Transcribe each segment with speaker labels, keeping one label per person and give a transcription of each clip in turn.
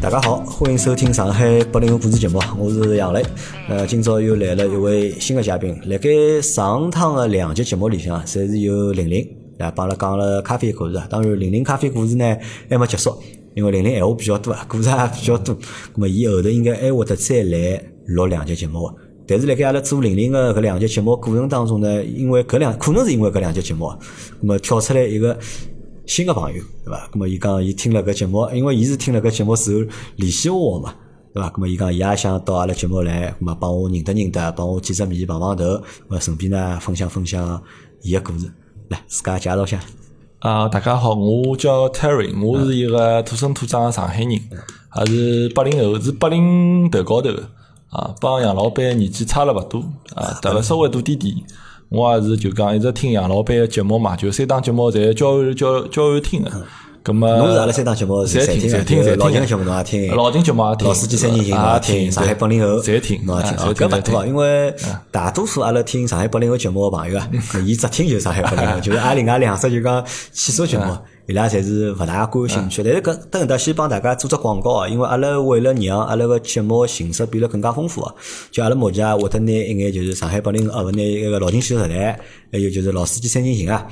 Speaker 1: 大家好，欢迎收听上海八零后故事节目，我是杨磊。呃，今朝又来了一位新的嘉宾，辣盖上趟的两集节目里向，侪是由玲玲来帮阿拉讲了咖啡故事啊。当然，玲玲咖啡故事呢还没结束，因为玲玲闲话比较多啊，故事也比较多。那么，伊后头应该还会得再来录两集节目啊。但是辣盖阿拉做零零个搿两集节目过程当中呢，因为搿两可能是因为搿两集节目，啊，那么跳出来一个新的朋友，对伐？那么伊讲伊听了搿节目，因为伊是听了搿节目之后联系我嘛，对伐？那么伊讲伊也想到阿拉节目来，那么帮我认得认得，帮我见只面碰碰头，那么顺便呢分享分享伊个故事，来自家介绍一下。
Speaker 2: 啊、大家好，我叫 Terry，我是一个土生土长的上海人，也是八零后，是八零头高头的啊，帮杨老板年纪差了勿多啊，大概稍微大点点。我也是就讲一直听杨老板的节目嘛，就三档节目侪交交交完听的。咁么，
Speaker 1: 侬是阿拉三档节目
Speaker 2: 侪听，
Speaker 1: 侪
Speaker 2: 侪听，
Speaker 1: 就
Speaker 2: 侪
Speaker 1: 是老金
Speaker 2: 听啊
Speaker 1: 节目侬也听，
Speaker 2: 老金节目也啊听，啊
Speaker 1: 老司机三人行侬
Speaker 2: 也
Speaker 1: 也听，上海
Speaker 2: 侪
Speaker 1: 八零后
Speaker 2: 侪听，
Speaker 1: 侬也听，
Speaker 2: 啊侪
Speaker 1: 哦
Speaker 2: 听
Speaker 1: 搿勿
Speaker 2: 侪听
Speaker 1: 多啊，因为大多数阿拉听上海八零后节目个朋友啊，伊只听就是上海八零后，就是阿拉另外两只就讲汽车节目。伊拉侪是勿大感兴趣，但是搿等下先帮大家做只广告啊，因为阿拉为了让阿拉个节目形式变得更加丰富啊，就阿拉目前啊会得拿一眼就是上海八零后啊，勿拿一个老金汽车时代，还有就是老司机三人行啊，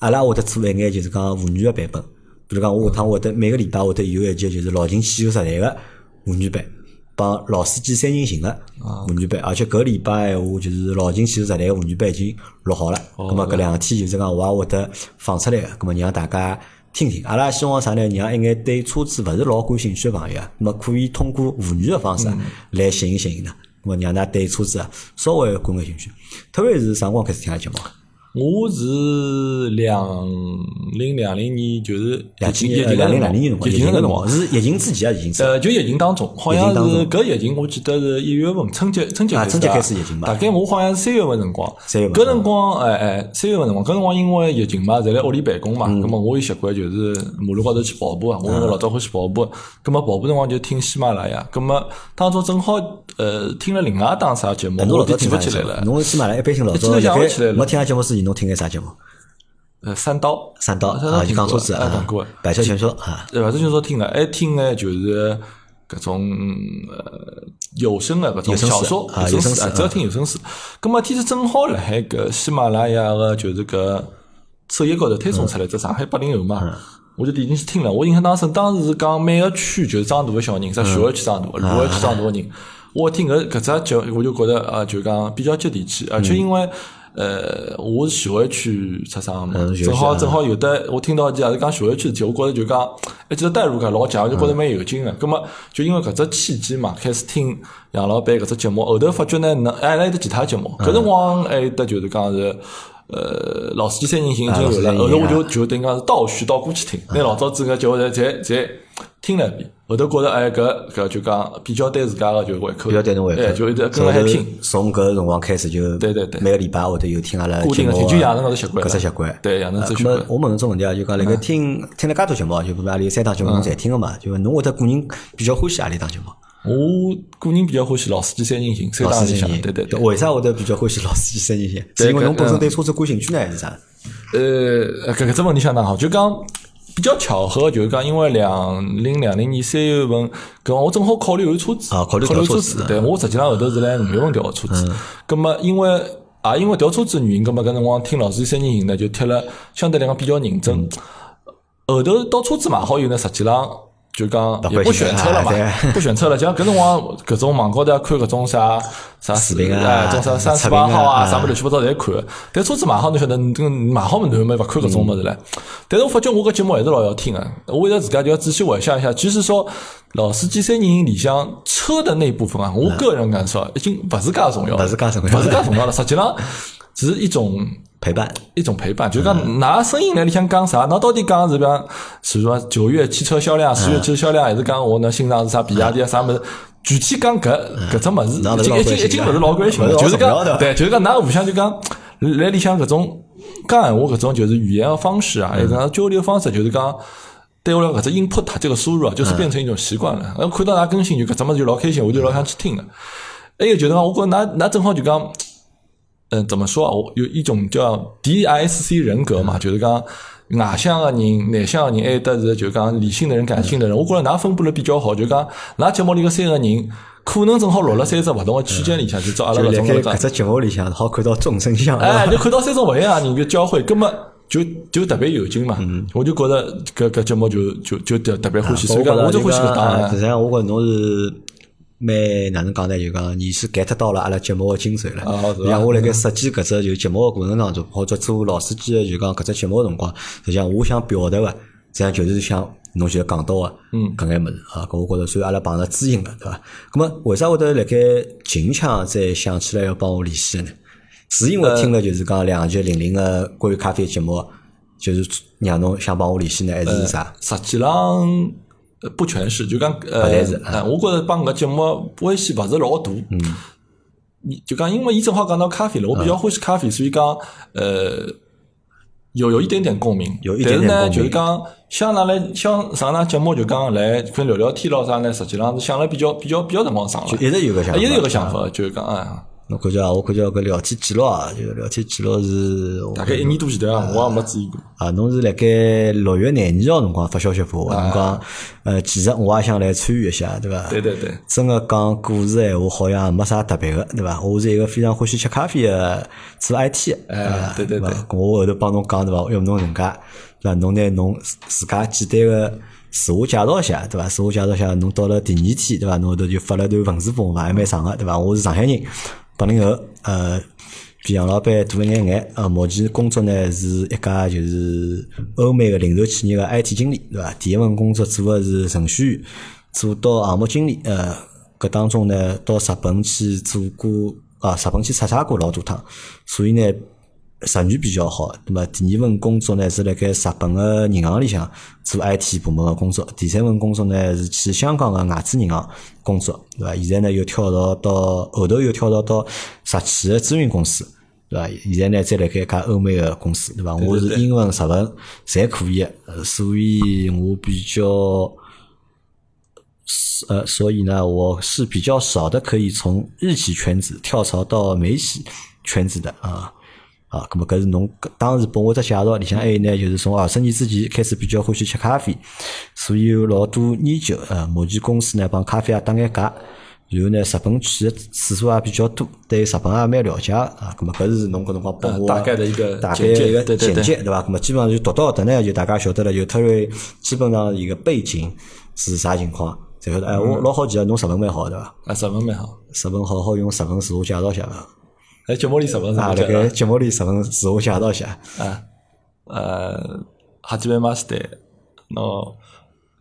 Speaker 1: 阿拉会得做一眼就是讲妇女个版本，比如讲，我下趟会得每个礼拜会得有一集就是老秦汽油时代个妇女版，帮老司机三人行个
Speaker 2: 啊
Speaker 1: 妇女版，而且搿礼拜闲话就是老秦汽油时代个妇女版已经录好了，
Speaker 2: 哦
Speaker 1: 葛末搿
Speaker 2: 啊
Speaker 1: 两天就是讲我也会得放出来个，葛末让大家听听。阿拉希望啥呢？让一眼对车子勿是老感兴趣个朋友啊，葛末可以通过妇女个方
Speaker 2: 嗯
Speaker 1: 式啊来吸引吸引㑚，葛末让㑚对车子啊稍微感眼兴趣。特别是啥辰光开始听个节目啊？
Speaker 2: 我是两零两零年，就是
Speaker 1: 两千
Speaker 2: 疫情
Speaker 1: 年、啊两零两零年辰光，
Speaker 2: 疫
Speaker 1: 疫
Speaker 2: 情
Speaker 1: 情个
Speaker 2: 个辰
Speaker 1: 辰
Speaker 2: 光
Speaker 1: 光，是疫情之前啊，疫情 之前。
Speaker 2: 呃，就疫情当中，好像
Speaker 1: 疫情当中
Speaker 2: 是搿疫情，我记得是一月份春节春节
Speaker 1: 啊
Speaker 2: 开始
Speaker 1: 春节
Speaker 2: 啊
Speaker 1: 开始疫情嘛
Speaker 2: 大概我好像是三月份辰光，
Speaker 1: 三月份
Speaker 2: 搿辰光哎哎，三月份辰光，搿辰光因为疫情嘛，侪辣屋里办公嘛，
Speaker 1: 嗯
Speaker 2: 葛末我有习惯就是马路高头去跑步啊，我老早欢喜跑步，葛末跑步辰光就听喜马拉雅，葛末当中正好呃听了另外一档啥节目，
Speaker 1: 侬老
Speaker 2: 我
Speaker 1: 早
Speaker 2: 有点记
Speaker 1: 听
Speaker 2: 勿
Speaker 1: 啥
Speaker 2: 起
Speaker 1: 节
Speaker 2: 来
Speaker 1: 目？
Speaker 2: 了，
Speaker 1: 侬起码来一般性老早
Speaker 2: 一记头
Speaker 1: 辣
Speaker 2: 想
Speaker 1: 盖
Speaker 2: 不起来了
Speaker 1: 没听啥节目之前，侬听个啥节目？
Speaker 2: 呃，三刀，
Speaker 1: 三刀
Speaker 2: 三刀
Speaker 1: 啊，就
Speaker 2: 听
Speaker 1: 讲
Speaker 2: 过
Speaker 1: 车子
Speaker 2: 啊
Speaker 1: 啊
Speaker 2: 讲过，
Speaker 1: 百车全说啊，
Speaker 2: 对伐？这就说听了，还听呢就是搿种呃有声的搿种
Speaker 1: 有声
Speaker 2: 小
Speaker 1: 诗
Speaker 2: 说，
Speaker 1: 啊
Speaker 2: 有
Speaker 1: 有声
Speaker 2: 声
Speaker 1: 诗
Speaker 2: 啊，只要听有声书。咁么天气正好辣海搿喜马拉雅个就是搿首页高头推送出来只上海八零后
Speaker 1: 嗯
Speaker 2: 嘛。我就点进去听了，我印象当深，当时是讲每个区就是长大个小人，啥
Speaker 1: 嗯
Speaker 2: 徐汇区长大个，卢湾区长大个人，我听搿搿只节，我就觉得啊，就讲比较接地气，
Speaker 1: 嗯
Speaker 2: 而且因为呃，我是徐汇区出生嘛，
Speaker 1: 嗯徐汇区
Speaker 2: 正好
Speaker 1: 啊
Speaker 2: 正好有的我听到一件也是讲徐汇区事体，我觉着就讲一记头代入感老强，我就觉着蛮有劲个。葛么就因为搿只契机嘛，开始听杨老板搿只节目，后头发觉呢，能还有得其他节目，搿辰光还有得就是讲是。呃，老司机三人行已经有了，
Speaker 1: 啊
Speaker 2: 后头我
Speaker 1: 老司机三人行
Speaker 2: 就就等于讲是倒叙倒过去听，拿老早子搿节目侪侪侪听了一遍，后头觉着哎搿搿就讲比较对自家个就胃口，
Speaker 1: 比较对侬胃口
Speaker 2: 哎，就一直跟
Speaker 1: 后
Speaker 2: 了海
Speaker 1: 头
Speaker 2: 听，
Speaker 1: 从搿辰光开始就
Speaker 2: 对对对
Speaker 1: 每个礼拜会得有听阿拉
Speaker 2: 固
Speaker 1: 节
Speaker 2: 定
Speaker 1: 目
Speaker 2: 的听，
Speaker 1: 啊，
Speaker 2: 就养成搿只习惯了，
Speaker 1: 搿只习惯。
Speaker 2: 对，养成
Speaker 1: 啊
Speaker 2: 这习
Speaker 1: 咁么
Speaker 2: 惯。嗯
Speaker 1: 我问侬种问题啊，就讲辣盖听听了介多节目啊，就比如阿里有三档节目侬侪听个嘛，就侬会得个人比较欢喜阿里档节目？
Speaker 2: 我个人比较欢喜老司机三人行，三
Speaker 1: 老司
Speaker 2: 档里
Speaker 1: 机
Speaker 2: 向
Speaker 1: 三人，，
Speaker 2: 对对对。
Speaker 1: 为啥会得比较欢喜老司机三人行？
Speaker 2: 对
Speaker 1: 是因为
Speaker 2: 搿
Speaker 1: 侬本身
Speaker 2: 嗯
Speaker 1: 对车子感兴趣呢，还是啥？
Speaker 2: 呃，搿搿只问题相当好，就讲比较巧合，就是讲因为两零两零年三月份，搿我正好考虑换车子，
Speaker 1: 啊考
Speaker 2: 考
Speaker 1: 虑
Speaker 2: 虑
Speaker 1: 调车
Speaker 2: 车
Speaker 1: 子嗯
Speaker 2: 对我实际上后头是来五月份调个车子，葛末因为。啊，因为调车子的原因，葛末搿辰光听老师三人行呢，就贴了相对来讲比较认
Speaker 1: 嗯
Speaker 2: 真。后头到车子买好以后呢，实际上就讲
Speaker 1: 不
Speaker 2: 也
Speaker 1: 关
Speaker 2: 不
Speaker 1: 心
Speaker 2: 选
Speaker 1: 了
Speaker 2: 车了嘛
Speaker 1: 啊对，
Speaker 2: 不选车了，像搿辰光搿种网高头啊看搿种啥啥
Speaker 1: 视频啊
Speaker 2: 哎，种啥三
Speaker 1: 测
Speaker 2: 十
Speaker 1: 评
Speaker 2: 八号
Speaker 1: 啊
Speaker 2: 啥物事乱七八糟侪看。但车子买好侬晓得，嗯跟买好么侬没勿看搿种物事唻。但是我发觉我搿节目还是老要听个，我现在自家就要仔细回想一下。即使说老司机三人行里向车的那部分啊，我个人感受啊已经勿是介重要了，
Speaker 1: 勿是介重要
Speaker 2: 勿是介重要了。实际上只是一种。
Speaker 1: 陪伴。
Speaker 2: 一种陪伴，就是讲㑚声音来里向讲啥？㑚到底讲是比方，是说九月汽车销量、十月汽车销量，还是讲我能欣赏是啥比亚迪啊啥么子？具体讲搿搿只物事，
Speaker 1: 那
Speaker 2: 已
Speaker 1: 勿是老关
Speaker 2: 经已经
Speaker 1: 心
Speaker 2: 已经
Speaker 1: 的
Speaker 2: 勿是老关心
Speaker 1: 勿
Speaker 2: 了，
Speaker 1: 是老
Speaker 2: 就是
Speaker 1: 重要的
Speaker 2: 讲对，就是讲㑚互相就讲来里向搿种讲闲话搿种就是语言的方式啊，还有搿种交流方式，就是讲。对我来讲，搿只 input 它这个输入啊，就是变成一种习惯了。然后看到㑚更新，就搿只么子就老开心，我就老想去听了。还哎有就是讲，我觉着㑚㑚正好就讲呃嗯，怎么说啊？我有一种叫 DISC 人格嘛，就是讲外向个人、内向个人，还有得是就讲理性的人、感性的人。我觉着㑚分布了比较好，就讲㑚节目里个三个人，可能正好落了三只勿同个区间里向，就照阿拉
Speaker 1: 就辣
Speaker 2: 搿种
Speaker 1: 盖
Speaker 2: 搿
Speaker 1: 搿
Speaker 2: 种。
Speaker 1: 只节目里向，好看到众生相，
Speaker 2: 哎，
Speaker 1: 是吧
Speaker 2: 就看到三种勿一样个人个交汇，葛么就就特别有劲嘛。我就觉着搿搿节目就就就特特别欢
Speaker 1: 啊
Speaker 2: 喜，所以讲我就欢喜搿档
Speaker 1: 啊。实
Speaker 2: 案。
Speaker 1: 际上，我觉着侬是蛮哪能讲呢？就讲你是 get 到了阿拉节目个精髓了
Speaker 2: 哦是。吧
Speaker 1: 像我辣盖设计搿只就节目个过程当中，或者做老司机个就讲搿只节目个辰光，实际上我想表达个，实际上就是想侬现在讲到个，嗯，搿眼物事啊，搿我觉着算阿拉碰着知音了，对伐？葛末为啥会得辣盖近腔再想起来要帮我联系呢？是因
Speaker 2: 呃
Speaker 1: 为听了就是讲两局零零个关于咖啡节目，就是让侬想帮我联系呢，还
Speaker 2: 呃
Speaker 1: 是啥？
Speaker 2: 实际浪呃不全是，就讲呃，
Speaker 1: 不但是啊
Speaker 2: 呃我觉着帮搿节目关系勿是老大。嗯，就讲因为伊正好讲到咖啡了，我比较欢喜咖啡，所以讲呃有有一点点共鸣，
Speaker 1: 有一点点
Speaker 2: 但是呢，
Speaker 1: 共鸣
Speaker 2: 就是讲像拿来像上趟节目就讲来可以聊聊天咯啥呢，实际浪是想了比较比较比较辰光长了，
Speaker 1: 就一直有个想
Speaker 2: 啊
Speaker 1: 法，
Speaker 2: 一直有个想法，就是讲啊，
Speaker 1: 我感觉啊，我感觉搿聊天记录啊，就聊天记录是我
Speaker 2: 大概一年多前头啊，我也没注意过。
Speaker 1: 啊，侬是辣盖六月廿二号辰光发消息拨我，侬讲呃，其实我也想来参与一下，对伐？
Speaker 2: 啊对对对，
Speaker 1: 真个讲故事闲话，好像也没啥特别个，对伐？我是一个非常欢喜吃咖啡个做 IT 的，
Speaker 2: 哎
Speaker 1: 伐
Speaker 2: 对对对
Speaker 1: 伐我后头帮侬讲对伐？要不侬能介，对伐？侬拿侬自自家简单个自我介绍一下，对伐？自我介绍一下，侬到了第二天，对伐？侬后头就发了段文字拨我嘛，还蛮长个，对伐？我是上海人，八零后，呃。比杨老板大一眼眼，呃，目前工作呢是一家就是欧美个零售企业个 IT 经理，对伐？第一份工作做个是程序员，做到项目经理，呃，搿当中呢，到日本去做过啊，日本去出差过老多趟，所以呢，日语比较好。那么第二份工作呢是辣盖日本个银行里向做 IT 部门个工作，第三份工作呢是去香港个外资银行工作，对伐？现在呢又跳槽到后头又跳槽到日企个咨询公司。对伐？现在呢，再辣盖一家欧美个公司，对伐？我是英文、日文侪可以的，呃所以我比较呃，所以呢，我是比较少的可以从日企圈子跳槽到美企圈子的啊啊，那么搿是侬当时拨我只介绍里向还有呢，就是啊从二十年之前开始比较欢喜吃咖啡，所以有老多研究呃，目前公司呢帮咖啡也啊打眼价。然后呢，日本去的次数也比较多，对日本也蛮了解的啊。那么搿是侬搿辰光拨
Speaker 2: 呃
Speaker 1: 我
Speaker 2: 大概的一个
Speaker 1: 大概
Speaker 2: 简介
Speaker 1: 一个
Speaker 2: 对对
Speaker 1: 简
Speaker 2: 对
Speaker 1: 介，对伐？那么基本上就读到搿搭呢，就大家晓得了，就特瑞基本上一个背景是啥情况，才晓得。哎，我老好奇啊，侬日文蛮好对伐？
Speaker 2: 啊，日文蛮好，
Speaker 1: 日文好好用日文自我介绍一下伐？
Speaker 2: 哎，节目里日文是
Speaker 1: 啊，辣
Speaker 2: 么讲
Speaker 1: 盖
Speaker 2: 的？
Speaker 1: 节目里日文自我介绍一下。
Speaker 2: ああはじめまして。の、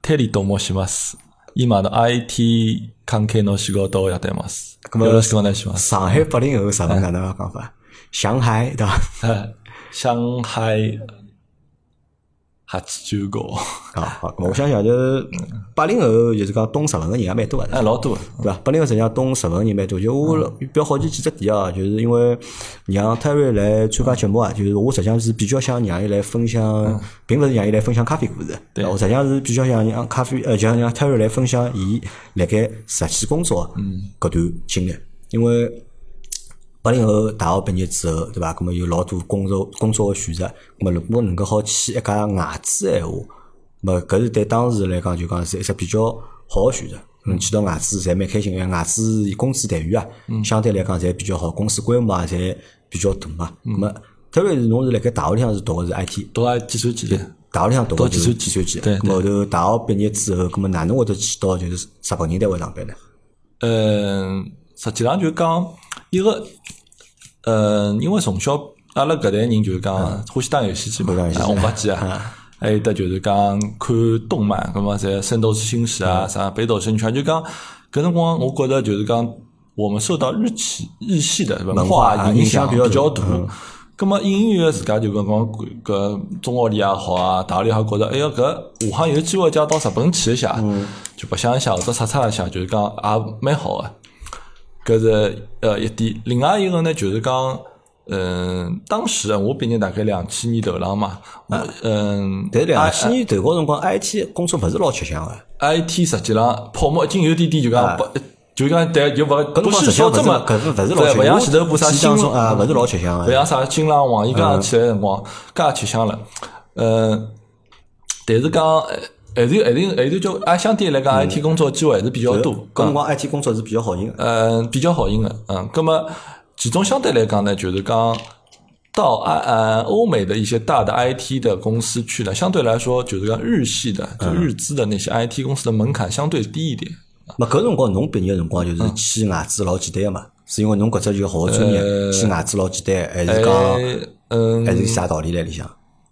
Speaker 2: テリと申します。今の IT 関係の仕事をやってます。
Speaker 1: も
Speaker 2: よろしくお願いします。
Speaker 1: 上海八零后日文哪能样讲法？上海对伐？
Speaker 2: はい 上海85。
Speaker 1: 啊，好，那么我想想，就是八零后就是讲懂日文个人也蛮多个。
Speaker 2: あ、老多。
Speaker 1: 对伐？八零后实际上懂日文人蛮多，就我比较好奇几只点啊，就是因为让 Terry 来参加节目啊，就是我实际上是比较想让伊来分享，并勿是让伊来分享咖啡故事，
Speaker 2: 对
Speaker 1: 我实际上是比较想让咖啡呃，想让 Terry 来分享伊辣盖实际工作啊搿段经历，因为。八零后大学毕业之后，对伐？咁么有老多工作工作个选择。咁么如果能够好去一家外资闲话，咁么搿是对当时来讲就讲是一只比较好个选择。嗯，去到外资侪蛮开心，因为外资伊工资待遇啊，
Speaker 2: 嗯
Speaker 1: 相对来讲侪比较好，公司规模啊侪比较大嘛。
Speaker 2: 嗯
Speaker 1: 咁么特别是侬是辣盖大学里向是读个是 IT，
Speaker 2: 都は计算機で。
Speaker 1: 大学里向读个就
Speaker 2: 读
Speaker 1: 是
Speaker 2: 计
Speaker 1: 计算
Speaker 2: 算机
Speaker 1: 机。啊
Speaker 2: 对
Speaker 1: 咁么后头大学毕业之后，咁么哪能会得去到就是日本人单位上班呢？
Speaker 2: 嗯，实际上就讲一个，嗯，因为从小阿拉搿代人就是讲嗯欢喜打游戏机嘛，
Speaker 1: 欢喜打
Speaker 2: 啊红白机啊，还有得就是讲看动漫，咁么侪《圣斗士星矢》啊，啥《北斗神拳》，就讲搿辰光我觉着就是讲我们受到日企日系的文
Speaker 1: 化啊
Speaker 2: 影
Speaker 1: 影响
Speaker 2: 比
Speaker 1: 比较
Speaker 2: 较大
Speaker 1: 大。
Speaker 2: 咁么隐隐约约自家就讲讲搿中学里也好啊，大学里也好，觉着哎哟搿下趟有机会就要到日本去一下，
Speaker 1: 嗯
Speaker 2: 就白相一下或者擦擦一下，就是讲也蛮好个、搿是呃一点。另外一个呢，就是讲，嗯，当时啊我毕业大概两千年头浪嘛，
Speaker 1: 啊
Speaker 2: 我嗯，
Speaker 1: 但两千啊年头高辰光，IT 工作勿是老吃香个。
Speaker 2: I T 实际浪泡沫已经有点点就讲不。就讲，但就勿
Speaker 1: 搿辰
Speaker 2: 不
Speaker 1: 光
Speaker 2: 是
Speaker 1: 实际上
Speaker 2: 说
Speaker 1: 勿呃是搿
Speaker 2: 这么，
Speaker 1: 是勿是老
Speaker 2: 对
Speaker 1: 吃香
Speaker 2: 勿像前头部啥
Speaker 1: 我记忆
Speaker 2: 新
Speaker 1: 啊当中啊勿是老吃香
Speaker 2: 勿
Speaker 1: 个。
Speaker 2: 像啥新浪网，伊刚刚起来的辰光，介吃香了。呃，但是讲呃还是有还是有还是叫啊，相对来讲，IT 工作机会还是比较多。
Speaker 1: 搿辰光 IT 工作是比较好寻个，
Speaker 2: 啊嗯，比较好用的，嗯，那么其中相对来讲呢，就是讲到啊呃欧美的一些大的 IT 的公司去呢，相对来说就是讲日系的、就日资的那些 IT 公司的门槛相对低一点。
Speaker 1: 那搿辰光侬毕业辰光
Speaker 2: 嗯
Speaker 1: 就是去外资老简单个嘛，是因为侬搿只就好个专业，去外资老简单，还是讲
Speaker 2: 呃哎，嗯，
Speaker 1: 还是有啥道理辣里向？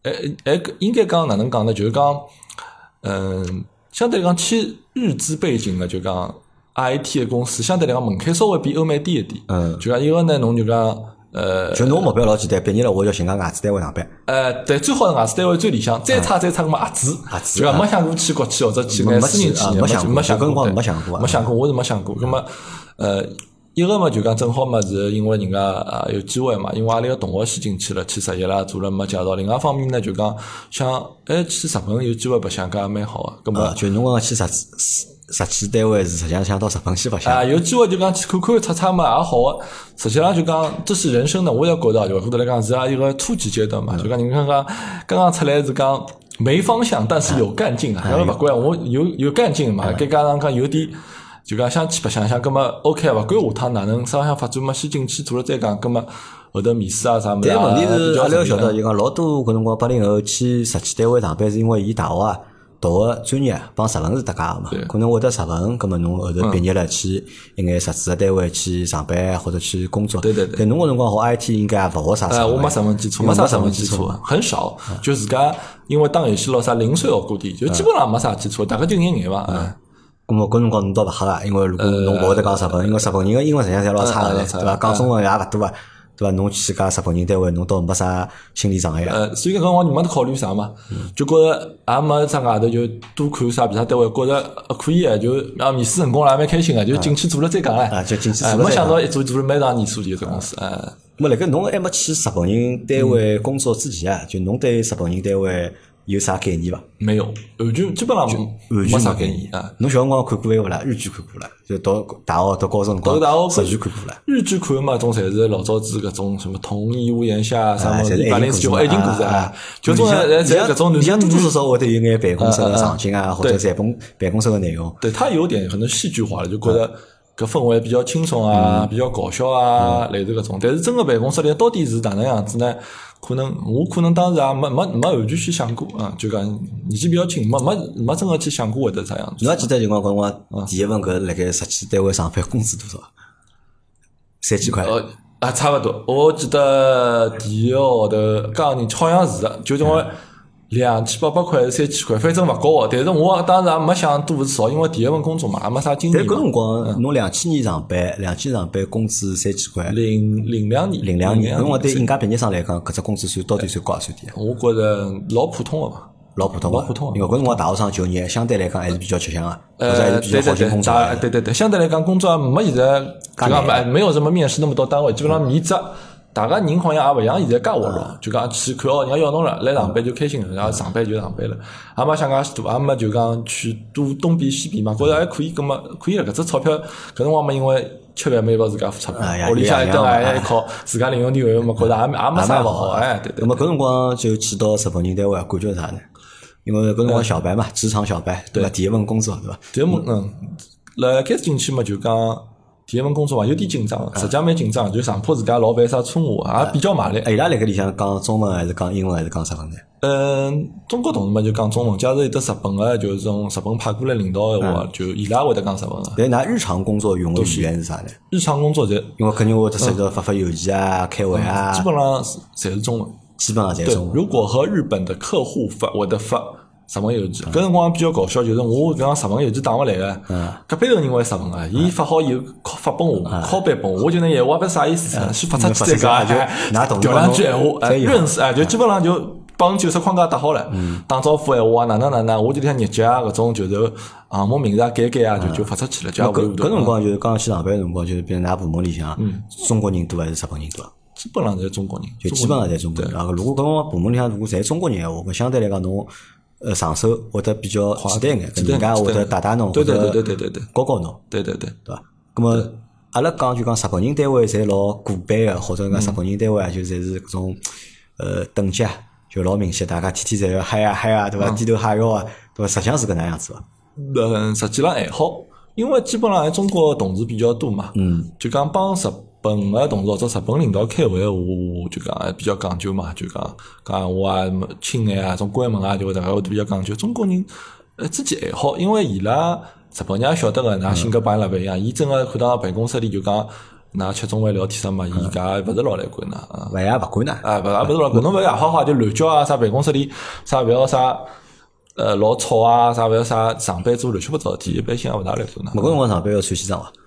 Speaker 2: 哎哎，应该讲哪能讲呢？就是讲，嗯，相对来讲，去日资背景呢，就讲 IT 的公司相对来讲门槛稍微比欧美低一点。
Speaker 1: 嗯，
Speaker 2: 就讲一个呢，侬就讲呃
Speaker 1: 就侬目标老简单，毕业了我要寻个外资单位上班，
Speaker 2: 呃，对，最好是外资单位最理想，再
Speaker 1: 嗯
Speaker 2: 差再差个嘛合资，
Speaker 1: 合资
Speaker 2: 就讲没想过去国哦企或者去
Speaker 1: 啊没
Speaker 2: 眼私人
Speaker 1: 没去啊
Speaker 2: 企业，
Speaker 1: 没
Speaker 2: 没
Speaker 1: 想过
Speaker 2: 没想
Speaker 1: 有辰光
Speaker 2: 对
Speaker 1: 没想过啊
Speaker 2: 没想过，我是没想过。那么，呃，一个嘛就讲正好嘛是因为人家啊有机会嘛，因为阿拉个同学先进去了，去实习啦，做了没介绍。另外一方面呢就讲想，哎，去日本有机会白相，搿也蛮好个。那
Speaker 1: 啊，
Speaker 2: 么
Speaker 1: 就侬讲去实实际单位是实际上想到日本去白相，
Speaker 2: 啊，有机会就讲去看看、擦擦嘛，也好啊个。实际上就讲，这是人生呢，我也觉得，就或者来讲是啊一个初级阶段嘛。就讲你看看，刚刚出来是讲没方向，但是有干劲啊。因为勿管我有有干劲嘛，再加上讲有点。就讲想去白相相，葛么 OK，勿管下趟哪能啥向发展嘛，先进去做了再讲，葛么后头面试啊啥物事
Speaker 1: 但
Speaker 2: 啊，
Speaker 1: 问题
Speaker 2: 比
Speaker 1: 是，
Speaker 2: 较
Speaker 1: 阿拉要晓
Speaker 2: 顺利
Speaker 1: 得，就讲老多搿辰光八零后去实际单位上班，是因为伊大学啊读个专业帮日文是搭界个嘛，可能会得日文，葛末侬后头毕业了去一眼实质个单位去上班或者去工作。
Speaker 2: 嗯对对对
Speaker 1: 但侬搿辰光学 IT 应该也勿学啥
Speaker 2: 哎，
Speaker 1: 啥。
Speaker 2: 我没什么基础，
Speaker 1: 因为
Speaker 2: 没啥
Speaker 1: 没什
Speaker 2: 什
Speaker 1: 么
Speaker 2: 么
Speaker 1: 基
Speaker 2: 基
Speaker 1: 础
Speaker 2: 础，啊很少，就自家因为打游戏咯啥零碎学过点，就基本上没啥基础，大概就眼眼吧。嗯
Speaker 1: 葛末搿辰光侬倒勿黑个，因为如
Speaker 2: 呃
Speaker 1: 果侬勿会得讲日文，因为日本人个英文实际上侪老差
Speaker 2: 嗯嗯
Speaker 1: 个，
Speaker 2: 老差
Speaker 1: 对伐？讲中文也勿多啊，对伐？侬去搿家日本人单位，侬倒没啥心理障碍啊。
Speaker 2: 呃，所以讲搿辰光你没得考虑啥嘛，就觉着也没啥外头就多看啥比赛单位，觉着呃可以啊，就啊面试成功了，也蛮开心啊个，就进去做了再讲唻。
Speaker 1: 啊啊就进去
Speaker 2: 哎
Speaker 1: 做了再
Speaker 2: 没
Speaker 1: 讲
Speaker 2: 想到一做做了蛮长年数的一只公司，哎，
Speaker 1: 咁么辣盖侬还没去日本人单位
Speaker 2: 嗯
Speaker 1: 工作之前啊，就侬对日本人单位有啥概念伐？
Speaker 2: 没有，完全基本上
Speaker 1: 完
Speaker 2: 没
Speaker 1: 全
Speaker 2: 啥
Speaker 1: 概
Speaker 2: 概念啊。
Speaker 1: 侬小辰光看过一个勿啦？日剧看过啦，就读大学读高中辰光，
Speaker 2: 读大学
Speaker 1: 日剧看过啦。
Speaker 2: 日剧看嘛，种侪是老早子搿种什么同一屋檐下啥么
Speaker 1: 啊侪是
Speaker 2: 啊一百零四九爱情故事哎
Speaker 1: 啊，
Speaker 2: 就种侪侪搿种
Speaker 1: 你
Speaker 2: 男
Speaker 1: 像
Speaker 2: 女
Speaker 1: 多多少少会得有眼办公室的场景啊，或者
Speaker 2: 嗯对
Speaker 1: 办公办公室的内容。
Speaker 2: 对他有点可能戏剧化了，就觉得搿氛围比较轻松啊，比较搞笑啊，类似搿种。但是真个办公室里到底是哪能样子呢？可能我可能当时也没没没完全去想过啊，就讲年纪比较轻，没没没真个去想过会得啥样子
Speaker 1: 侬。还记得就讲搿辰
Speaker 2: 嗯
Speaker 1: 光第一份搿辣盖实际单位上班工资多少？啊三千块。
Speaker 2: 呃，啊，差勿多。我记得第一个号头，刚人好像是的，就是我两千八百块还是三千块，反正勿高啊个。但是我当时也没想多是少，因为第一份工作嘛，也没啥经
Speaker 1: 但
Speaker 2: 验嘛。
Speaker 1: 搿辰
Speaker 2: 嗯
Speaker 1: 光侬两千年上班，两千年上班工资三千块，
Speaker 2: 零零嗯两年，
Speaker 1: 零两年，搿辰光对
Speaker 2: 是
Speaker 1: 应届毕业生来讲，搿只工资算到底算高还是算低啊？
Speaker 2: 我觉着老普通个吧。
Speaker 1: 老普通啊，
Speaker 2: 老普通啊
Speaker 1: 因为搿辰光大学生就业相对来讲还是比较吃香啊，或者还
Speaker 2: 呃，
Speaker 1: 是比较好寻
Speaker 2: 对对对，
Speaker 1: 工作
Speaker 2: 大
Speaker 1: 啊。
Speaker 2: 对对对，相对来讲，工作没现在就讲没没有什么面试那么多单位，基本上面职，大家人好像也勿像现在介活络，就讲去看哦，人家要侬了，来上班就开心了，然后上班就上班了，也没想介许多，也没就讲去多东比西比嘛，觉着还可以，葛么可以了，搿只钞票搿辰光嘛，因为吃饭没要自家付钞
Speaker 1: 哎呀
Speaker 2: 票，屋里向一顿
Speaker 1: 一样
Speaker 2: 还一靠自家零用钿还没觉着也也没啥勿好，哎，对对
Speaker 1: 那。么搿辰光就去到日本人单位，感觉啥呢？因为搿辰
Speaker 2: 嗯
Speaker 1: 光小白嘛，职场小白，对伐？第一份工作对伐？
Speaker 2: 第一份嗯，辣开始进去嘛，就讲第一份工作嘛，有点紧张，实际上蛮紧张，就上坡自家老犯啥错误，也比较麻
Speaker 1: 哎
Speaker 2: 烦。
Speaker 1: 伊拉辣盖里向讲中文还是讲英文还是讲日文呢？
Speaker 2: 嗯，中国同事嘛就讲中文，假如有得日本个，就是种日本派过来领导个话，就伊拉会得讲日文个。
Speaker 1: 但㑚日常工作用个语言是啥呢？
Speaker 2: 日常工作侪
Speaker 1: 因为肯定会得涉及
Speaker 2: 嗯
Speaker 1: 到发发邮件啊、开会啊
Speaker 2: 基，本上是侪是中文。
Speaker 1: 基本上侪是
Speaker 2: 对
Speaker 1: 中，文。
Speaker 2: 如果和日本的客户发，我的发日文邮件，搿辰光比较搞笑，就是我搿样日文邮件打勿来啊个，
Speaker 1: 嗯
Speaker 2: 隔壁头人会日文个，啊伊发好以后拷发拨我，拷贝拨我，我就那闲话勿晓得啥意思，
Speaker 1: 嗯
Speaker 2: 去发出去再讲，
Speaker 1: 就
Speaker 2: 哎
Speaker 1: 拿动
Speaker 2: 调
Speaker 1: 作
Speaker 2: 两
Speaker 1: 弄
Speaker 2: 句闲话，哎
Speaker 1: 再有
Speaker 2: 认识，哎，就基本上就。帮九十框架搭好了，
Speaker 1: 嗯
Speaker 2: 打招呼闲话啊，哪能哪能，我就里向日脚啊，搿种就是项目名字啊，改改啊，
Speaker 1: 嗯
Speaker 2: 就就发出去了，就也
Speaker 1: 搿搿
Speaker 2: 无聊
Speaker 1: 辰光就是刚刚去上班个辰光，就是比如㑚部门里向，
Speaker 2: 嗯
Speaker 1: 中国人多还是日本人多啊？
Speaker 2: 基本上侪是中国人，
Speaker 1: 就基本上侪中国人。啊，如果搿辰光部门里向如果侪中国人闲话，搿相对来讲侬呃上手会得比较简单眼，搿人家会得带带侬，
Speaker 2: 对对
Speaker 1: 或者
Speaker 2: 对对对对
Speaker 1: 教教侬，
Speaker 2: 对对对。
Speaker 1: 对伐？葛末阿拉讲就讲日本人单位侪老古板个，或者讲日本人单位啊，就侪是搿种呃等级啊，就老明显，大家天天侪要嗨啊嗨啊，对伐？低头哈腰啊，对伐？实际上是搿能样子伐？
Speaker 2: 嗯，实际上还好，因为基本上中国同事比较多嘛，
Speaker 1: 嗯，
Speaker 2: 就讲帮日本个同事或者日本领导开会，我就讲还比较讲究嘛，就讲讲闲话啊，什么亲眼啊，种关门啊，就会大家会比较讲究。中国人呃自己还好，因为伊拉日本人也晓得个，㑚性格帮伊拉勿一样，啊伊真个看到办公室里就讲，㑚吃中饭聊天啥嘛，伊搿也勿是老来管㑚啊。
Speaker 1: 勿也勿管呢。
Speaker 2: 啊，勿也勿是老搿侬勿要好好就乱叫啊，啥办公室里啥勿要啥，呃，老吵啊，啥勿要啥上班族乱七八糟的事体，一般性也勿大来做呢
Speaker 1: 某。个辰光上班要穿西装啊伐？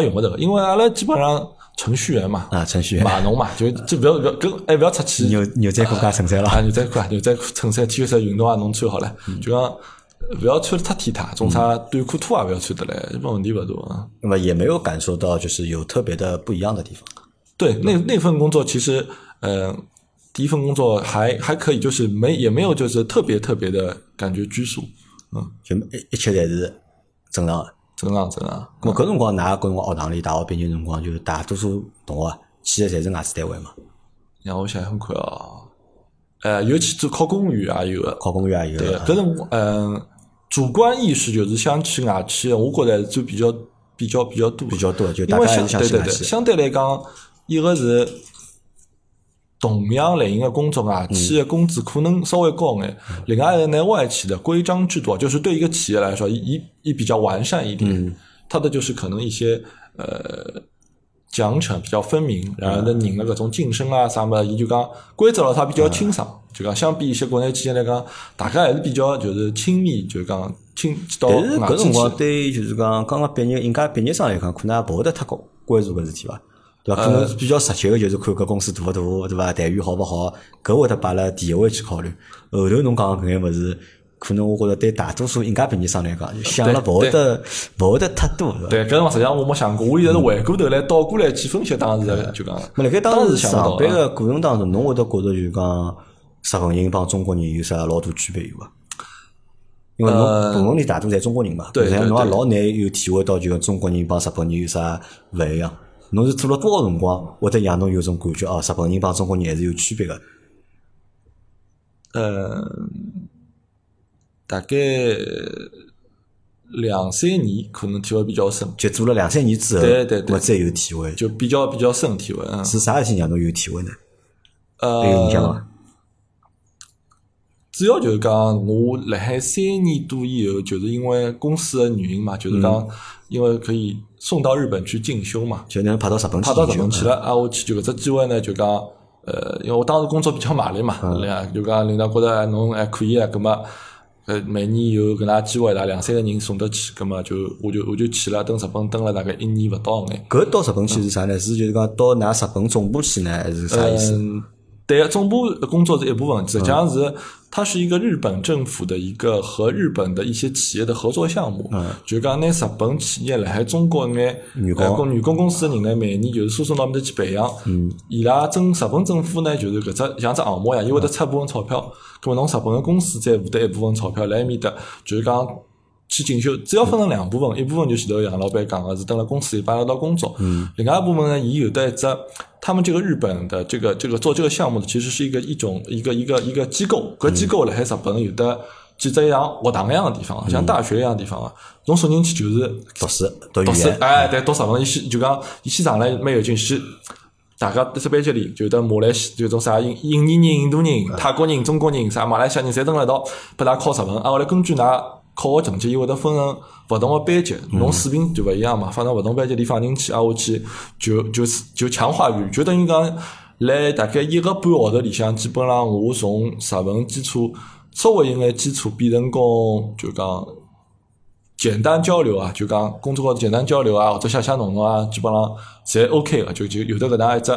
Speaker 2: 也用勿着，因为阿拉基本上程序员嘛，
Speaker 1: 啊，程序员，
Speaker 2: 码农嘛，就就勿要勿要跟哎勿要出去
Speaker 1: 牛牛仔裤加衬衫
Speaker 2: 啊，
Speaker 1: 了。
Speaker 2: 牛仔裤啊，牛仔裤、衬衫、T 恤衫、运动鞋侬穿好了，
Speaker 1: 嗯
Speaker 2: 就讲勿要穿得太体态，种啥短裤拖也勿要穿得来，一般问题勿大啊。
Speaker 1: 那么也没有感受到就是有特别的不一样的地方。
Speaker 2: 对，那那份工作其实，呃，第一份工作还还可以，就是没也没有就是特别特别的感觉拘束，嗯，
Speaker 1: 就一一切侪是正常的。
Speaker 2: 正常正常。
Speaker 1: 咁么搿辰光，㑚搿辰光学堂里大学毕业辰光，就是大多数同学去的侪是外资单位嘛，
Speaker 2: 让我想想看啊，呃，尤其做考公务员啊也有的，
Speaker 1: 考公务员啊也有
Speaker 2: 对，
Speaker 1: 的。
Speaker 2: 搿辰光，嗯、主观意识就是想去外企的，我觉着就比较比较比较多，
Speaker 1: 比较多就
Speaker 2: 因
Speaker 1: 大
Speaker 2: 为
Speaker 1: 家还是
Speaker 2: 相
Speaker 1: 想
Speaker 2: 对
Speaker 1: 去
Speaker 2: 对
Speaker 1: 外
Speaker 2: 对，
Speaker 1: 企
Speaker 2: 相对来讲，一个是同样类型的工作啊，企业工资可能稍微高眼。
Speaker 1: 嗯
Speaker 2: 另外一个呢，外企的规章制度啊，就是对一个企业来说，一一比较完善一点，
Speaker 1: 嗯
Speaker 2: 它的就是可能一些呃。奖惩比较分明，然后
Speaker 1: 嗯
Speaker 2: 呢，人的搿种晋升啊啥么，伊就讲规则咯，它比较
Speaker 1: 嗯
Speaker 2: 清爽，就讲相比一些国内企业来讲，大家还是比较就是亲密，就讲亲到
Speaker 1: 但是搿
Speaker 2: 哦外企
Speaker 1: 辰
Speaker 2: 去
Speaker 1: 光对于就是讲刚刚毕业应届毕业生来讲，可能也勿会得太关关注搿事体伐？对伐？可能比较实际个就是看搿公司大勿大，对伐？待遇好勿好，搿会得摆辣第一位去考虑。后头侬讲搿眼物事，可能我觉着对大多数应届毕业生来讲，就想了勿会得勿会得太多，对伐？
Speaker 2: 对，搿辰光实际上我没想过，我现在是回过头来倒过来去分析当时的，
Speaker 1: 嗯
Speaker 2: 就讲，
Speaker 1: 么辣盖
Speaker 2: 当
Speaker 1: 时
Speaker 2: 时想不
Speaker 1: 上
Speaker 2: 到
Speaker 1: 班
Speaker 2: 啊。
Speaker 1: 个过程当中，侬会得觉着就是讲日本人帮中国人有啥老大区别有伐？因为侬
Speaker 2: 呃
Speaker 1: 同侬里大多侪中国人嘛，
Speaker 2: 对
Speaker 1: 实际上
Speaker 2: 对
Speaker 1: 侬也
Speaker 2: 对
Speaker 1: 老难有体会到就讲中国人帮日本人有啥勿一样。侬是做了多少辰光，会得让侬有种感觉哦，日本人帮中国人还是有区别个。
Speaker 2: 呃，大概两三年可能体会比较深，
Speaker 1: 就做了两三年之后，
Speaker 2: 对对对
Speaker 1: 我再有体会。
Speaker 2: 就比较比较深体会。嗯
Speaker 1: 是啥事体让侬有体会呢？还有印象
Speaker 2: 呃
Speaker 1: 伐，？
Speaker 2: 主要就是讲我辣海三年多以后，就是因为公司的原因嘛，就是
Speaker 1: 嗯
Speaker 2: 讲因为可以送到日本去进修嘛，
Speaker 1: 就侬派到日本去
Speaker 2: 派到
Speaker 1: 研
Speaker 2: 日
Speaker 1: 究
Speaker 2: 本去了，啊，我去就搿只机会呢，就讲，呃，因为我当时工作比较卖力嘛，对呀，就讲领导觉得侬还可以啊，葛末呃，每年有搿能介机会啦，两三个人送得去，葛末就我就我就去了，蹲日本蹲了大概一年勿到眼。
Speaker 1: 搿到日本去是啥呢？是就是讲到㑚日本总部去呢，还是啥意思？
Speaker 2: 嗯，对，总部工作是一部分，实际上是它是一个日本政府的一个和日本的一些企业的合作项目。嗯，就讲拿日本企业辣海中国眼
Speaker 1: 员工
Speaker 2: 呃工员工公司的人呢，每年就是输送到面搭去培养。嗯，伊拉政日本政府呢，就是搿只像只项目一样，伊会得出一部分钞票，葛末侬日本个公司再付得一部分钞票来埃面搭，就是讲。去进修，主要分成两部分，一部分就前头杨老板讲个是蹲辣公司里帮拉到工作，嗯，另外一部分呢，伊有的一只，他们这个日本的这个这个做这个项目的，其实是一个一种一个一个一个机构，搿机构辣海日本有的几只像学堂一样的地方，像大学一样的地方啊，侬送进去就是
Speaker 1: 读书读语
Speaker 2: 读书
Speaker 1: 言，
Speaker 2: 哎，对，读日文，伊先就讲，伊先上来蛮有劲，先大家这班级里，就得马来西就种啥印印尼人、印度人、泰国人、中国人、啥马来西亚人，侪蹲辣一道，拨㑚考日文，啊，后来根据㑚考学成绩，伊会得分成勿同个班级，侬水平就勿一样嘛，放到勿同班级里放进去，啊，下去就就是就强化语，就等于讲，来大概一个半号头里向，基本上我从日文基础稍微有眼基础变成功，就讲。简单交流啊，就讲工作高头简单交流啊，或者写写弄弄啊，基本上侪 OK 个，就就有的搿能样一只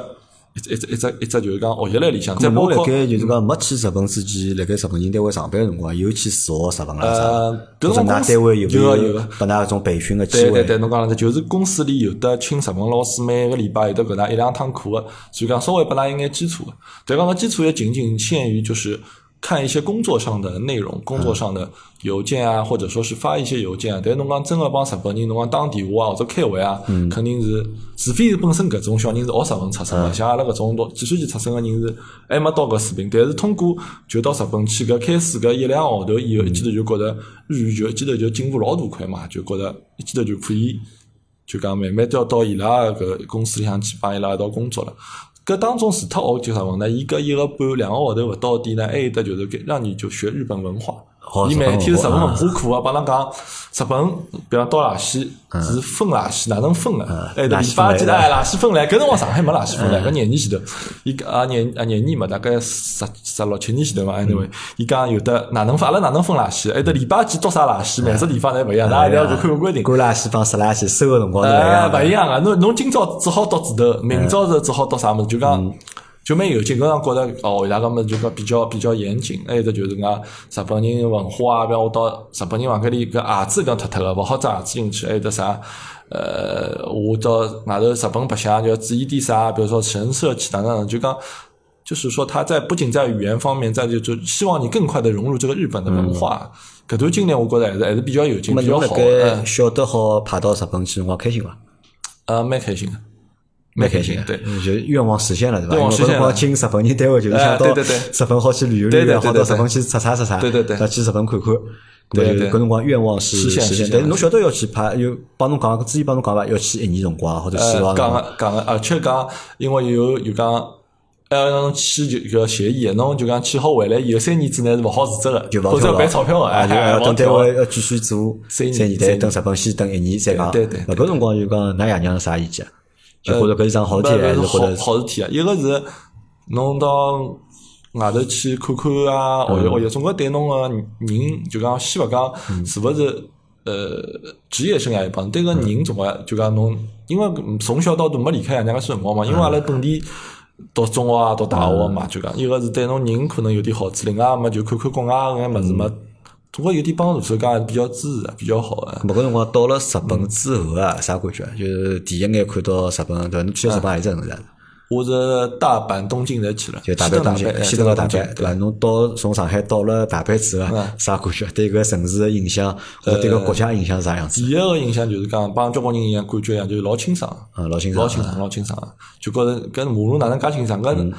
Speaker 2: 一只一只一只就是讲学习来里向，再
Speaker 1: 咁
Speaker 2: 包
Speaker 1: 侬辣
Speaker 2: 括
Speaker 1: 盖就是讲没去日本之前，辣盖日本人单位上班个辰光，有去自学日本啦啥？
Speaker 2: 呃，搿
Speaker 1: 或者㑚
Speaker 2: 种公司
Speaker 1: 单位有没
Speaker 2: 有个有个。
Speaker 1: 拨㑚搿种培训个机
Speaker 2: 对对
Speaker 1: 会？
Speaker 2: 对，侬讲了对，就是公司里有的请日本老师，每个礼拜有的搿能一两趟课个，所以讲稍微拨㑚一眼基础个。但讲搿基础也仅仅限于就是看一些工作上的内容，工作上的邮件啊，或者说是发一些邮件啊。但是侬讲真个帮日本人，侬讲打电话或者开会啊，肯定是，除非是本身搿种小人是学日文出身的，像阿拉搿种读计算机出身个人是还没到搿水平，但是通过就到日本去搿开始搿一两个号头以后，一记头就觉着日语就一记头就进步老大块嘛，就觉着一记头就可以。就讲慢慢都要到伊拉搿公司里向去帮伊拉一道工作了。搿当中除脱学就啥文呢？伊搿一个半两个号头勿到点呢，还有得就是给让你就学日本文化。
Speaker 1: 哦
Speaker 2: 伊
Speaker 1: 日本
Speaker 2: 每天
Speaker 1: 文
Speaker 2: 日
Speaker 1: 化
Speaker 2: 本文化课啊，帮咱讲日本，比方倒垃圾
Speaker 1: 嗯
Speaker 2: 是分垃圾，哪能分啊？哎，对
Speaker 1: 垃
Speaker 2: 礼
Speaker 1: 圾
Speaker 2: 拜
Speaker 1: 嗯分嗯
Speaker 2: 几
Speaker 1: 类
Speaker 2: 哎，垃圾分类，搿辰光上海没垃圾分类，搿廿年前头，伊讲啊廿啊廿年嘛，大概十十六七年前头嘛，anyway，伊
Speaker 1: 嗯
Speaker 2: 讲有的哪能分，阿拉哪能分垃圾？哎，对礼拜几倒啥垃圾，每只地方侪勿一样，
Speaker 1: 哎
Speaker 2: 大家一定要看看规定。
Speaker 1: 干垃圾帮湿垃圾收个辰光是勿一
Speaker 2: 哎，
Speaker 1: 样
Speaker 2: 勿
Speaker 1: 的。
Speaker 2: 一样啊！侬侬今朝只好到指头，明朝是只好到啥物事，就讲就蛮有劲。搿辰光觉着哦，伊拉搿物事就讲比较比较严谨。还有得就是讲日本人文化啊，比方我到日本人房间里搿鞋子讲脱脱个，勿好装鞋子进去。还有得啥？呃，我到外头日本白相就要注意点啥，比如说神社去哪哪哪，就讲。就是说，他在不仅在语言方面，在就就希望你更快的融入这个日本的文化。搿段经历，我觉着还是还是比较有
Speaker 1: 咾
Speaker 2: 劲，
Speaker 1: 么
Speaker 2: 比较
Speaker 1: 侬
Speaker 2: 好
Speaker 1: 辣
Speaker 2: 的。嗯
Speaker 1: 盖晓得好派到日本去辰光开心伐？
Speaker 2: 呃，蛮开心的，蛮开心的，对。
Speaker 1: 就愿望实现了，对伐？
Speaker 2: 愿望实现了
Speaker 1: 因为我辰光进日本人单位就是
Speaker 2: 哎
Speaker 1: 想到
Speaker 2: 对对对
Speaker 1: 日本好去旅游
Speaker 2: 对
Speaker 1: 旅
Speaker 2: 对
Speaker 1: 游，好到
Speaker 2: 对对对
Speaker 1: 日本去出差出差，
Speaker 2: 对对对
Speaker 1: 要去日本看看。咾么
Speaker 2: 对
Speaker 1: 就
Speaker 2: 对
Speaker 1: 搿辰光愿望是
Speaker 2: 实现
Speaker 1: 实
Speaker 2: 实
Speaker 1: 现
Speaker 2: 现，
Speaker 1: 但是
Speaker 2: 了
Speaker 1: 侬晓得要去派，有帮侬讲，之前帮侬讲伐？要去一年辰光或者去多少辰
Speaker 2: 呃，讲
Speaker 1: 光？
Speaker 2: 个讲个，而且讲，因为有有讲，呃，侬签就个协议，侬就讲签好回来以后三年之内是勿好辞职
Speaker 1: 就
Speaker 2: 个，
Speaker 1: 勿
Speaker 2: 否则
Speaker 1: 跳
Speaker 2: 要
Speaker 1: 了
Speaker 2: 赔钞票个，
Speaker 1: 啊，
Speaker 2: 哎，
Speaker 1: 就要
Speaker 2: 勿好
Speaker 1: 等单
Speaker 2: 跳
Speaker 1: 位要继续做
Speaker 2: 三年
Speaker 1: 年，
Speaker 2: 三
Speaker 1: 再
Speaker 2: 年
Speaker 1: 等日本先等一年再讲。
Speaker 2: 对对对
Speaker 1: 咾搿辰光就讲，㑚爷娘啥意见？就觉着搿是桩好事体，还是
Speaker 2: 不
Speaker 1: 觉
Speaker 2: 好
Speaker 1: 着
Speaker 2: 好事体啊！一个是侬到外头去看看啊，
Speaker 1: 嗯
Speaker 2: 学习学习，总归对侬个人就讲先勿讲
Speaker 1: 嗯
Speaker 2: 是勿是呃职业生涯一帮，对个人总归就讲侬，因为从小到大没离开爷娘家些辰光嘛，因为
Speaker 1: 嗯
Speaker 2: 阿拉本地。读中学啊，读大学嘛，就讲一个是对侬人可能有点好处，另外嘛就看看国外个眼物事嘛，
Speaker 1: 嗯
Speaker 2: 总归有点帮助，所以讲还是比较支持的，啊比较好的。
Speaker 1: 咁搿辰光到了日本之后啊，啥感觉？就是第一眼看到日本，对伐？侬去了日本何里只城市啊？
Speaker 2: 我是大阪、东京才去了，
Speaker 1: 就大
Speaker 2: 西
Speaker 1: 阪、
Speaker 2: 到
Speaker 1: 东
Speaker 2: 大哎
Speaker 1: 京、
Speaker 2: 阪，
Speaker 1: 西
Speaker 2: 西
Speaker 1: 到
Speaker 2: 到
Speaker 1: 大
Speaker 2: 大
Speaker 1: 阪，
Speaker 2: 阪，
Speaker 1: 对伐？侬到从上海到了大阪之后啊，
Speaker 2: 嗯
Speaker 1: 啥感觉？对搿城市的印象或者对搿国家印象是啥样子？
Speaker 2: 第一个印象就是讲，帮交关人一样，感觉一样，就是老清爽，
Speaker 1: 嗯老清爽
Speaker 2: 呃老清爽，老清爽，就觉着搿马路哪能介清爽？搿
Speaker 1: 嗯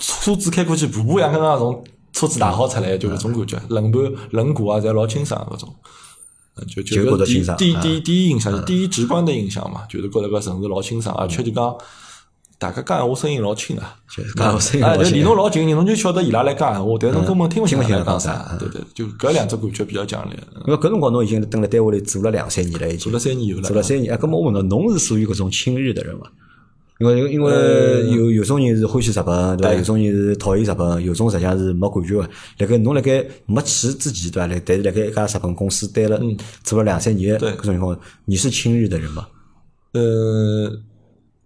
Speaker 2: 车子开过去，步步像刚刚从车子大好出来，就搿
Speaker 1: 嗯
Speaker 2: 种感觉，轮盘、轮毂啊，侪老清爽搿种。嗯
Speaker 1: 就
Speaker 2: 就
Speaker 1: 觉
Speaker 2: 就
Speaker 1: 得
Speaker 2: 第
Speaker 1: 清爽
Speaker 2: 第
Speaker 1: 嗯
Speaker 2: 第第一印象，第一直观的印象嘛，就是觉着搿城市老清爽，而且就讲大家讲闲话声音老轻啊。
Speaker 1: 就是讲我声音
Speaker 2: 哎，
Speaker 1: 老
Speaker 2: 就离
Speaker 1: 轻嗯
Speaker 2: 侬老近，侬就晓得伊拉来讲闲话，但是侬根本听勿
Speaker 1: 听
Speaker 2: 清
Speaker 1: 不清
Speaker 2: 来
Speaker 1: 讲
Speaker 2: 讲
Speaker 1: 啥嗯
Speaker 2: 啥。对对，就搿两只感觉比较强烈。嗯
Speaker 1: 因为搿辰光侬已经蹲辣单位里做了两三年了，已经
Speaker 2: 做了三年有了，
Speaker 1: 做了三年。哎，搿么我问侬，侬是属于搿种亲日的人伐？因为因为有有种人是欢喜日本，对伐？
Speaker 2: 呃对
Speaker 1: 有种人是讨厌日本，有种实际上是没感觉个。辣盖侬辣盖没去之前，对伐？辣但是辣盖一家日本公司待了做了两三年，
Speaker 2: 嗯对
Speaker 1: 搿种情况，你是亲日的人伐？
Speaker 2: 呃，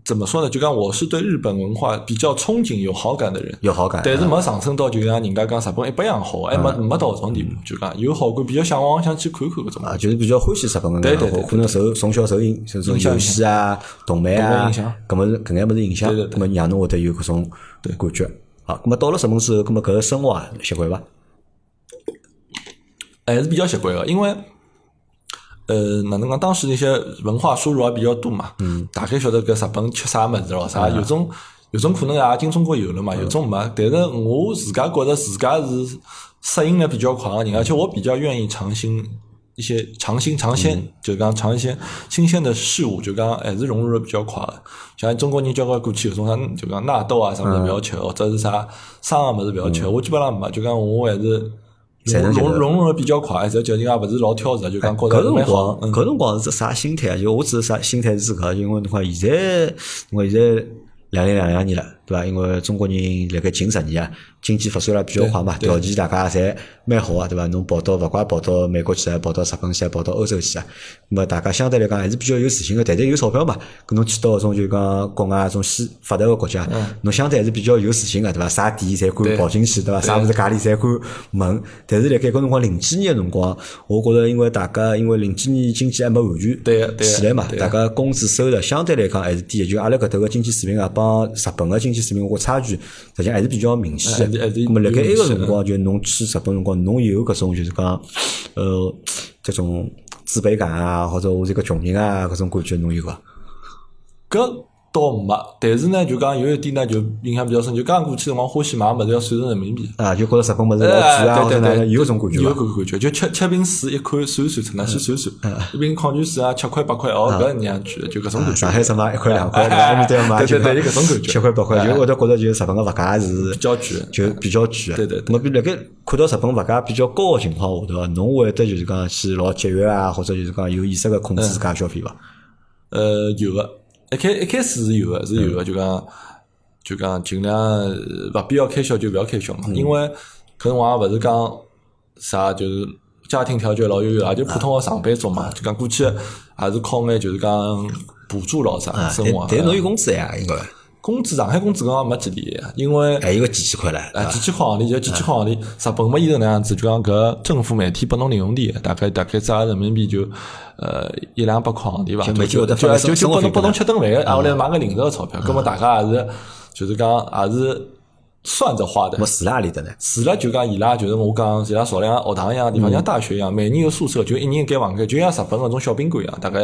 Speaker 2: 怎么说呢？就讲我是对日本文化比较憧憬、有好感的人，
Speaker 1: 有好感？啊
Speaker 2: 但是没上升到就像人家讲日本一百样好，还没没到搿种地步。就讲有好感，比较向往，想去看看搿种。
Speaker 1: 啊，就是比较欢喜日本个
Speaker 2: 对
Speaker 1: 文
Speaker 2: 对
Speaker 1: 化，
Speaker 2: 对
Speaker 1: 可能受从小受影，受种
Speaker 2: 影响
Speaker 1: 游戏啊、动漫
Speaker 2: 动漫
Speaker 1: 啊
Speaker 2: 影响，
Speaker 1: 搿么是搿眼物事影响，
Speaker 2: 对对
Speaker 1: 搿么让侬会得有搿种感觉。好，搿么到了日本之后，搿么搿个生活啊习惯伐？
Speaker 2: 哎还是比较习惯个，因为呃，哪能讲？当时那些文化输入也比较多嘛，嗯，大概晓得搿日本吃啥物事咯，啥
Speaker 1: 嗯
Speaker 2: 有种有种可能也进中国有了嘛，有种没。但是我自家觉得自家是适应了比较快个人，而且我比较愿意尝新一些尝新尝鲜，
Speaker 1: 嗯
Speaker 2: 就讲尝一些新鲜的事物，就讲还是融入的比较快的。像中国人交关过去有种啥，就讲纳豆啊啥物事勿要
Speaker 1: 嗯
Speaker 2: 吃，或者是啥生个物事勿要吃，我基本上没，就讲我还是。
Speaker 1: 才嗯能
Speaker 2: 融
Speaker 1: 接受
Speaker 2: 融融入的比较快，而且人家勿是老挑食，就讲觉
Speaker 1: 哎搿
Speaker 2: 着
Speaker 1: 辰
Speaker 2: 蛮好
Speaker 1: 光，。
Speaker 2: 嗯
Speaker 1: 搿辰光是啥心态啊？就我只是啥心态是搿，啊因为侬看现在，我现在两零两两年了，对伐？因为中国人辣盖近十年啊，经济发展了比较快嘛，
Speaker 2: 对
Speaker 1: 条件大家侪蛮好啊，对伐？侬跑到勿怪跑到美国去啊，跑到日本去啊，跑到欧洲去啊，那么大家相对来讲还是比较有自信个，但但有钞票嘛，搿侬去到搿种就讲国外搿种西发达个国家，侬相对还是比较有自信个，对伐？啥店侪
Speaker 2: 嗯对
Speaker 1: 敢跑进去，对伐？啥物事价钿侪敢问。但是辣盖搿辰光零几年个辰光，我觉着因为大家因为零几年经济还没完全
Speaker 2: 对个对个啊
Speaker 1: 起来嘛，
Speaker 2: 对个
Speaker 1: 大家工资收入相对来讲还是低个，就阿拉搿搭个经济水平啊，帮日本个经济水平我差距实际上还是比较明显
Speaker 2: 还
Speaker 1: 个。
Speaker 2: 是还是
Speaker 1: 那么辣盖埃
Speaker 2: 有
Speaker 1: 个
Speaker 2: 影响
Speaker 1: 辰
Speaker 2: 的
Speaker 1: 光，就侬去日本辰光，侬有搿种就是讲，呃，这种自卑感啊，或者我是一个穷人啊，搿种感觉侬有伐？
Speaker 2: 搿倒没，但是呢，就讲有一点呢，就印象比较深，就刚过去辰光欢喜买物事要算成人民币。
Speaker 1: 啊，就觉着日本物事老贵啊，
Speaker 2: 哎，
Speaker 1: 或者
Speaker 2: 对对
Speaker 1: 哪
Speaker 2: 对，
Speaker 1: 能有种感觉
Speaker 2: 有
Speaker 1: 伐？
Speaker 2: 搿感觉，就吃吃瓶水一看算一算，出来先算算，一瓶矿泉水啊，七块八块哦，搿能样子，就搿种感
Speaker 1: 啊
Speaker 2: 觉
Speaker 1: 上海什么一块两块，
Speaker 2: 哎
Speaker 1: 对伐？对买
Speaker 2: 对
Speaker 1: 就
Speaker 2: 对对有搿种感觉
Speaker 1: 七块八
Speaker 2: 哎
Speaker 1: 块，就会得觉着就是日本个物价是
Speaker 2: 比较贵。
Speaker 1: 就比较贵的。
Speaker 2: 对对对
Speaker 1: 那么比辣盖看到日本物价比较高个情况下头啊，侬会得就是讲去老节约啊，或者就是讲有意识个控制自家消费伐？
Speaker 2: 呃，有个，一开一开始是有个，是
Speaker 1: 嗯
Speaker 2: 有个，就讲就讲尽量呃勿必要开销就勿要开销嘛，
Speaker 1: 嗯
Speaker 2: 因为搿辰光也勿是讲啥，就是家庭条件老优
Speaker 1: 啊
Speaker 2: 越，也就普通个上班族嘛，就讲过去也是靠眼就是讲补助咯啥
Speaker 1: 但
Speaker 2: 生活啊。
Speaker 1: 哎但是侬有工资呀，应该
Speaker 2: 工资上海工资搿也没几钿，因为
Speaker 1: 还有个几千块唻。
Speaker 2: 啊，几千块行钿就几千块行钿，日本嘛，伊是能样子，就讲搿政府每天拨侬零用钿，大概大概折合人民币就呃一两百块行钿吧，
Speaker 1: 就
Speaker 2: 就
Speaker 1: 每天
Speaker 2: 就
Speaker 1: 会得
Speaker 2: 就
Speaker 1: 发个
Speaker 2: 就
Speaker 1: 生
Speaker 2: 就
Speaker 1: 活
Speaker 2: 拨
Speaker 1: 费
Speaker 2: 侬拨侬
Speaker 1: 给嗯
Speaker 2: 吃顿饭，挨下来买个零食个钞票，葛末大家也是就是讲也是算着花的
Speaker 1: 么。住辣何里搭呢？
Speaker 2: 除了就讲伊拉就是我讲，伊拉朝像学堂一样的
Speaker 1: 嗯
Speaker 2: 地方，像大学一样，每人有宿舍，就一人一间房间，就像日本搿种小宾馆一样，大概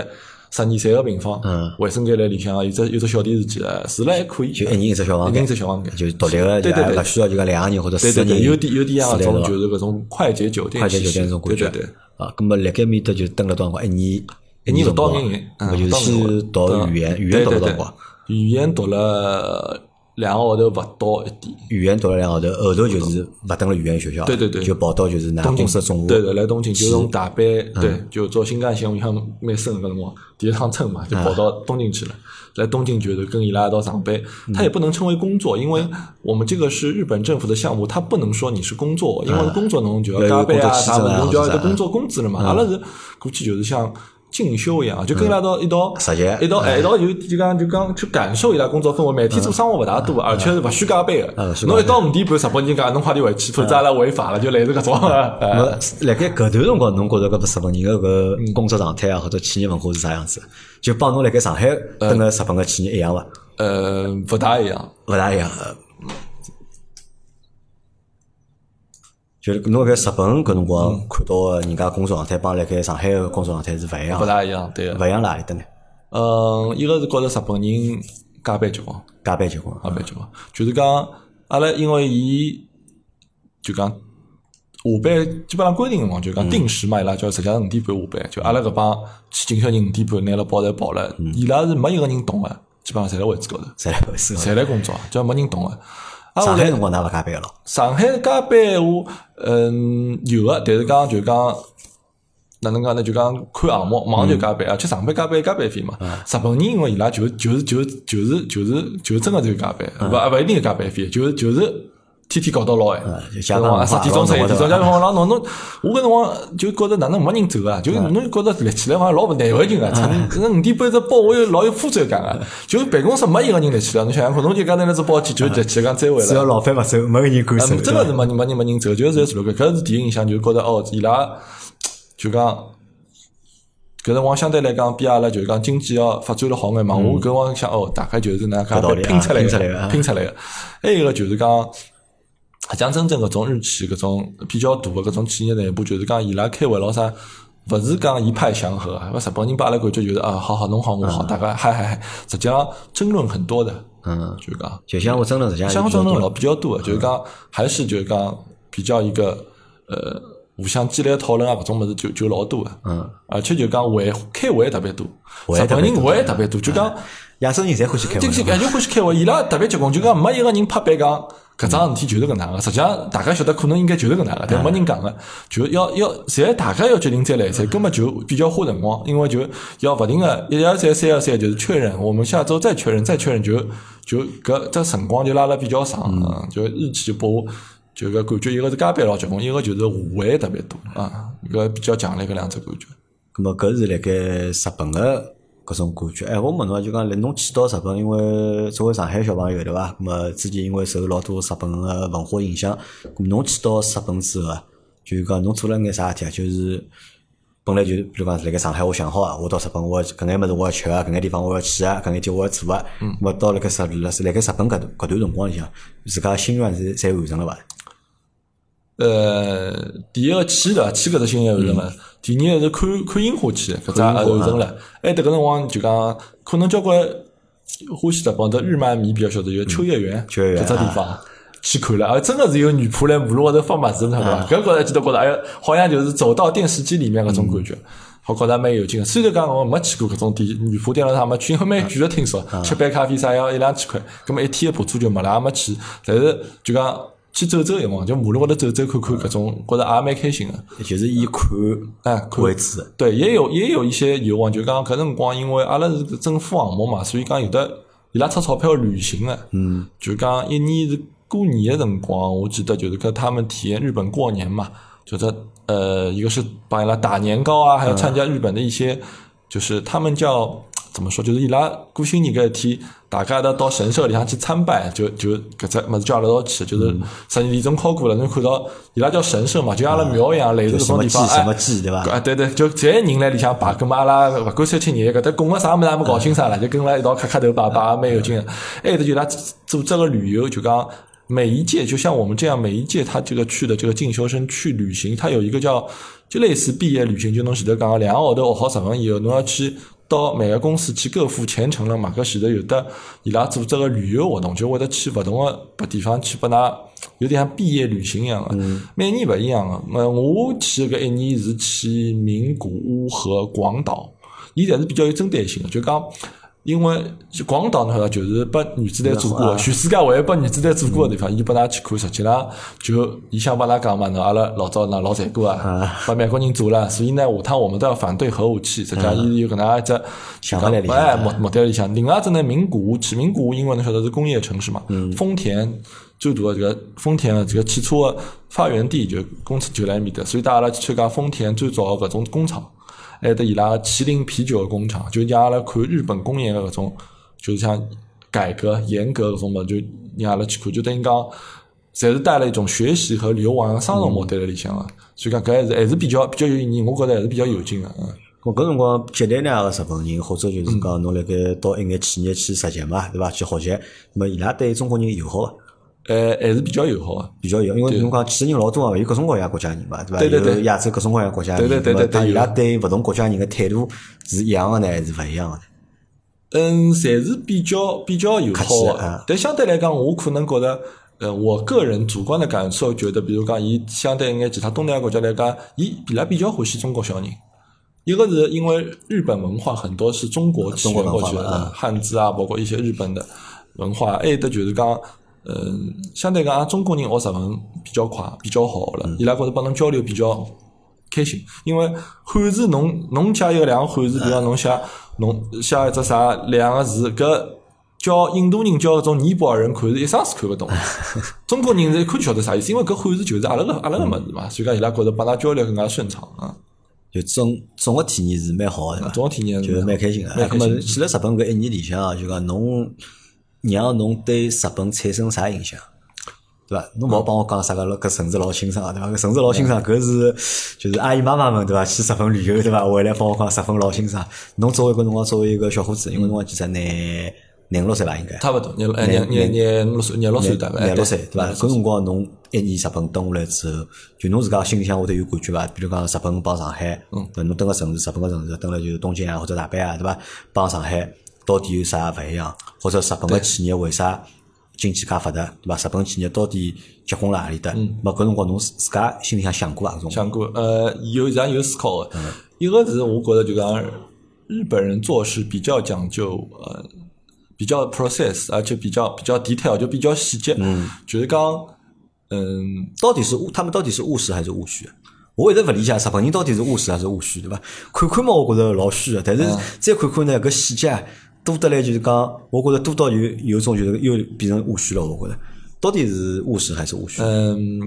Speaker 2: 十二三个平方，卫生间辣里向有只有只小电视机了，住了还可以，
Speaker 1: 嗯就一人一只小房
Speaker 2: 一人
Speaker 1: 间
Speaker 2: 一，只小房间，
Speaker 1: 就是独立个，
Speaker 2: 对对
Speaker 1: 也
Speaker 2: 对
Speaker 1: 勿需要就讲两个人或者
Speaker 2: 对
Speaker 1: 四个
Speaker 2: 对
Speaker 1: 人
Speaker 2: 对，
Speaker 1: 之类的
Speaker 2: 有
Speaker 1: 吧。
Speaker 2: 点有点像种就是搿种快捷酒店
Speaker 1: 快捷
Speaker 2: 体
Speaker 1: 酒
Speaker 2: 系
Speaker 1: 店那种感觉。
Speaker 2: 对对对，
Speaker 1: 啊，那么辣盖面搭就蹲了多少辰光？一年
Speaker 2: 一年
Speaker 1: 辰
Speaker 2: 勿到
Speaker 1: 光
Speaker 2: 一年，
Speaker 1: 那
Speaker 2: 嗯，
Speaker 1: 就
Speaker 2: 不
Speaker 1: 是
Speaker 2: 到一
Speaker 1: 先读
Speaker 2: 年
Speaker 1: 语言，语言读了多少辰
Speaker 2: 对对对
Speaker 1: 光？，
Speaker 2: 语言读了两个号头勿到一点。
Speaker 1: 语言读了两个号头，后头就是勿蹲了语言学校，
Speaker 2: 对对对
Speaker 1: 就跑到就是嗯㑚公司的总部，
Speaker 2: 对对，来东京就从大阪，对，就坐新干线，我印象蛮深搿辰光，第一趟乘嘛，
Speaker 1: 嗯
Speaker 2: 就跑到东京去了。来东京就是跟伊拉一道上班，
Speaker 1: 嗯
Speaker 2: 它也不能称为工作，因为我们这个是日本政府的项目，它不能说你是工作，因为工作侬就要加班
Speaker 1: 嗯要有工作
Speaker 2: 啊，
Speaker 1: 签证
Speaker 2: 啥
Speaker 1: 啊嗯
Speaker 2: 么侬就要
Speaker 1: 或
Speaker 2: 有
Speaker 1: 者啥
Speaker 2: 工作工资了嘛。阿拉是估计就是像。进修一样，就跟伊拉到一道
Speaker 1: 嗯实习嗯
Speaker 2: 一道哎一道就就讲就讲去感受伊拉工作氛围，每天做生活勿大多，而且是勿许加班
Speaker 1: 嗯
Speaker 2: 的
Speaker 1: 是。
Speaker 2: 侬一到五点半，日本人啊讲侬快点回去，否则阿拉违法了，就类似搿种。哎
Speaker 1: 那么辣盖搿段辰光，侬觉着搿日本人个搿工作状态啊，或者企业文化是啥样子？就帮侬辣盖上海蹲了日本个企业一样伐？
Speaker 2: 呃，不大一样。
Speaker 1: 勿大一样。呃就是侬辣盖日本搿辰光看到个人家工作状态，帮辣盖上海个工作状态是勿一样
Speaker 2: 不
Speaker 1: 的，
Speaker 2: 大一样，对个。
Speaker 1: 勿一样辣何里搭呢？
Speaker 2: 嗯，一个是觉着日本人加班结棍，
Speaker 1: 加班结棍，
Speaker 2: 加班结棍，就是讲阿拉因为伊就讲下班基本上规定辰光就讲定时嘛，伊拉叫实际上五点半下班，就阿拉搿帮去警校人五点半拿了包侪跑了，伊拉是没一个人懂个，基本上侪辣位置高头，
Speaker 1: 侪来回事。
Speaker 2: 侪辣工作，叫没人懂个。啊，
Speaker 1: 上
Speaker 2: 我
Speaker 1: 海辰光㑚勿加班个咯，
Speaker 2: 上海加班闲话，嗯，有个，但是讲就讲。哪能讲呢？就讲看项目，马上就加班，
Speaker 1: 嗯
Speaker 2: 而且上班加班加班费嘛。日本人因为伊拉就就是就是就是就是就真个就加班，
Speaker 1: 嗯
Speaker 2: 勿勿一定有加班费，就是就是天天搞到老晚
Speaker 1: 嗯就，加
Speaker 2: 辰
Speaker 1: 班文
Speaker 2: 光啊十
Speaker 1: 化
Speaker 2: 点钟十一
Speaker 1: 老浓
Speaker 2: 点钟，
Speaker 1: 的
Speaker 2: 加班往老侬侬，我搿辰光就觉着哪能没人走啊？就
Speaker 1: 嗯
Speaker 2: 侬就觉着立起来好像老勿难为情啊！操那五点半只包我有老有负罪感啊！就办公室没一个人立起来，啊侬想想看，侬就讲拿那只包去就立起来讲再会
Speaker 1: 只
Speaker 2: 了
Speaker 1: 要。老板勿走，没个人敢走。
Speaker 2: 呃真
Speaker 1: 对
Speaker 2: 嗯个
Speaker 1: 伐
Speaker 2: 是没人没人没人走，就是在路搿是第一印象，就是觉着哦，伊拉就讲搿辰光相对来讲比阿拉就是讲经济要发展了好眼嘛。我搿辰光想哦，大概就是哪能
Speaker 1: 搿嗯道
Speaker 2: 介
Speaker 1: 理啊
Speaker 2: 拼出来
Speaker 1: 拼出来的啊
Speaker 2: 个，拼出来个。还有一个就是讲。讲真正搿种日企搿种比较大个搿种企业内部，就是讲伊拉开会咯啥，勿是讲一派祥和啊。因为日本人把阿拉感觉就是啊，好好侬好我好，大家嗨嗨嗨，实际上争论很多的，
Speaker 1: 嗯，
Speaker 2: 就是讲
Speaker 1: 就像我争论，实际上
Speaker 2: 相
Speaker 1: 是
Speaker 2: 互
Speaker 1: 比较多
Speaker 2: 争论
Speaker 1: 的嗯
Speaker 2: 老比较多的，就是讲还是就是讲比较一个呃互相激烈讨论啊，搿种物事就就老多的。
Speaker 1: 嗯，
Speaker 2: 而且就讲会开会特别多，
Speaker 1: 会
Speaker 2: 日
Speaker 1: 特
Speaker 2: 本
Speaker 1: 别嗯
Speaker 2: 人会特别多，就讲
Speaker 1: 亚洲人侪欢喜开
Speaker 2: 就
Speaker 1: 会
Speaker 2: 是
Speaker 1: 的。
Speaker 2: 感觉欢喜开会，伊拉特别结棍，就讲没一个人拍板讲。搿桩事体就是搿能个，实际上大家晓得可能应该就是搿能个，但没人讲个，就要要，侪大家要决定再来一次，根本就比较花辰光，因为就要勿停个一而再三而三，就是确认，我们下周再确认再确认，就就搿只辰光就拉了比较长，嗯就日期就拨我就搿感觉，一个是加班老结棍，一个就是互为特别多啊，搿比较强烈搿两只感觉。
Speaker 1: 咁么搿是辣盖日本个搿种感觉。哎，我问侬啊，就讲辣侬去到日本，因为作为上海小朋友对伐？咁么之前因为受老多日本个文化影响，咁侬去到日本之后啊，就是讲侬做了眼啥事体啊？就是。本来就是，比如讲辣盖上海，我想好啊，我到日本我搿眼物事我要吃啊，搿眼地方我要去啊，搿眼店我要做啊。嗯。么到辣盖日辣辣盖日本搿段搿段辰光里向，自家心愿是侪完成了伐？
Speaker 2: 呃，第一个去的去搿只新鲜完成了，第二个是看看樱花去，搿只也完成了。埃迭个辰光就讲，可能交关欢喜日本的日漫迷比较晓得，就是秋叶原
Speaker 1: 嗯秋叶原
Speaker 2: 搿只地方。去看了，啊，真的是有女仆来马路高头放袜子，晓得
Speaker 1: 啊
Speaker 2: 伐？搿觉着记得觉着，哎，好像就是走到电视机里面搿种感觉，
Speaker 1: 嗯
Speaker 2: 好觉着蛮有劲。虽然讲我没去过搿种店，女仆店了啥没去，因
Speaker 1: 啊
Speaker 2: 为蛮贵的，听说吃杯咖啡啥要一两千块，葛末一天的补助就没了，也没去。但是就讲去走走一逛，就马路高头走走看看搿种，觉着也蛮开心的。
Speaker 1: 就是以看
Speaker 2: 哎，看
Speaker 1: 为主。
Speaker 2: 对，也有也有一些游往，就讲搿辰光，因为阿拉是政府项目嘛，所以讲有的伊拉出钞票旅行的，嗯，就讲一年是过年的辰光，我记得就是跟他们体验日本过年嘛，就是呃，一个是帮伊拉打年糕啊，还有参加日本的一些，就是他们叫。怎么说？就是伊拉过新年搿一天，大家一道到神社里向去参拜，就就搿只物事叫阿拉一道去，就是
Speaker 1: 嗯
Speaker 2: 十二点钟敲鼓了，侬看到伊拉叫神社嘛，就像阿拉庙一样，类似搿
Speaker 1: 什
Speaker 2: 种
Speaker 1: 么
Speaker 2: 地
Speaker 1: 鸡
Speaker 2: 方，
Speaker 1: 什
Speaker 2: 哎
Speaker 1: 么，鸡对伐？
Speaker 2: 啊，对对，就侪人来里向摆，咁嘛阿拉勿管三七廿一，搿搭拱个啥物事也没搞清爽了，就跟了一道磕磕头摆摆，蛮有劲的。还有的就伊拉组织个旅游，就讲每一届，就像我们这样，每一届他这个去的这个进修生去旅行，他有一个叫就类似毕业旅行，就侬前头讲个两个号头学好日文以后，侬要去。到每个公司去各付前程了嘛？搿前头有的伊拉组织个旅游活动，就会得去勿同个地方去拨㑚有点像毕业旅行一样的，每年勿一样的。那我去搿一年是去名古屋和广岛，伊侪是比较有针对性的，就讲。因为广岛呢，晓得就是拨女子队做过的，全世界唯一拨女子队做过的地方，伊拨㑚去看，实际上就伊想帮㑚讲嘛，喏，阿拉老早呢老残酷啊，把美国人做了，所以呢，下趟我们都要反对核武器，实际上伊有搿能介一只
Speaker 1: 想法在里向
Speaker 2: 哎，目目的里向。另外一只呢，名古屋去，名古屋因为侬晓得是工业城市嘛，丰田最大的这个丰田的这个汽车的发源地就工厂就辣埃面搭，所以带阿拉去参加丰田最早的搿种工厂，还得伊拉的麒麟啤酒的工厂，就让阿拉看日本工业的搿种，就是像改革严格搿种嘛，就让阿拉去看，就等于讲。侪是带了一种学习和游玩的商业目的在里向啊，所以讲搿还是还是比较比较有意义，我觉着还是比较有劲的。嗯
Speaker 1: 我搿辰光接待两个日本人，或者就是
Speaker 2: 嗯
Speaker 1: 讲侬辣盖到一眼企业去实习嘛，对伐？去学习，那么伊拉对中国人友好伐？
Speaker 2: 呃，还是比较友好啊。
Speaker 1: 比较有，因为侬讲去的人老多嘛，啊有各种各样国家人嘛，对伐？
Speaker 2: 对对对
Speaker 1: 有亚洲各种各样国家人，
Speaker 2: 对对对对对
Speaker 1: 那么
Speaker 2: 有
Speaker 1: 伊拉对勿同国家人的态度是一样的呢，还是勿一样的呢？
Speaker 2: 嗯，侪是比较比较友好
Speaker 1: 客气啊
Speaker 2: 的，但相对来讲，我可能觉得，呃，我个人主观的感受，觉得，比如讲，伊相对于眼其他东南亚国家来讲，伊比拉比较欢喜中国小人。一个是因为日本文化很多是中国起源过去
Speaker 1: 中国文化嘛
Speaker 2: 的，汉字啊，包括一些日本的文化，还有的就是讲，嗯，相对讲中国人学日文比较快，比较好
Speaker 1: 嗯
Speaker 2: 了，伊拉觉着帮侬交流比较开心，因为汉字侬侬写一个两个汉字，比方侬写
Speaker 1: 啊
Speaker 2: 侬写一只啥两个字，搿叫印度人叫搿种尼泊尔人看是一啥子看勿
Speaker 1: 啊
Speaker 2: 懂， 中国人是一看就晓得啥意思，因为搿汉字就是阿拉个阿拉个物事嘛，
Speaker 1: 嗯
Speaker 2: 所以讲伊拉觉着帮㑚交流更加顺畅啊，
Speaker 1: 就总总个体验是蛮好的，对伐？
Speaker 2: 总体验
Speaker 1: 啊就是蛮开心的。
Speaker 2: 蛮
Speaker 1: 那
Speaker 2: 开
Speaker 1: 么
Speaker 2: 心的
Speaker 1: 去了日本搿一年里向啊，就讲侬让侬对日本产生啥印象？对伐？侬勿好帮我讲啥个搿城市老清爽啊，对伐？搿城市老清爽，搿是就是阿姨妈妈们对伐？去日本旅游对伐？回来帮我讲日本老清爽。侬作为搿辰光作为一个小伙子，因为侬光记得廿廿六岁伐？应该
Speaker 2: 差勿多，廿六哎廿廿廿六岁廿六岁大概，
Speaker 1: 廿六岁对
Speaker 2: 吧？哎
Speaker 1: 伐？搿辰光侬一年日本蹲下来之后，就侬自家心里向会得有感觉伐？啊比如讲日本帮上海，嗯，侬蹲个城市，日本个城市蹲了就是东京啊或者大阪啊，对伐？帮上海到底有啥勿一样？或者日本个企业为啥经济介发达，对伐？日本企业到底结棍辣何里搭？没搿辰光侬自自家心里向想过伐？啊搿种
Speaker 2: 想过，呃，有实际上有思考
Speaker 1: 嗯
Speaker 2: 的。一个是我觉得就讲日本人做事比较讲究，呃，比较 process，而且比较比较 detail，就比较细节。嗯，就是讲，嗯，
Speaker 1: 到底是务他们到底是务实还是务虚？我一直勿理解日本人到底是务实还是务虚，对伐？看看嘛，我觉着老虚的，但是
Speaker 2: 啊
Speaker 1: 再看看呢，搿细节啊多得来，就是讲，我觉着多到有有种就是又变成务虚了，我觉着到底是务实还是务虚？
Speaker 2: 嗯，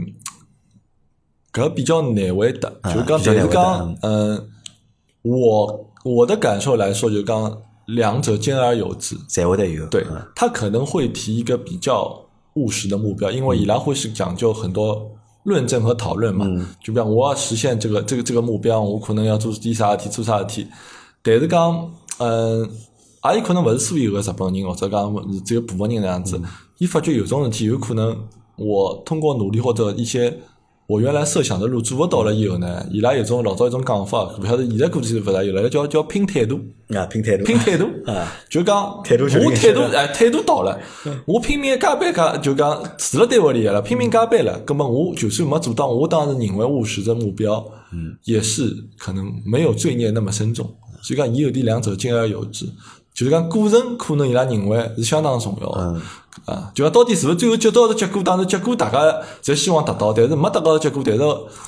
Speaker 2: 搿比较难回答，就
Speaker 1: 啊
Speaker 2: 讲，
Speaker 1: 比较难
Speaker 2: 但是
Speaker 1: 回答
Speaker 2: 讲，嗯，我我的感受来说，就讲两者兼而有之。
Speaker 1: 侪会得有
Speaker 2: 对
Speaker 1: 嗯，
Speaker 2: 他可能会提一个比较务实的目标，因为伊拉会是讲究很多论证和讨论嘛。就比方我要实现这个这个这个目标，我可能要做点啥事体，做啥事体。但是讲，嗯，也有可能勿是所有个日本人，或者讲只有部分人那样子。伊发觉有种事体，有可能我通过努力或者一些我原来设想的路做勿到了以后呢，伊拉有种老早一种讲法，勿晓得现在估计是勿大有了，叫叫拼态度。
Speaker 1: 啊，拼态度，
Speaker 2: 拼态度
Speaker 1: 啊，
Speaker 2: 就讲
Speaker 1: 态度决定
Speaker 2: 我
Speaker 1: 一
Speaker 2: 态
Speaker 1: 切
Speaker 2: 度哎，态度到了，我拼命加班加，就讲住了单位里了，拼命加班了。葛么我就算没做到我当时认为务实的目标，嗯，也是可能没有罪孽那么深重。所以讲，伊有点两者兼而有之，就是讲过程可能伊拉认为是相当重要的，啊，就讲到底是勿是最后得到的结果？当然，结果大家侪希望达到，但是没达到的结果，但是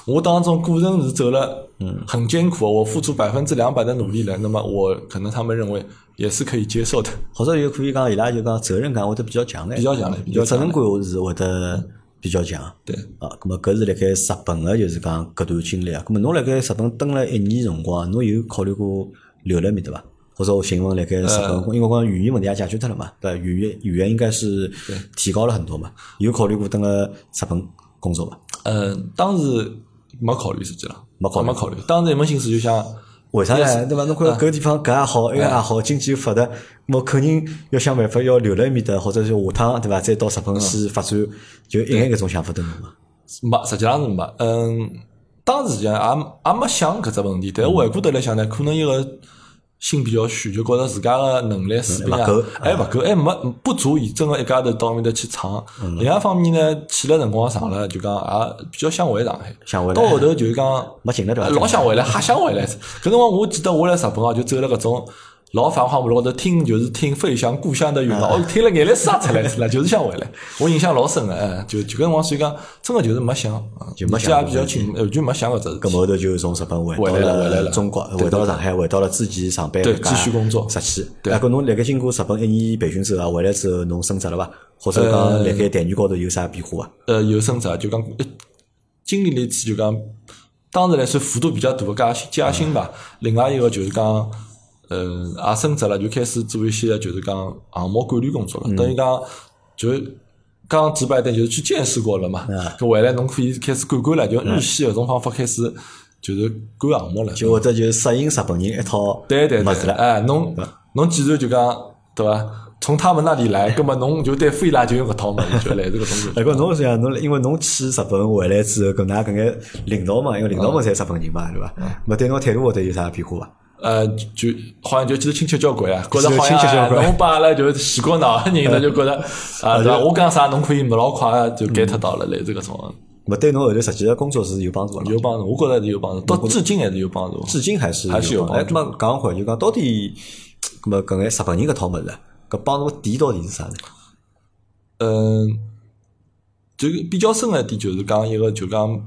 Speaker 2: 我当中过程是走了，嗯，很艰苦，我付出百分之两百的努力了，那么我可能他们认为也是可以接受的。
Speaker 1: 或者有可以讲伊拉就讲责任感会得比较强嘞，
Speaker 2: 比较强嘞比较
Speaker 1: 责
Speaker 2: 强嘞
Speaker 1: 任感我是会得比较强。
Speaker 2: 对，
Speaker 1: 啊，咁么搿是辣盖日本个就是讲搿段经历啊。咁么侬辣盖日本蹲了一年辰光，侬有考虑过留辣面对伐？或者我询问辣盖日本，因为我讲语言问题也解决脱了嘛，对伐？语言语言应该是提高了很多嘛。有考虑过蹲了日本工作伐？
Speaker 2: 呃，当时没考虑实际上，
Speaker 1: 没考虑
Speaker 2: 没考虑，当时一门心思就想。
Speaker 1: 为啥呢？啊对伐？侬看搿地方搿也好，埃个也好，经济发达，我肯定要想办法要留辣埃面搭，或者是下趟对伐？再到日本去发展，就一眼搿种想法都没嘛。
Speaker 2: 没，实际上是没。嗯，当时实际上也也没想搿只问题，
Speaker 1: 嗯
Speaker 2: 但是回过头来想呢，可能一个心比较虚，就觉着自家个能力水平啊
Speaker 1: 哎勿够，
Speaker 2: 还勿够，还没不足以真个一家头到面搭去闯。
Speaker 1: 嗯
Speaker 2: 另外一方面呢，去了辰光长了，就讲也比较想回上海。
Speaker 1: 想回来
Speaker 2: 到后头就是讲
Speaker 1: 没劲了对伐
Speaker 2: 呃老想回来，瞎想回来。搿辰光我记得我来日本啊，就走了搿种。老繁华马路高头听就是听飞翔故乡的
Speaker 1: 啊
Speaker 2: 云了，哦，听了眼泪沙出来 了，就是想回来。我印象老深个，哎，就就搿辰光，所以讲真个就是没想，啊
Speaker 1: 就没想
Speaker 2: 年纪也比较轻，呃就没想搿只事
Speaker 1: 咁
Speaker 2: 体。
Speaker 1: 后头就从日本回到
Speaker 2: 回来了回来了
Speaker 1: 中国，
Speaker 2: 对
Speaker 1: 回到了上海，回到了自己上班
Speaker 2: 对
Speaker 1: 搿家
Speaker 2: 继续工作
Speaker 1: 实习。哎
Speaker 2: 对
Speaker 1: 那搿侬辣盖经过日本一年培训之后啊，回来之后侬升职了伐？或者讲辣盖待遇高头有啥变化伐？
Speaker 2: 呃，有甚至啊，就讲一经历了一次，就讲当时来算幅度比较大个加薪加薪吧。
Speaker 1: 嗯
Speaker 2: 另外一个就是讲，呃，也升职了，就开始做一些就是讲项目管理工作
Speaker 1: 嗯
Speaker 2: 了，等于讲就是。刚直白一点，就是去见识过了嘛。
Speaker 1: 嗯
Speaker 2: 搿回来侬可以开始管管了，就日系搿种方法开始就是管项目了。
Speaker 1: 就或者就适应日本人一套
Speaker 2: 对对
Speaker 1: 物事
Speaker 2: 对，
Speaker 1: 了。嗯
Speaker 2: 哎，侬侬既然就讲对伐，从他们那 里来，葛末侬就对非拉就用搿套嘛，就来这个东西。
Speaker 1: 哎，搿侬是讲侬，因为侬去日本回来之后，搿㑚搿眼领导嘛，因为领导们侪日本人嘛，对
Speaker 2: 嗯
Speaker 1: 伐？咹对侬态度会得有啥变化伐？
Speaker 2: 呃，就好像就记得亲切交关啊，觉着
Speaker 1: 记得
Speaker 2: 好像
Speaker 1: 亲切交
Speaker 2: 哎
Speaker 1: 关
Speaker 2: 侬把阿拉就是洗过脑的 人，他就觉着啊，对伐？我讲啥，侬可以老快啊就 get 到了嘞，这个种
Speaker 1: 咹对侬后头实际个工作是有帮助伐？
Speaker 2: 有帮助，我觉着是有帮助，到至今还是有帮助。
Speaker 1: 至今还是
Speaker 2: 还是有
Speaker 1: 帮助。哎，
Speaker 2: 帮
Speaker 1: 那么讲回来就讲到底，搿么搿眼日本人搿套物事，搿帮侬点到底是啥呢？
Speaker 2: 嗯，就比较深的一点就是讲一个就讲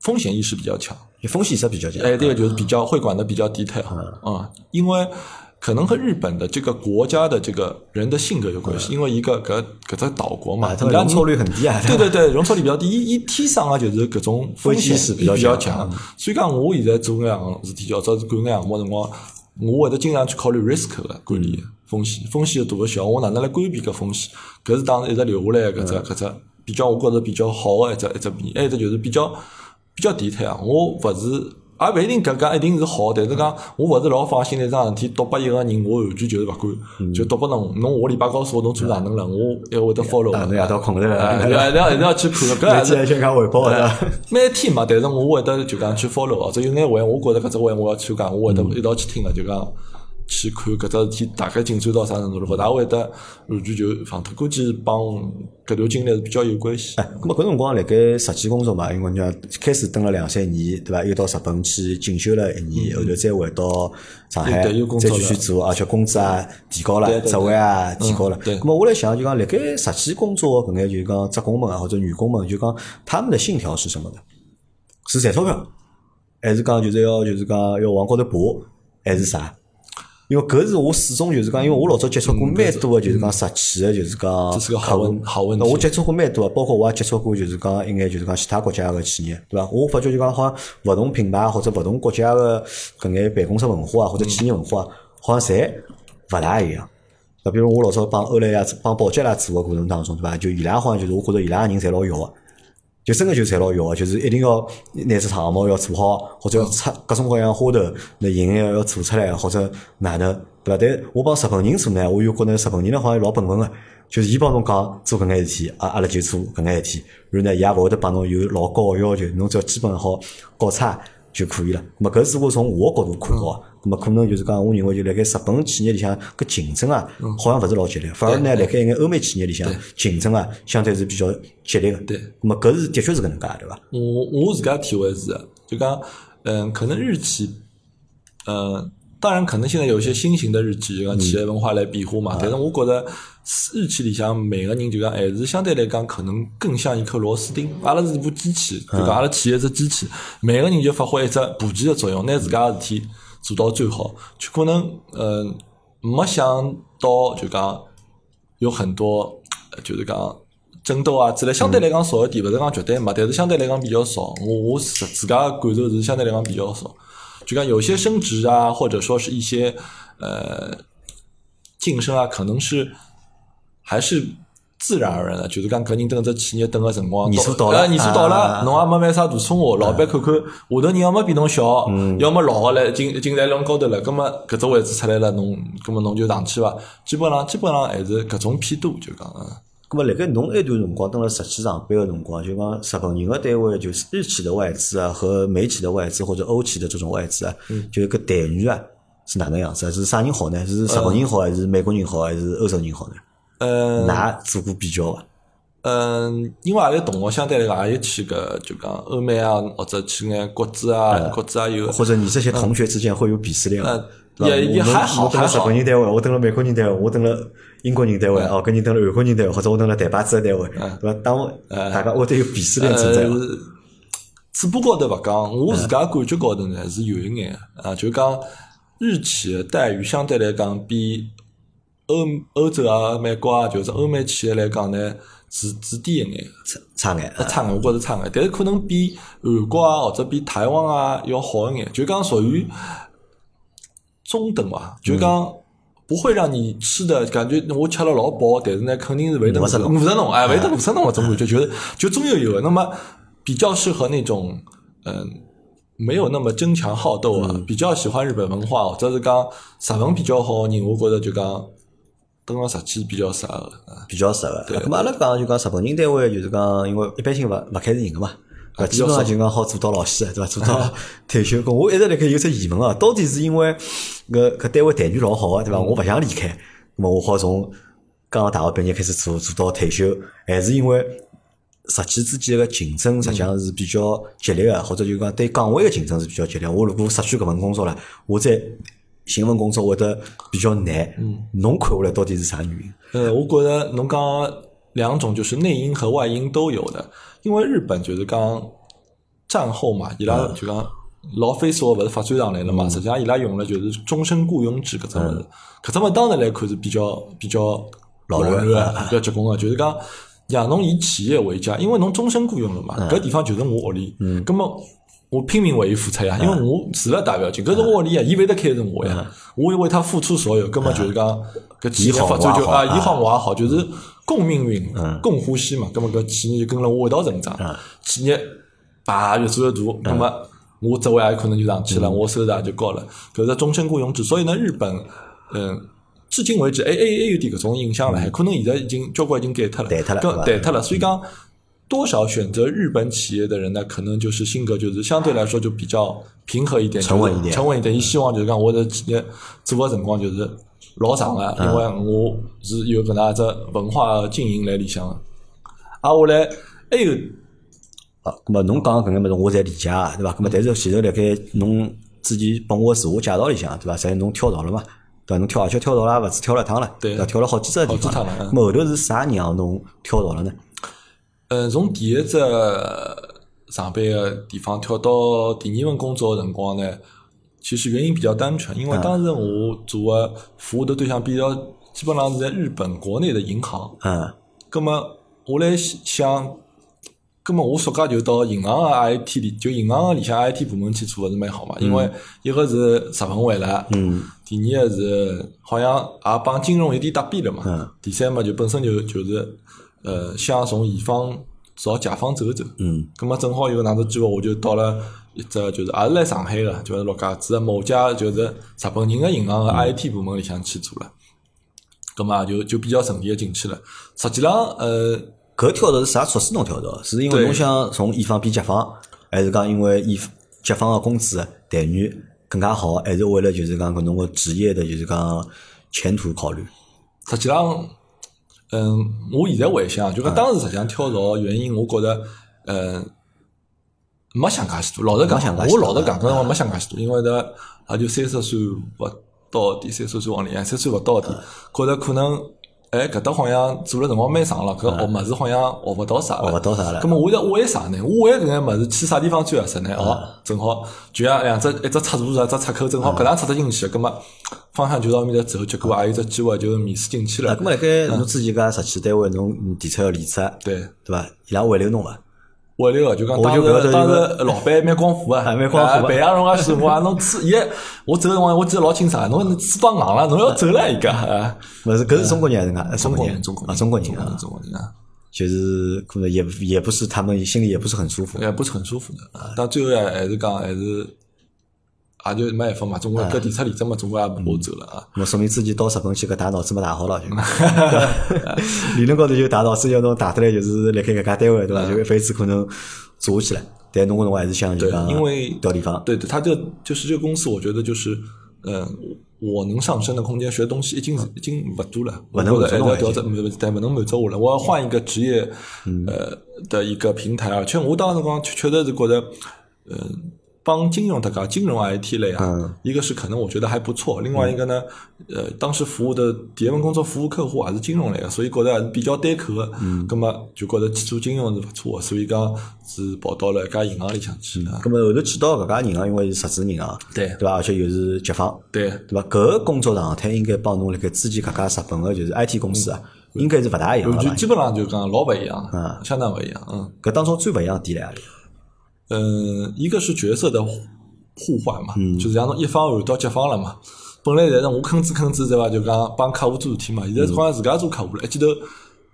Speaker 2: 风险意识比较强，
Speaker 1: 就风险意识比较强。
Speaker 2: 哎，这个就是比较会管的比较 detail 啊，因为可能和日本的这个国家的这个人的性格有关系，因为一个搿搿只岛国嘛，
Speaker 1: 啊，他们
Speaker 2: 伊拉
Speaker 1: 容错率很低啊。
Speaker 2: 对对对，容错率比较低，一一天上啊就是搿种风险是比
Speaker 1: 风险
Speaker 2: 较
Speaker 1: 意识比较强
Speaker 2: 强。所以讲，我现在做搿样事体，较早管搿样目辰光，我会得经常去考虑 risk 个管理风险，风险的大个小，我哪能来规避搿风险？搿是当时一直留下来的搿只搿只比较，我觉着比较好个一只一只面，还有一只就是比较比较底态啊，我勿是。也勿一定搿讲一定是好，但是讲我勿是老放心一桩事体，丢拨一个人，我完全就是勿管，就丢拨侬，侬下礼拜告诉我侬做哪能了，我还会得 follow
Speaker 1: 啊
Speaker 2: 的。
Speaker 1: 侬夜到空着了
Speaker 2: 哎 对啊一定要一定要去看的，搿
Speaker 1: 每
Speaker 2: 也
Speaker 1: 天
Speaker 2: 是
Speaker 1: 还先讲汇报的，
Speaker 2: 每天嘛，但是我会得就讲去 follow 或者有眼会，我觉着搿只会我要去讲，我会得一道去听个，就讲去看搿只事体大概进展到啥程度了，或者也会得完全就放脱，估计帮搿段经历是比较有关系。
Speaker 1: 哎，咁么搿辰光辣盖实际工作嘛，因为讲开始蹲了两三年，对伐？又到日本去进修了一年，后头再回到上海，
Speaker 2: 嗯对对又工
Speaker 1: 再
Speaker 2: 作了
Speaker 1: 继续做，而且工啊资也提高了
Speaker 2: 对，对
Speaker 1: 职位也提高了。
Speaker 2: 对
Speaker 1: 咁么啊我来想就讲，辣盖实际工作搿眼就是讲职工们啊或者员工们，就讲他们的信条是什么呢？是赚钞票，还是讲就是要就是讲要往高头爬，还是啥？因为搿是我始终就是讲，因为我老早接触
Speaker 2: 嗯
Speaker 1: 过蛮多个，就是讲实际个，就是讲
Speaker 2: 这是个好
Speaker 1: 客
Speaker 2: 问
Speaker 1: 户
Speaker 2: 好问题
Speaker 1: 那我接触过蛮多，包括我也接触过，就是讲一眼就是讲其他国家个企业，对伐？我发觉就讲好像勿同品牌或者勿同国家个搿眼办公室文化啊，或
Speaker 2: 嗯
Speaker 1: 者企业文化啊，好像侪勿大一样。那比如我老早帮欧莱雅、帮宝洁啦做个过程当中，对伐？就伊拉好像就是我觉着伊拉个人侪老要个。就就真个就材料要，啊就是一定要呃拿只长毛要做好，或者要出各种各样啊花头，那营养要做出来，或者哪能，对伐？但我帮日本人做呢，我又觉着日本人呢好像老本分个，就是伊帮侬讲做搿眼事体，啊阿拉就做搿眼事体，然后呢，伊也勿会得帮侬有老高个要求，侬只要基本好搞差。就可以了。那么搿是我从我角度看到啊。那么可能就是讲，我认为就辣盖日本企业里向搿竞争啊，好像勿是老激烈，反而呢，辣盖一眼欧美企业里向竞争啊，相对是比较激烈个。
Speaker 2: 对。
Speaker 1: 那么搿是的确是搿能介，对伐？
Speaker 2: 我我自家体会是，就讲，嗯，可能日企，嗯，当然可能现在有一些新型的日企，就讲企业文化来庇护嘛。但是我觉得日企里向每个人就讲还是相对来讲，可能更像一颗螺丝钉。阿拉是一部机器，就讲阿拉企业只机器，每个人就发挥一只部件的作用，拿自家的事体做到最好。就可能，嗯，没想到就讲有很多，呃就是讲。争斗啊之类，相对来讲少一点，勿是讲绝对没，但是相对来讲比较少。我我自自家的感受是相对来讲比较少，就讲有些升职啊，或者说是一些呃晋升啊，可能是还是自然而然的，就是讲搿人等只企业等个辰光，
Speaker 1: 年数到了
Speaker 2: 了，年数到
Speaker 1: 啊
Speaker 2: 了，侬也没犯啥大错误，老板看看下头人要么比侬小，
Speaker 1: 嗯
Speaker 2: 要么老个来进进来弄高头了，葛么搿只位置出来了，侬葛么侬就上去伐？基本上基本上还是搿种偏多，就讲嗯。
Speaker 1: 咁么，辣盖侬埃段辰光，蹲辣实际上班个辰光，就讲日本人个单位，就是日企的外资啊，和美企的外资或者欧企的这种外资啊，
Speaker 2: 嗯
Speaker 1: 就是搿待遇啊，是哪能样子啊？
Speaker 2: 呃
Speaker 1: 是啥人好呢？是日本人好，还是美国人好，还是欧洲人好呢？
Speaker 2: 呃，
Speaker 1: 㑚做过比较啊伐？
Speaker 2: 嗯，因为阿拉同学相对来讲也有去搿就讲欧美啊，或者去眼国资啊，国资啊有，
Speaker 1: 哎或者你这些同学之间会有鄙视链吗？
Speaker 2: 嗯也也还好
Speaker 1: 我等了
Speaker 2: 还
Speaker 1: 日
Speaker 2: 好
Speaker 1: 本人单位，我等了美国人单位，我等了英国人单
Speaker 2: 嗯
Speaker 1: 位，哦，跟你等了韩国人单位，或者我等了台巴子的单位，对吧？当我大家会得有鄙视链存在
Speaker 2: 呃
Speaker 1: 吗？，哎
Speaker 2: 嘴巴高头勿讲，我自家感觉高头呢是有一眼的啊，就讲日企的待遇相对来讲比欧欧洲啊、美国啊，就是欧美企业来讲呢是是低一眼的。
Speaker 1: 差眼，
Speaker 2: 呃差眼，我觉着差眼，但是可能比韩国啊或者比台湾啊要好一眼，就讲属于中等伐，就讲不会让你吃的感觉我吃了老饱，但是呢肯定是会得
Speaker 1: 饿死侬
Speaker 2: 饿死侬，哎，会得饿死侬搿种感觉，就是就中有有的，那么比较适合那种嗯。没有那么争强好斗啊，比较喜欢日本文化或者是讲日文比较好的人，我觉着就讲登上日企比较适合啊。
Speaker 1: 比较适合。咁阿拉讲就讲日本人单位就是讲，因为一般性勿勿开除人个嘛。对吧
Speaker 2: 啊
Speaker 1: 基本上就讲好做到老师，对伐？做到退休工。我一直辣盖有只疑问啊，到底是因为搿搿单位待遇老好啊个，对伐？我勿想离开，那么我好从刚刚大学毕业开始做，做到退休，还是因为实际之间个竞争实际上是比较激烈啊个，或者就讲对岗位个竞争是比较激烈。啊我如果失去搿份工作了，我再寻份工作会得比较难。侬看下来到底是啥原因？
Speaker 2: 呃，我觉得侬讲两种就是内因和外因都有的，因为日本就是讲战后嘛，伊拉就讲老飞索勿是发展上来了嘛，实际上伊拉用了就是终身雇佣制搿只物事，搿只物事当然来看是比较比较
Speaker 1: 老
Speaker 2: 软
Speaker 1: 软
Speaker 2: 的，比较结棍啊个，就是讲让侬以企业为家，因为侬终身雇佣了嘛，搿地方就是我屋里，葛么。我拼命为伊付出呀，因为我除了大不要紧，搿是我屋里呀，伊勿会得开除我呀，我会为他付出所有，葛么就是讲搿企业
Speaker 1: 你好
Speaker 2: 发展
Speaker 1: 我也
Speaker 2: 就
Speaker 1: 好
Speaker 2: 啊，
Speaker 1: 啊嗯
Speaker 2: 伊好我也好，就是共命运、共呼吸嘛。咁么搿企业就跟了我一道成长，企业爬越做越大，
Speaker 1: 嗯
Speaker 2: 咁么我职位也可能就上去了，我收入也就高了。搿是终身雇佣制，所以呢，日本，嗯。至今为止，还还还有点搿种印象了，可能现在已经交关已经改脱了，
Speaker 1: 改脱嗯了
Speaker 2: 跟
Speaker 1: 是吧
Speaker 2: 改脱了。所以讲，多少选择日本企业的人呢，可能就是性格就是相对来说就比较平和一点，
Speaker 1: 沉稳一点
Speaker 2: 就是沉稳一点。伊希望就是讲我的企业做的辰光就是老长个，
Speaker 1: 嗯
Speaker 2: 因为我是有搿能样只文化经营来里向个。啊，我来还有
Speaker 1: 啊，咁么侬讲搿眼物事我侪理解啊，对伐？咁么但是前头辣盖侬之前帮我自我介绍里向，对伐？侪侬跳槽了嘛，对伐？侬跳而且跳槽啦，勿止跳了一趟了，
Speaker 2: 对
Speaker 1: 伐？跳了好几只地
Speaker 2: 好几
Speaker 1: 方
Speaker 2: 趟
Speaker 1: 了
Speaker 2: 了。嗯
Speaker 1: 咁么后头是啥让侬跳槽了呢？
Speaker 2: 呃，从第一只上班个地方跳到第二份工作个辰光呢，其实原因比较单纯，因为
Speaker 1: 嗯
Speaker 2: 当时我做个服务的对象比较基本上是在日本国内的银行。
Speaker 1: 嗯，
Speaker 2: 葛么啊我来想，葛么我暑假就到银行个 IT 里，就银行啊个里向 IT 部门去做，勿是蛮好嘛？因为一个是日本回来，嗯，第二个是好像也帮金融有点搭边了嘛，
Speaker 1: 嗯，
Speaker 2: 第三嘛就本身就就是呃，想从乙方朝解放走走。嗯，咁么正好有哪能机会，我就到了一只就是也是来上海个，就是陆家嘴的某家就是日本人个银行个 IT 部门里向去做了，咁么就就比较顺利个进去了。实际上，呃，
Speaker 1: 搿跳槽是啥促使侬跳槽？是因为
Speaker 2: 对
Speaker 1: 侬想从乙方变甲方，还是讲因为乙甲方个工资待遇更加好，还是为了就是讲搿侬个职业的就是讲前途考虑？
Speaker 2: 实际上，嗯，我现在回想，
Speaker 1: 嗯
Speaker 2: 就讲当时实际上跳槽的原因，我觉着，嗯，没想介许多。老实
Speaker 1: 没想
Speaker 2: 讲，
Speaker 1: 介许
Speaker 2: 我
Speaker 1: 多嗯
Speaker 2: 老实讲，搿辰光没想介许多，因为呢，也就三十岁勿到点，三十岁往里向，三十岁勿到点，
Speaker 1: 嗯
Speaker 2: 觉着可能，哎，搿搭好像做了辰光蛮长了，搿学物事好像学勿到啥了，
Speaker 1: 嗯学勿到啥了
Speaker 2: 咁么我在为啥呢？我为搿眼物事去啥地方最合适呢？哦，
Speaker 1: 嗯
Speaker 2: 正好就像两只一只出入一只出口，正好搿能出得进去，咁么方向就到埃面搭走，结果也有只机会就面试进去
Speaker 1: 啊，
Speaker 2: 了
Speaker 1: 咁。么辣盖
Speaker 2: 嗯
Speaker 1: 侬之前搿实习单位侬嗯提出要离职，
Speaker 2: 对，
Speaker 1: 对伐？伊拉挽留侬伐？
Speaker 2: 挽留个就讲
Speaker 1: 我
Speaker 2: 当
Speaker 1: 就
Speaker 2: 时
Speaker 1: 搿
Speaker 2: 当
Speaker 1: 个
Speaker 2: 时老板蛮 光火啊，
Speaker 1: 啊蛮光火啊
Speaker 2: 啊培养侬啊是我啊，侬吃伊，我走个辰光我记得老清爽，侬翅膀硬了，侬要走了一个啊，
Speaker 1: 勿是，搿是中国人还是外？
Speaker 2: 中国人，
Speaker 1: 人，
Speaker 2: 中国
Speaker 1: 啊，
Speaker 2: 人，
Speaker 1: 中国人
Speaker 2: 中国
Speaker 1: 啊
Speaker 2: 人，，中国人啊。
Speaker 1: 就是可能也也不是他们心里也不是很舒服。
Speaker 2: 哎也不是很舒服的。但最后还还是讲还是，也就没办法嘛，总归搿提
Speaker 1: 嗯
Speaker 2: 出离职嘛，总归也不好走了啊。
Speaker 1: 那说明自己到日本去搿打脑子没打好 了，就理论高头就打脑子要侬打得来，就是辣盖搿家单位对
Speaker 2: 啊
Speaker 1: 伐？就一辈子可能做下去了。但侬搿辰光还是想就
Speaker 2: 对
Speaker 1: 讲，
Speaker 2: 因为
Speaker 1: 呃调地方，
Speaker 2: 对对，他这个就是这个公司，我觉得就是，嗯、我能上升的空间，学的东西已经已经不多了，
Speaker 1: 不能
Speaker 2: 我
Speaker 1: 满足
Speaker 2: 觉得
Speaker 1: 侬
Speaker 2: 还
Speaker 1: 啊了嗯
Speaker 2: 是要调整，不不对，不能满足我了，我要换一个职业，呃的一个平台，而且我当时光确确实是觉得，嗯、帮金融搭嘎，金融 IT 类啊，一个是可能我觉得还不错，另外一个呢，
Speaker 1: 嗯
Speaker 2: 呃，当时服务的第一份工作服务客户还是金融类的，啊所以觉得还是比较对口的。嗯，那么就觉得基础金融是不错的，所以讲是跑到了一家银行里向去啊了。
Speaker 1: 咁么后头去到搿家银行，因为是实质银行，
Speaker 2: 对
Speaker 1: 啊对伐？而且又是甲方，
Speaker 2: 对，
Speaker 1: 对伐？搿个工作状态应该帮侬辣盖之前搿家日本个就是 IT 公司啊，
Speaker 2: 嗯
Speaker 1: 应该是勿大一样
Speaker 2: 就
Speaker 1: 的
Speaker 2: 就
Speaker 1: 吧？
Speaker 2: 基本上就讲老不一样，嗯，相当不一样，嗯，
Speaker 1: 搿当中最勿一样的啊点辣何里？
Speaker 2: 嗯，一个是角色的互互换嘛，就是讲侬一方换到甲方了嘛，本来在那我吭哧吭哧对伐，就讲帮客户做事体嘛，现在好像自家做客户了，一记头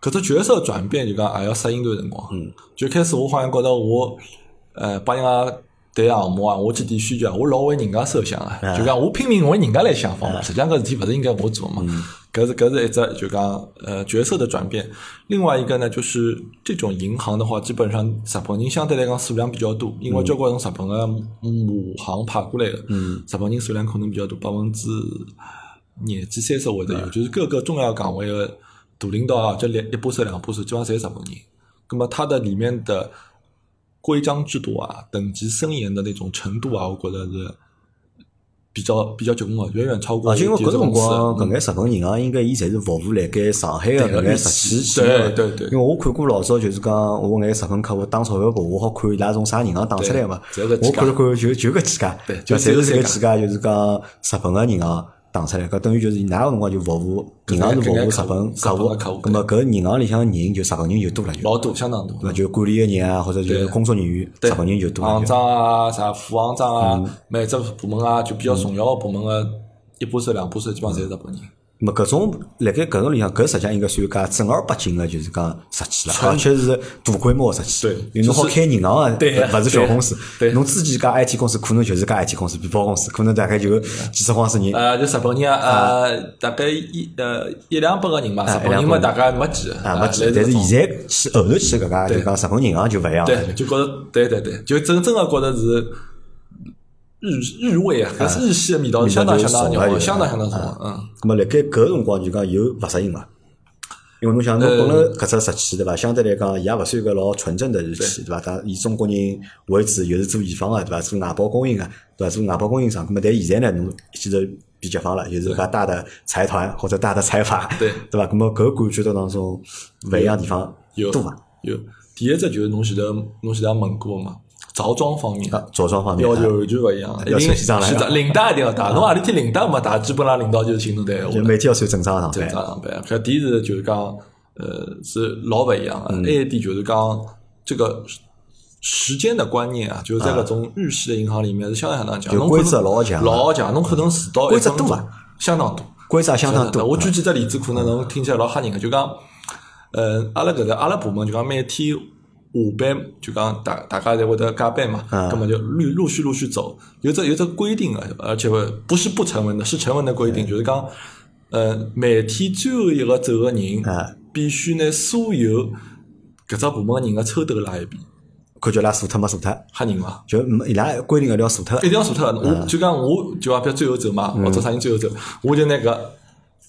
Speaker 2: 搿只角色转变就讲哎也要适应段辰光，嗯，就开始我好像觉得我呃帮人家。谈项目啊，我去点需求啊，我老为人家设想啊，就讲我拼命为人家来想方法。实际上搿事体勿是应该我做嘛，搿是搿是一只就讲呃角色的转变。另外一个呢，就是这种银行的话，基本上日本人相对来讲数量比较多，因为交关从日本个母行派过来的，日本人数量可能比较多，百分之廿几三十会得有，就是各个重要岗位的大领导啊，这两一把手两把手，基本上侪是日本人。那么它的里面的规章制度啊、等级森严的那种程度啊，我觉得是比较比较结棍的，远远超过
Speaker 1: 啊，就因为
Speaker 2: 第
Speaker 1: 搿
Speaker 2: 二种
Speaker 1: 辰光，
Speaker 2: 公司
Speaker 1: 搿眼日本银行应该伊侪是服务辣盖上海个搿眼实体企业的。
Speaker 2: 对对对
Speaker 1: 因为我看过老早，就是讲我眼日本客户打钞票簿，我好看伊拉从啥银行打出来嘛。
Speaker 2: 对侪搿几
Speaker 1: 我
Speaker 2: 家
Speaker 1: 看了看，就就搿几家
Speaker 2: 对，
Speaker 1: 就
Speaker 2: 就
Speaker 1: 侪是
Speaker 2: 是
Speaker 1: 搿
Speaker 2: 搿
Speaker 1: 几家，就是讲日本个银行打出来。搿等于就是伊哪个辰光就服务银行是服务日本客户
Speaker 2: 搿眼客户，
Speaker 1: 葛末搿银行里向人就日本人就多了，就
Speaker 2: 老多，相当多
Speaker 1: 对。伐？就管理个人啊，或者就是
Speaker 2: 对
Speaker 1: 工作人员，日
Speaker 2: 对
Speaker 1: 本人就多嗯了
Speaker 2: 行
Speaker 1: 就。
Speaker 2: 长啊，啥副行长啊，每只部门啊，就比较重要的部门的一把手、两把手，基本上
Speaker 1: 嗯
Speaker 2: 侪是日本人。
Speaker 1: 那么搿种辣盖搿种里向，搿实际上应该算一家正儿八经的，就是讲实体了，而且是大规模的实体。
Speaker 2: 对
Speaker 1: 因为侬好
Speaker 2: 就是
Speaker 1: 开银行啊，
Speaker 2: 对呀
Speaker 1: 勿是小公司。
Speaker 2: 对呀对
Speaker 1: 侬自己家 IT 公司可能就是家 IT 公司，皮包公司，可能大概就几十帮子人。
Speaker 2: 呃，就日本人啊，呃，大概一呃一两百个人嘛，日本人嘛，大概没几个，
Speaker 1: 啊，没几
Speaker 2: 来
Speaker 1: 但
Speaker 2: 自
Speaker 1: 是
Speaker 2: 搿种
Speaker 1: 现在去后头去搿家，就讲日本银行就勿一样了。
Speaker 2: 对，就觉得对对对，就真正的觉得是日日味啊，搿是日系的味道，
Speaker 1: 味道
Speaker 2: 相当
Speaker 1: 就
Speaker 2: 相当
Speaker 1: 重了就
Speaker 2: 浓，
Speaker 1: 是
Speaker 2: 相当相当重
Speaker 1: 啊
Speaker 2: 了。嗯，
Speaker 1: 那么辣盖搿辰光就讲有勿适应伐？因为侬想，侬
Speaker 2: 呃
Speaker 1: 本来搿只实体对伐？相对来讲，伊也勿算一个老纯正的日企对伐？但以中国人为主，又是做乙方个对伐？做外包供应个对伐？做外包供应商。那啊么但现在呢，侬一记头变甲方了，就是搿大的财团或者大的财阀，
Speaker 2: 对
Speaker 1: 对伐？那么搿感觉到当中勿一样地方
Speaker 2: 有
Speaker 1: 多伐？
Speaker 2: 有。第一只就是侬前头侬前头也问过嘛，着装方面。
Speaker 1: 啊，着装方面
Speaker 2: 要
Speaker 1: 啊
Speaker 2: 求完全勿一样，一
Speaker 1: 要
Speaker 2: 定
Speaker 1: 穿西装来啊
Speaker 2: 是的领带一定要戴。侬何里天领带没戴，基本上领导就是寻侬对闲话
Speaker 1: 就
Speaker 2: 了。
Speaker 1: 每天要穿正常上
Speaker 2: 正
Speaker 1: 班，
Speaker 2: 常上班，搿第一是就是讲，呃，是老勿一样啊
Speaker 1: 嗯
Speaker 2: 的。还有一点就是讲这个时时间的观念啊，就是在搿种日系的银行里面是相当相当强，
Speaker 1: 就
Speaker 2: 侬
Speaker 1: 规
Speaker 2: 可能
Speaker 1: 则老强啊
Speaker 2: 老强，侬可能迟到
Speaker 1: 规则
Speaker 2: 一分钟
Speaker 1: 多啊，
Speaker 2: 相当多。
Speaker 1: 规则相当
Speaker 2: 真的啊我
Speaker 1: 多。
Speaker 2: 举几只例子，可能侬听起来老吓人个，就讲，呃，阿拉搿个阿拉部门就讲每天班就讲大大家侪会得加班嘛，
Speaker 1: 嗯
Speaker 2: 那么就陆陆续陆续走，有这有这规定的，而且不不是不成文的，是成文的规定，就是讲，呃，每天最后一个走的人
Speaker 1: 嗯，
Speaker 2: 必须拿所有搿只部门的人的抽头拉一遍，
Speaker 1: 感觉伊拉数脱没数脱，
Speaker 2: 吓人伐？
Speaker 1: 就没伊拉规定一定要数脱
Speaker 2: 一。定要数脱的。我就讲我就讲，比如最后走嘛，或者啥人最后走，我就那个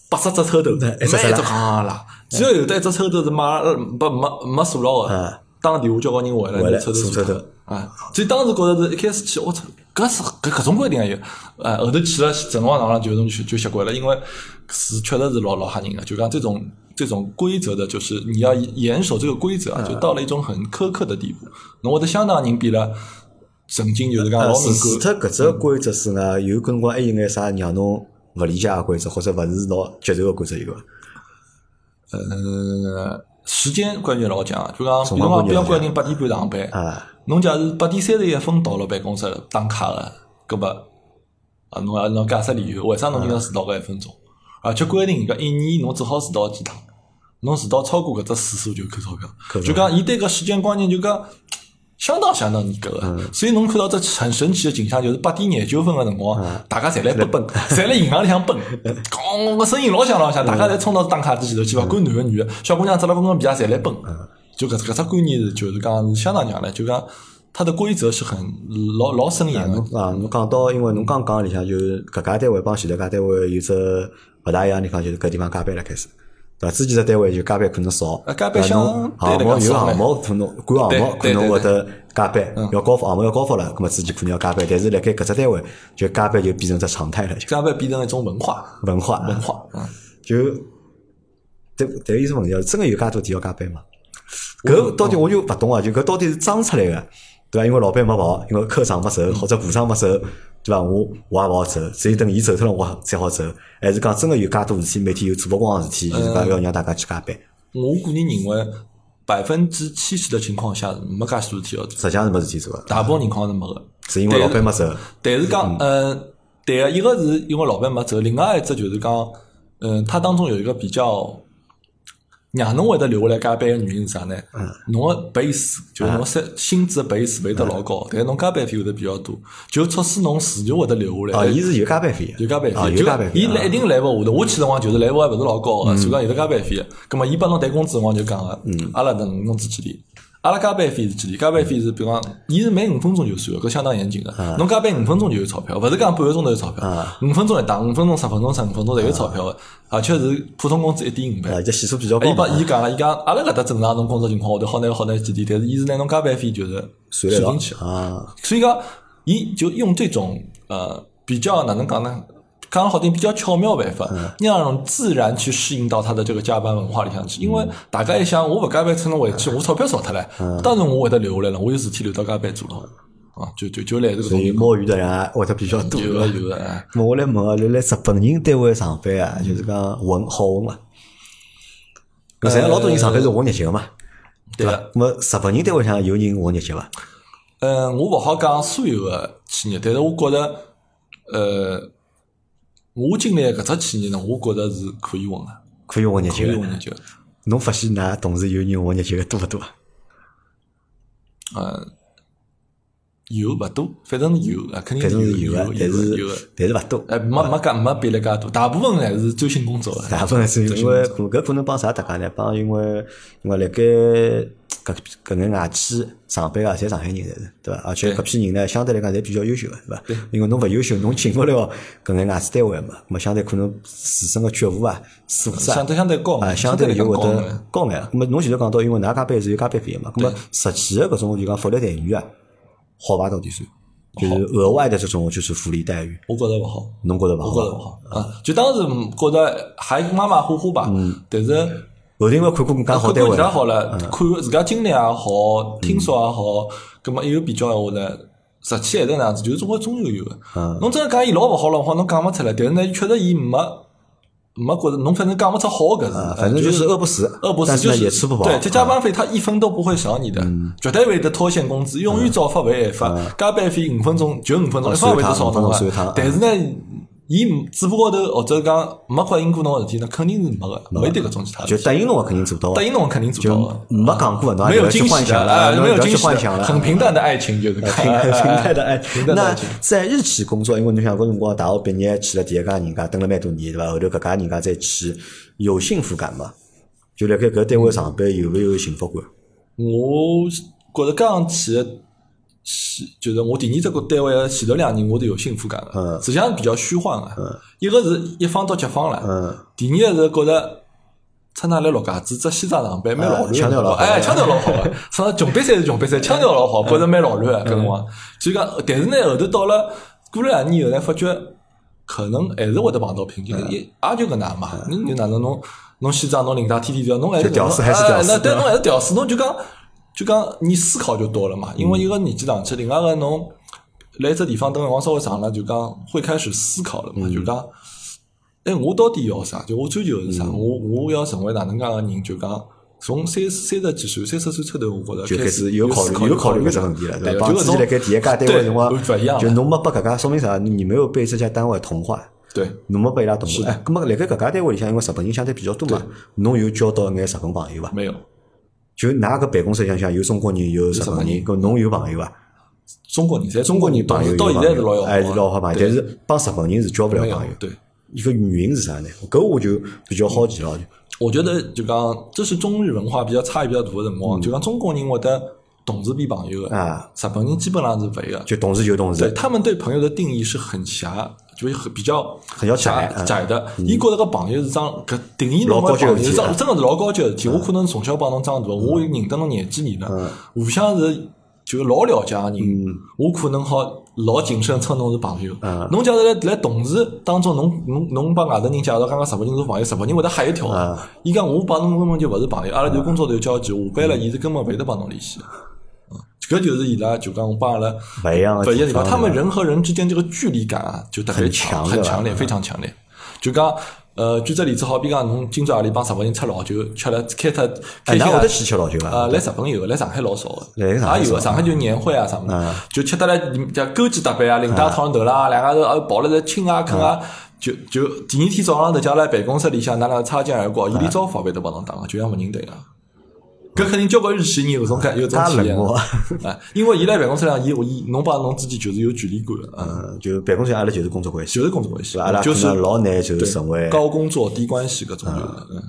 Speaker 2: 八十只抽头，每
Speaker 1: 一
Speaker 2: 一
Speaker 1: 只
Speaker 2: 只
Speaker 1: 只拉
Speaker 2: 扛啦，只要有得一只抽头是马上不没没数牢
Speaker 1: 嗯
Speaker 2: 的，当电话叫个人回
Speaker 1: 回来
Speaker 2: 来抽头
Speaker 1: 数
Speaker 2: 数
Speaker 1: 抽
Speaker 2: 头
Speaker 1: 头。
Speaker 2: 啊，所以当时觉着是一开始去，我操，搿是搿搿种规定也有，呃，后头去了辰光长了就就就习惯了，因为是确实是老老吓人的，就讲这种这种规则的，就是你要严守这个规则啊，就到了一种很苛刻的地步。那我的相当人比了，曾经就是讲老嗯
Speaker 1: 呃，
Speaker 2: 敏
Speaker 1: 除
Speaker 2: 感
Speaker 1: 除。脱搿只规则之外，有辰光还有眼啥让侬勿理解个规则，或者勿是老接受个规则有伐？
Speaker 2: 呃，时间关键老讲啊，就讲，比
Speaker 1: 辰
Speaker 2: 如
Speaker 1: 光关
Speaker 2: 讲，不
Speaker 1: 键
Speaker 2: 要
Speaker 1: 老
Speaker 2: 怪
Speaker 1: 讲
Speaker 2: 人八点半上班，
Speaker 1: 啊，
Speaker 2: 侬假如八点三十一分到了办公室打卡了，搿么啊，侬也侬解释理由，为啥侬今朝迟到搿一分钟？而且规定搿一年侬只好迟到几趟，侬迟到超过搿只次数就扣钞
Speaker 1: 扣
Speaker 2: 票。
Speaker 1: 钞
Speaker 2: 就讲伊对搿时间观念就讲。相当相当严格个，
Speaker 1: 嗯
Speaker 2: 所以侬看到这很神奇的景象，就是八点廿九分个辰光，
Speaker 1: 嗯
Speaker 2: 大家侪来奔奔， 侪来银行里向奔，咣个声音老响老响，大家侪冲到打卡机前头去吧，管男个女个，小姑娘扎了公公皮啊，侪来奔。就搿搿只观念是，就是讲是相当强的，就讲它的规则是很老老森严的。
Speaker 1: 啊，侬讲到，因为侬刚讲里向就是搿家单位帮前头家单位有只勿大一样的地方，就是搿地方加班了开始。对伐？之前只单位就加班可能少，
Speaker 2: 啊加班
Speaker 1: 但侬
Speaker 2: 相
Speaker 1: 项
Speaker 2: 对
Speaker 1: 目有
Speaker 2: 来讲少嘞
Speaker 1: 项目可能管项目可
Speaker 2: 对对
Speaker 1: 能
Speaker 2: 对嗯
Speaker 1: 会得加班，要交付项目要交付了，葛末之前可能要加班，但是辣盖搿只单位就加班就变成只常态了，就
Speaker 2: 加班变成一种文化，
Speaker 1: 文化
Speaker 2: 文化。嗯
Speaker 1: 就，但但有什么问题啊？真个有介多地要加班吗？搿到底
Speaker 2: 哦
Speaker 1: 我就勿懂啊！就搿到底是装出来个，对伐？因为老板没跑，因为科长没走，或者部长没走，对伐？我我也勿好走，只有等伊走脱了，我才好走。还是讲真个有介多事体，每天有做勿光个事体，就是
Speaker 2: 嗯
Speaker 1: 讲要让大家去加班，
Speaker 2: 我个人认为，百分之七十的情况下没介许多事体要做，
Speaker 1: 实际上是没事体做个，
Speaker 2: 大部分情况是没个。
Speaker 1: 是因为老板没走。哦
Speaker 2: 但是讲，嗯，对个，一个是因为老板没走，另外一只就是讲，嗯，它当中有一个比较让侬会得留下来加班的原因是啥呢？侬个 base 就是侬薪薪资的 base 会得老高，但是侬加班费会得比较多，就促使侬自然会得留下
Speaker 1: 哦，
Speaker 2: 来。
Speaker 1: 伊是有加班费个，
Speaker 2: 有加班
Speaker 1: 啊，
Speaker 2: 费，
Speaker 1: 有加班费
Speaker 2: 伊来一
Speaker 1: 啊。嗯
Speaker 2: 定 level 下头，我去辰光就是 level 还勿是老高个，所以讲有得加班费。葛末伊帮侬谈工资辰光就讲个，阿拉能工资几钿？阿拉加班费是几钿？加班
Speaker 1: 嗯
Speaker 2: 费是比方，伊是每五分钟就算个，搿相当严谨
Speaker 1: 啊
Speaker 2: 个。侬加班五分钟就有钞票，勿是讲半个钟头有钞票，五分钟一打，五分钟、十分钟、十五分钟侪有钞票个，而且是普通工资一点五倍
Speaker 1: 嗯啊，。这系数比较
Speaker 2: 哎伊
Speaker 1: 高嘛。
Speaker 2: 帮伊讲了，伊讲阿拉搿搭正常侬工作情况下头好拿好拿几钿，但是伊是拿侬加班费就是
Speaker 1: 算
Speaker 2: 算
Speaker 1: 了
Speaker 2: 进去的。
Speaker 1: 啊，
Speaker 2: 所以讲，伊就用这种呃比较哪能讲呢？刚好听比较巧妙的办法，让侬自然去适应到他的这个加班文化里向去。因为大家一想，我勿加班，趁 侬回去，我钞票少脱了，当然我会得留下来了，我有事体留到加班做了啊，就就就来这个东
Speaker 1: 所以
Speaker 2: 西。
Speaker 1: 摸鱼的人还会得比较多。
Speaker 2: 有的有的，哎
Speaker 1: 咁我来问啊，辣辣日本人单位上班
Speaker 2: 嗯
Speaker 1: 啊，就是讲混好混嘛。
Speaker 2: 呃
Speaker 1: 实际上老多人上班是混日脚个嘛，
Speaker 2: 对
Speaker 1: 伐
Speaker 2: 的。？
Speaker 1: 咁么日本人单位上有人混日啊脚伐？
Speaker 2: 嗯，我勿好讲所有个企业，但是我觉着，呃，我经历的搿只企业呢，我觉着是可以混个，
Speaker 1: 可以混日
Speaker 2: 可
Speaker 1: 脚
Speaker 2: 以
Speaker 1: 个。
Speaker 2: 混的就。
Speaker 1: 侬发现㑚同事有人混日脚个多勿多？啊
Speaker 2: 呃，有勿多，反正是有啊，肯定
Speaker 1: 嗯反正
Speaker 2: 是
Speaker 1: 是有
Speaker 2: 有
Speaker 1: 个，但
Speaker 2: 有有啊
Speaker 1: 是但是勿多。
Speaker 2: 呃，没没讲没比例介多，大部分还是专心工作的。
Speaker 1: 啊大部分是因为可搿可能帮啥搭界呢？帮因为因为辣盖搿搿眼外企上班啊，侪上海人侪是，对伐？而且搿批人呢，相对来讲侪比较优秀个，对伐？因为侬勿优秀，侬进勿了搿眼外企单位嘛，咾么相对可能自身个觉悟啊、素质啊
Speaker 2: 相。对相对高
Speaker 1: 啊，
Speaker 2: 嘛，
Speaker 1: 相
Speaker 2: 对
Speaker 1: 对就会
Speaker 2: 高嘛
Speaker 1: 得高眼。咁么侬前头讲到，因为㑚加班是有加班费个嘛，咁么实际个搿种就讲福利待遇啊，好伐？到底算就是额外的这种就是福利待遇，
Speaker 2: 我觉着勿好，
Speaker 1: 侬觉着
Speaker 2: 我
Speaker 1: 勿
Speaker 2: 觉
Speaker 1: 好
Speaker 2: 着勿
Speaker 1: 伐？
Speaker 2: 好啊。就当时嗯觉着还马马虎虎吧，
Speaker 1: 嗯
Speaker 2: 但是
Speaker 1: 后头因为看过更加好嗯
Speaker 2: 看
Speaker 1: 单
Speaker 2: 看
Speaker 1: 位
Speaker 2: 其他
Speaker 1: 了，
Speaker 2: 好了，看自家经历也好，听说也好，葛末一有比较闲话呢，实际还是那样子，就是中规中矩有个。
Speaker 1: 嗯
Speaker 2: 侬真的讲伊老勿好老勿好，侬讲勿出来，但是呢，确实伊没没觉着，侬反正讲勿出好搿
Speaker 1: 啊
Speaker 2: 事，
Speaker 1: 反正就是饿不死，
Speaker 2: 饿不
Speaker 1: 但是
Speaker 2: 死就
Speaker 1: 呢
Speaker 2: 是
Speaker 1: 也吃不饱。啊嗯
Speaker 2: 对，这加班费他一分都不会少你的，绝对会得拖欠工资，
Speaker 1: 啊
Speaker 2: 永远照发为晚发。加班费五分钟就五分钟，一分也会得
Speaker 1: 算
Speaker 2: 少
Speaker 1: 一趟
Speaker 2: 侬
Speaker 1: 算一趟
Speaker 2: 啊。但是呢，伊嘴巴高头或者讲没答应过侬个事体，那肯定是没个，没得搿种其他的
Speaker 1: 就
Speaker 2: 事体。
Speaker 1: 答应侬，我肯定做到
Speaker 2: 答
Speaker 1: 啊。
Speaker 2: 应侬肯定做到个，
Speaker 1: 没讲过，侬也
Speaker 2: 没有
Speaker 1: 不要去
Speaker 2: 惊
Speaker 1: 幻
Speaker 2: 喜
Speaker 1: 想
Speaker 2: 的，
Speaker 1: 了，
Speaker 2: 哎
Speaker 1: 侬
Speaker 2: 没
Speaker 1: 也
Speaker 2: 有
Speaker 1: 不要
Speaker 2: 惊
Speaker 1: 去
Speaker 2: 喜的
Speaker 1: 幻想，了，哎
Speaker 2: 很平淡的爱情就是
Speaker 1: 平平淡的爱
Speaker 2: 平。淡的
Speaker 1: 那
Speaker 2: 爱情
Speaker 1: 在日企工作，因为侬想搿辰光大学毕业去了第一家人家，蹲了蛮多年，对伐？后头搿家人家再去，有幸福感伐？就辣盖搿单位上班，有没有幸福感？
Speaker 2: 我觉着刚刚去的，是就是我第二只个单位的前头两年，我都有幸福感了。
Speaker 1: 嗯
Speaker 2: 实际上是比较虚幻的、一个是一方到甲方了，
Speaker 1: 嗯
Speaker 2: 第二个是觉着。穿那来绿架子，只西装上班蛮老乱的，
Speaker 1: 腔调老哎好
Speaker 2: 哎，腔 调老好的，穿穷逼衫是穷逼衫，腔调老好，觉着蛮老乱的，搿辰光。就讲，但是呢，后头到了过了两年以后呢，发觉可能还是会得碰到瓶
Speaker 1: 哎
Speaker 2: 颈，也也就搿能嘛。你你哪能侬侬西装侬领带天天条，侬还是
Speaker 1: 就屌丝
Speaker 2: 搿
Speaker 1: 还是屌
Speaker 2: 能
Speaker 1: 丝
Speaker 2: 哎那
Speaker 1: 对
Speaker 2: 对
Speaker 1: 吧
Speaker 2: 侬还是屌丝，侬就讲就讲你思考就多了嘛。
Speaker 1: 嗯
Speaker 2: 因为一个年纪上去，另外一个侬来这地方等辰光稍微长了，就讲会开始思考了
Speaker 1: 嗯
Speaker 2: 嘛，就讲。哎，我到底要啥？就我追求的是啥？
Speaker 1: 嗯
Speaker 2: 我我要成为哪能介个人？就讲从三三十几岁、三十岁出头，我觉
Speaker 1: 就
Speaker 2: 着
Speaker 1: 开
Speaker 2: 始
Speaker 1: 始有考
Speaker 2: 思
Speaker 1: 虑
Speaker 2: 考
Speaker 1: 有考虑搿只问
Speaker 2: 问
Speaker 1: 题了，
Speaker 2: 对
Speaker 1: 对
Speaker 2: 吧
Speaker 1: 吧？
Speaker 2: 就
Speaker 1: 帮自
Speaker 2: 搿
Speaker 1: 己
Speaker 2: 种
Speaker 1: 辣盖第一家单位
Speaker 2: 对
Speaker 1: 的辰光
Speaker 2: 不一样，
Speaker 1: 就
Speaker 2: 了
Speaker 1: 侬没拨搿家，说明啥？你没有被这家单位同化。
Speaker 2: 对
Speaker 1: 侬没被伊拉同
Speaker 2: 是
Speaker 1: 化，
Speaker 2: 的
Speaker 1: 哎，咁么辣盖搿家单位里向，因为日本人相对比较多嘛，侬有交到一眼日本朋友伐？
Speaker 2: 没有
Speaker 1: 就㑚搿办公室里向有中国人，有日本人，搿侬有朋友伐？
Speaker 2: 中国人，侪
Speaker 1: 中国人朋友有
Speaker 2: 到
Speaker 1: 朋
Speaker 2: 现
Speaker 1: 友
Speaker 2: 在是老要好
Speaker 1: 哎，是老好朋友，但是帮日本人是交不了
Speaker 2: 没有
Speaker 1: 朋友。
Speaker 2: 对。
Speaker 1: 一个原因是啥呢？搿我就比较好奇了，
Speaker 2: 我觉得就讲，这是中日文化比较差异比较大的辰光。就讲中国人会得同事变朋友的，
Speaker 1: 嗯啊
Speaker 2: 日本人基本上是勿一个。
Speaker 1: 就同事就同
Speaker 2: 对
Speaker 1: 事，
Speaker 2: 他们对朋友的定义是很狭，就是很比较
Speaker 1: 很要
Speaker 2: 狭
Speaker 1: 窄嗯
Speaker 2: 窄的。伊觉得个朋友是桩搿定义
Speaker 1: 老
Speaker 2: 侬个
Speaker 1: 高级
Speaker 2: 朋
Speaker 1: 的
Speaker 2: 友
Speaker 1: 事体
Speaker 2: 是
Speaker 1: 啊
Speaker 2: 桩真的是老高级的事体。我可能从小帮侬长大，
Speaker 1: 嗯
Speaker 2: 我认得侬廿几年了，互相是就是老了解个
Speaker 1: 嗯
Speaker 2: 人。我可能好老谨慎称侬是朋友。
Speaker 1: 嗯
Speaker 2: 侬假如来来同事当中，侬侬侬帮外头人介绍，刚刚日本人是朋友，日本人会得吓一跳
Speaker 1: 嗯。
Speaker 2: 伊讲我帮侬根本就勿是朋友，阿拉就工作头有交集，下班
Speaker 1: 嗯
Speaker 2: 了伊是根本勿会得帮侬联系的。嗯搿就是伊拉就讲我帮阿拉。
Speaker 1: 勿一样的
Speaker 2: 不一
Speaker 1: 地
Speaker 2: 样地方，
Speaker 1: 方。
Speaker 2: 他们
Speaker 1: 对吧
Speaker 2: 人和人之间这个距离感啊，就特别强，
Speaker 1: 很强对啊嗯吧
Speaker 2: 很强烈，非常强烈。就讲，呃，举这例子，好比讲，侬今朝夜里帮日本人吃老酒，吃了开脱
Speaker 1: 哎，
Speaker 2: 开心
Speaker 1: 㑚
Speaker 2: 啊
Speaker 1: 会得去吃老酒伐？
Speaker 2: 啊，来日本有的，来上海老少的，
Speaker 1: 来上海嗯
Speaker 2: 也有的，上海就年会啊啥么的，就吃得来，像勾肩搭背啊，领带套上头啦，两个头啊抱了在亲啊啃
Speaker 1: 嗯
Speaker 2: 啊，就就第二天早上头，叫来办公室里向，拿两个擦肩而
Speaker 1: 嗯
Speaker 2: 过，伊连招呼也会得帮侬打，就像勿认得一样。搿肯定交关日系人有种感，有种体
Speaker 1: 介
Speaker 2: 验
Speaker 1: 冷漠
Speaker 2: 啊，因为伊来办公室里向，伊伊侬帮侬之间就是有距离感的，嗯，
Speaker 1: 嗯，就办公室阿拉就是工作关系，
Speaker 2: 就是工作关系
Speaker 1: 对吧阿拉，
Speaker 2: 就
Speaker 1: 可
Speaker 2: 是
Speaker 1: 能老难就是
Speaker 2: 对
Speaker 1: 成为
Speaker 2: 高工作低关系搿种就是，嗯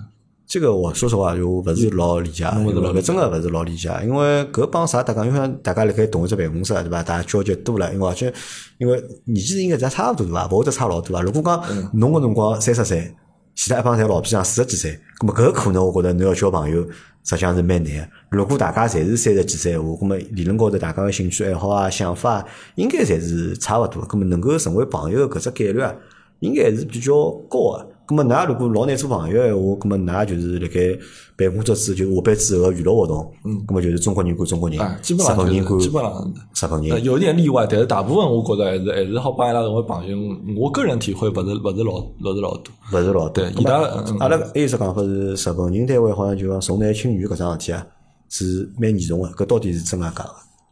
Speaker 1: 这个我说实话，就勿是老理解，
Speaker 2: 侬勿是老理解
Speaker 1: 真个勿是老理解，因为搿帮啥搭讲，因为大家辣盖同一只办公室，对伐？大家交集多了，因为而且因为年纪应该侪差勿多对伐？勿会得差老多伐？啊如果讲侬搿辰光三十岁，其他一帮侪老皮匠四十几岁，葛末搿可能我觉着侬要交朋友，实际上是蛮难的。如果大家侪是三十几岁闲话，葛末理论高头大家个兴趣爱好啊、想法啊，应该侪是差勿多，葛末能够成为朋友搿只概率啊。应该还是比较高
Speaker 2: 啊
Speaker 1: 个。咁么，㑚如果老难做朋友闲话，咁么㑚就是辣盖办公桌子，就下班之后个娱乐活动，嗯，咁么就是中国人管中国人，
Speaker 2: 哎，基
Speaker 1: 日
Speaker 2: 本上
Speaker 1: 本
Speaker 2: 就
Speaker 1: 人管
Speaker 2: 是基
Speaker 1: 日
Speaker 2: 本上是。
Speaker 1: 本
Speaker 2: 呃，
Speaker 1: 人。
Speaker 2: 有一点例外，但是大部分我觉得还呃是还是好帮伊拉成为朋友。我个人体会不是不是老不是老多。
Speaker 1: 勿是老多，
Speaker 2: 对
Speaker 1: 咁么
Speaker 2: 伊拉嗯
Speaker 1: 阿拉还有一只讲法是，日本人单位好像就讲重男轻女搿桩事体啊，是蛮严重个。搿到底是真个假个？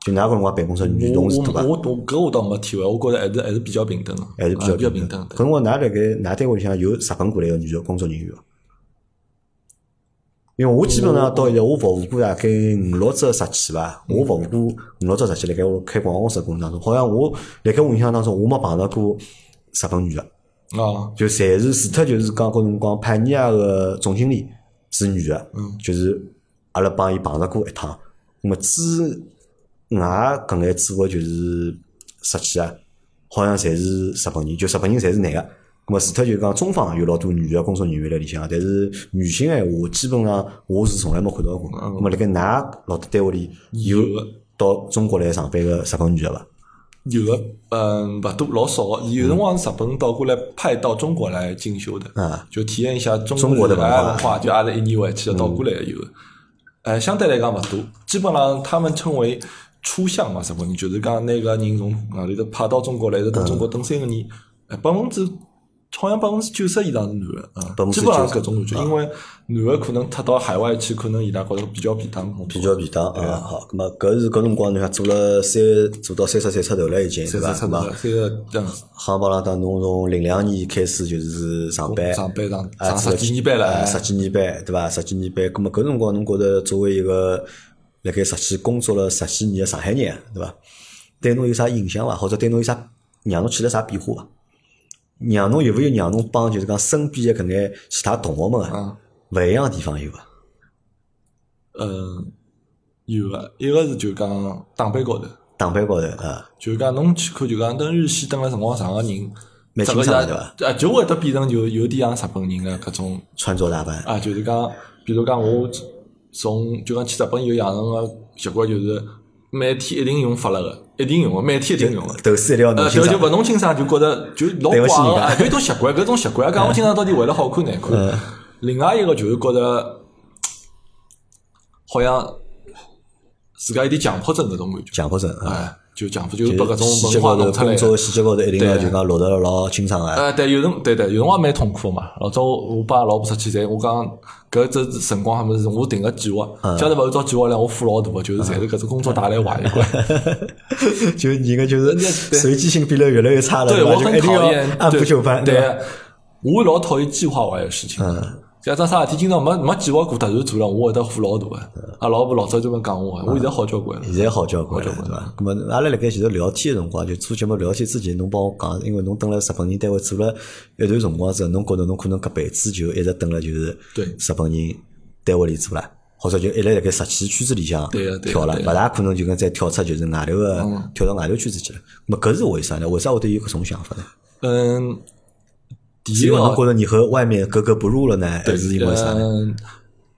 Speaker 1: 就㑚搿辰光办公室女
Speaker 2: 我
Speaker 1: 同事多伐
Speaker 2: 我？我我搿我倒没体会，我觉得还是还是比较平等的，啊
Speaker 1: 还是
Speaker 2: 比
Speaker 1: 比较
Speaker 2: 较
Speaker 1: 平
Speaker 2: 平
Speaker 1: 等
Speaker 2: 等。
Speaker 1: 搿
Speaker 2: 的。
Speaker 1: 辰光㑚辣盖㑚单位里啊向有日本过来个女工作人员伐？因为我基本上到现在，我服务过大概五六只十几伐，我服务过五六只十几，辣盖我开广告公司的过程当中，好像我辣盖我印象当中，我没碰到过日本女个，
Speaker 2: 啊，
Speaker 1: 就侪是除脱就是讲搿辰光派尼亚个总经理是女个，
Speaker 2: 嗯
Speaker 1: 就是阿拉帮伊碰着过一趟，那么之外搿眼主个就是设计啊，好像侪是日本人，就日本人侪是男个。那么除脱就是讲中方有老多女个工作人员辣里向，但是女性个闲话，基本上我是从来没看到过。
Speaker 2: 嗯
Speaker 1: 那么辣盖㑚老多单位里有
Speaker 2: 有的
Speaker 1: 到中国来上班个日本女个伐？
Speaker 2: 有的，嗯，勿多，老少的。
Speaker 1: 嗯
Speaker 2: 有辰光日本倒过来派到中国来进修的，
Speaker 1: 啊，
Speaker 2: 就体验一下中
Speaker 1: 中国
Speaker 2: 国
Speaker 1: 的
Speaker 2: 人
Speaker 1: 文化嗯
Speaker 2: 哎文化，就阿拉一年回去倒过来的有的。呃，相对来讲勿多，基本上他们称为出向嘛，日本啊
Speaker 1: 嗯
Speaker 2: 人就是讲拿个人从外头头派到中国来，是等中国等三个年，呃百分之好像百分之九十以上是男的，
Speaker 1: 百
Speaker 2: 嗯，
Speaker 1: 分之
Speaker 2: 基
Speaker 1: 九
Speaker 2: 本
Speaker 1: 十啊
Speaker 2: 上搿种感觉，因为男的可能他到海外去，可能伊拉觉着比较便当工作
Speaker 1: 比较便当啊。好，那么搿是搿辰光侬想做了三，做到三十岁出头了已经，对
Speaker 2: 三
Speaker 1: 伐？
Speaker 2: 十出
Speaker 1: 那么
Speaker 2: 头，三十这样子
Speaker 1: 好帮浪当侬从零两年开始就是上班，
Speaker 2: 上班上
Speaker 1: 啊
Speaker 2: 哦上
Speaker 1: 做了
Speaker 2: 十几年班了
Speaker 1: 啊
Speaker 2: 哎
Speaker 1: 十几年班对伐？十几年班，葛么搿辰光侬觉得作为一个辣盖实际工作了十几年的上海人，对伐？对侬有啥影响伐？或者对侬有啥让侬起了啥变化伐？让侬有没有让侬帮就是讲身边的搿眼其他同学们啊
Speaker 2: 嗯，
Speaker 1: 勿一样的地方有伐？
Speaker 2: 嗯，有啊，一个是就讲打扮高头，
Speaker 1: 打扮高头啊，
Speaker 2: 就讲侬去看就讲等日系等了辰光长个人，
Speaker 1: 蛮
Speaker 2: 这个
Speaker 1: 清爽的
Speaker 2: 伊拉
Speaker 1: 对
Speaker 2: 啊，就会得变成就有点像日本人个搿种
Speaker 1: 穿着打扮
Speaker 2: 啊，就是讲，比如讲我从就讲去日本有养成个习惯，就是每天一定用发了个，一定用个，每天一定用个。
Speaker 1: 头饰一定要弄
Speaker 2: 呃，
Speaker 1: 清
Speaker 2: 就
Speaker 1: 爽
Speaker 2: 就勿弄清爽，就觉着就老
Speaker 1: 对
Speaker 2: 怪
Speaker 1: 不起人
Speaker 2: 个，
Speaker 1: 家
Speaker 2: 啊有一种习惯，搿种习惯，讲我经常到底为了好看难看。另外一个就是觉着，好像自家有点强迫症搿种感觉，
Speaker 1: 强迫症啊。
Speaker 2: 哎，就强迫，就是
Speaker 1: 就
Speaker 2: 被搿种
Speaker 1: 细节
Speaker 2: 文化
Speaker 1: 高头
Speaker 2: 弄出来
Speaker 1: 工
Speaker 2: 的。
Speaker 1: 作细节高头一定要
Speaker 2: 对
Speaker 1: 就讲落得老清爽啊。
Speaker 2: 呃，对，有辰对对，有辰光蛮痛苦嘛。老早我爸老婆出去侪，我讲搿只辰光还没是我定个计划，假如勿按照计划来，我负老大个，就是侪是搿只工作带来坏习惯。
Speaker 1: 就人家就是
Speaker 2: 嗯对
Speaker 1: 随机性变得越来越差了，
Speaker 2: 对
Speaker 1: 吧？
Speaker 2: 我
Speaker 1: 就
Speaker 2: 很
Speaker 1: 一定
Speaker 2: 讨
Speaker 1: 要
Speaker 2: 厌
Speaker 1: 按部就班，
Speaker 2: 对
Speaker 1: 吧？，嗯
Speaker 2: 我老讨厌计划化个事情。像桩啥事体，今朝没没计划过，突然做了，我会得负老大个。
Speaker 1: 嗯
Speaker 2: 啊，老婆老早就跟讲我，我现在好交关了。
Speaker 1: 现在好交关了，对吧？那么阿拉辣盖前头聊天的辰光，就做节目聊天之前，侬帮我讲，因为侬蹲辣日本人单位做了一段辰光之后，侬觉得侬可能搿辈子就一直蹲辣就是
Speaker 2: 对
Speaker 1: 日本人单位里做了。或者就一直辣盖实际圈子里向
Speaker 2: 对啊对啊
Speaker 1: 跳了，
Speaker 2: 对啊嗯
Speaker 1: 勿大可能就跟再跳出就是外头个跳到外头圈子去了。那么搿是为啥呢？为啥会得有搿种想法呢？
Speaker 2: 嗯，第
Speaker 1: 是
Speaker 2: 一
Speaker 1: 因为
Speaker 2: 个
Speaker 1: 侬觉得你和外面格格不入了呢，还是因为啥呢？
Speaker 2: 嗯，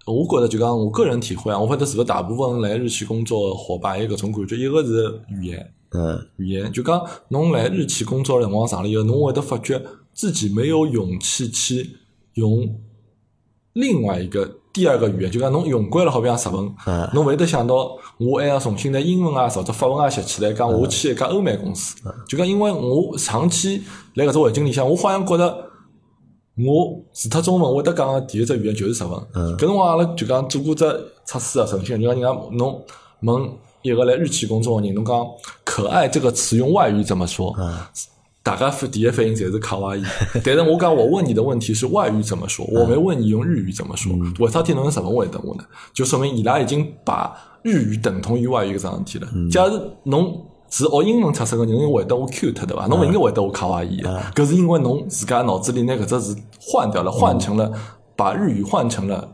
Speaker 2: 我觉得就讲我个人体会啊，我觉得是不是大部分来日企工作的伙伴有搿种感觉，一个是语言，
Speaker 1: 嗯，
Speaker 2: 语言就讲侬来日企工作的辰光长了以后，侬会得发觉自己没有勇气去用另外一个第二个语言，就讲侬用惯了，好比像日
Speaker 1: 嗯
Speaker 2: 文，侬会得想到我还要重新拿英文啊或者法文啊学起来，讲我去一家欧美公司，就讲因为我长期来搿只环境里向，我好像觉得。我除脱中文，我得讲个第一只语言就是日文。搿辰光阿拉就讲做过只测试啊，程序员就讲人家侬问一个来日企工作个人，侬讲“可爱”这个词用外语怎么说？大家反第一反应侪是卡哇伊， 但是我讲我问你的问题是外语怎么说，我没问你用日语怎么说。为啥体侬用日文会得我呢？就说明伊拉已经把日语等同于外语搿桩事体了。假如侬是学英文出身个人，侬会得我 cute 对伐？侬勿应该会得我卡哇伊的，搿是因为侬自家脑子里拿搿只字换掉了，换成了把日语换成了。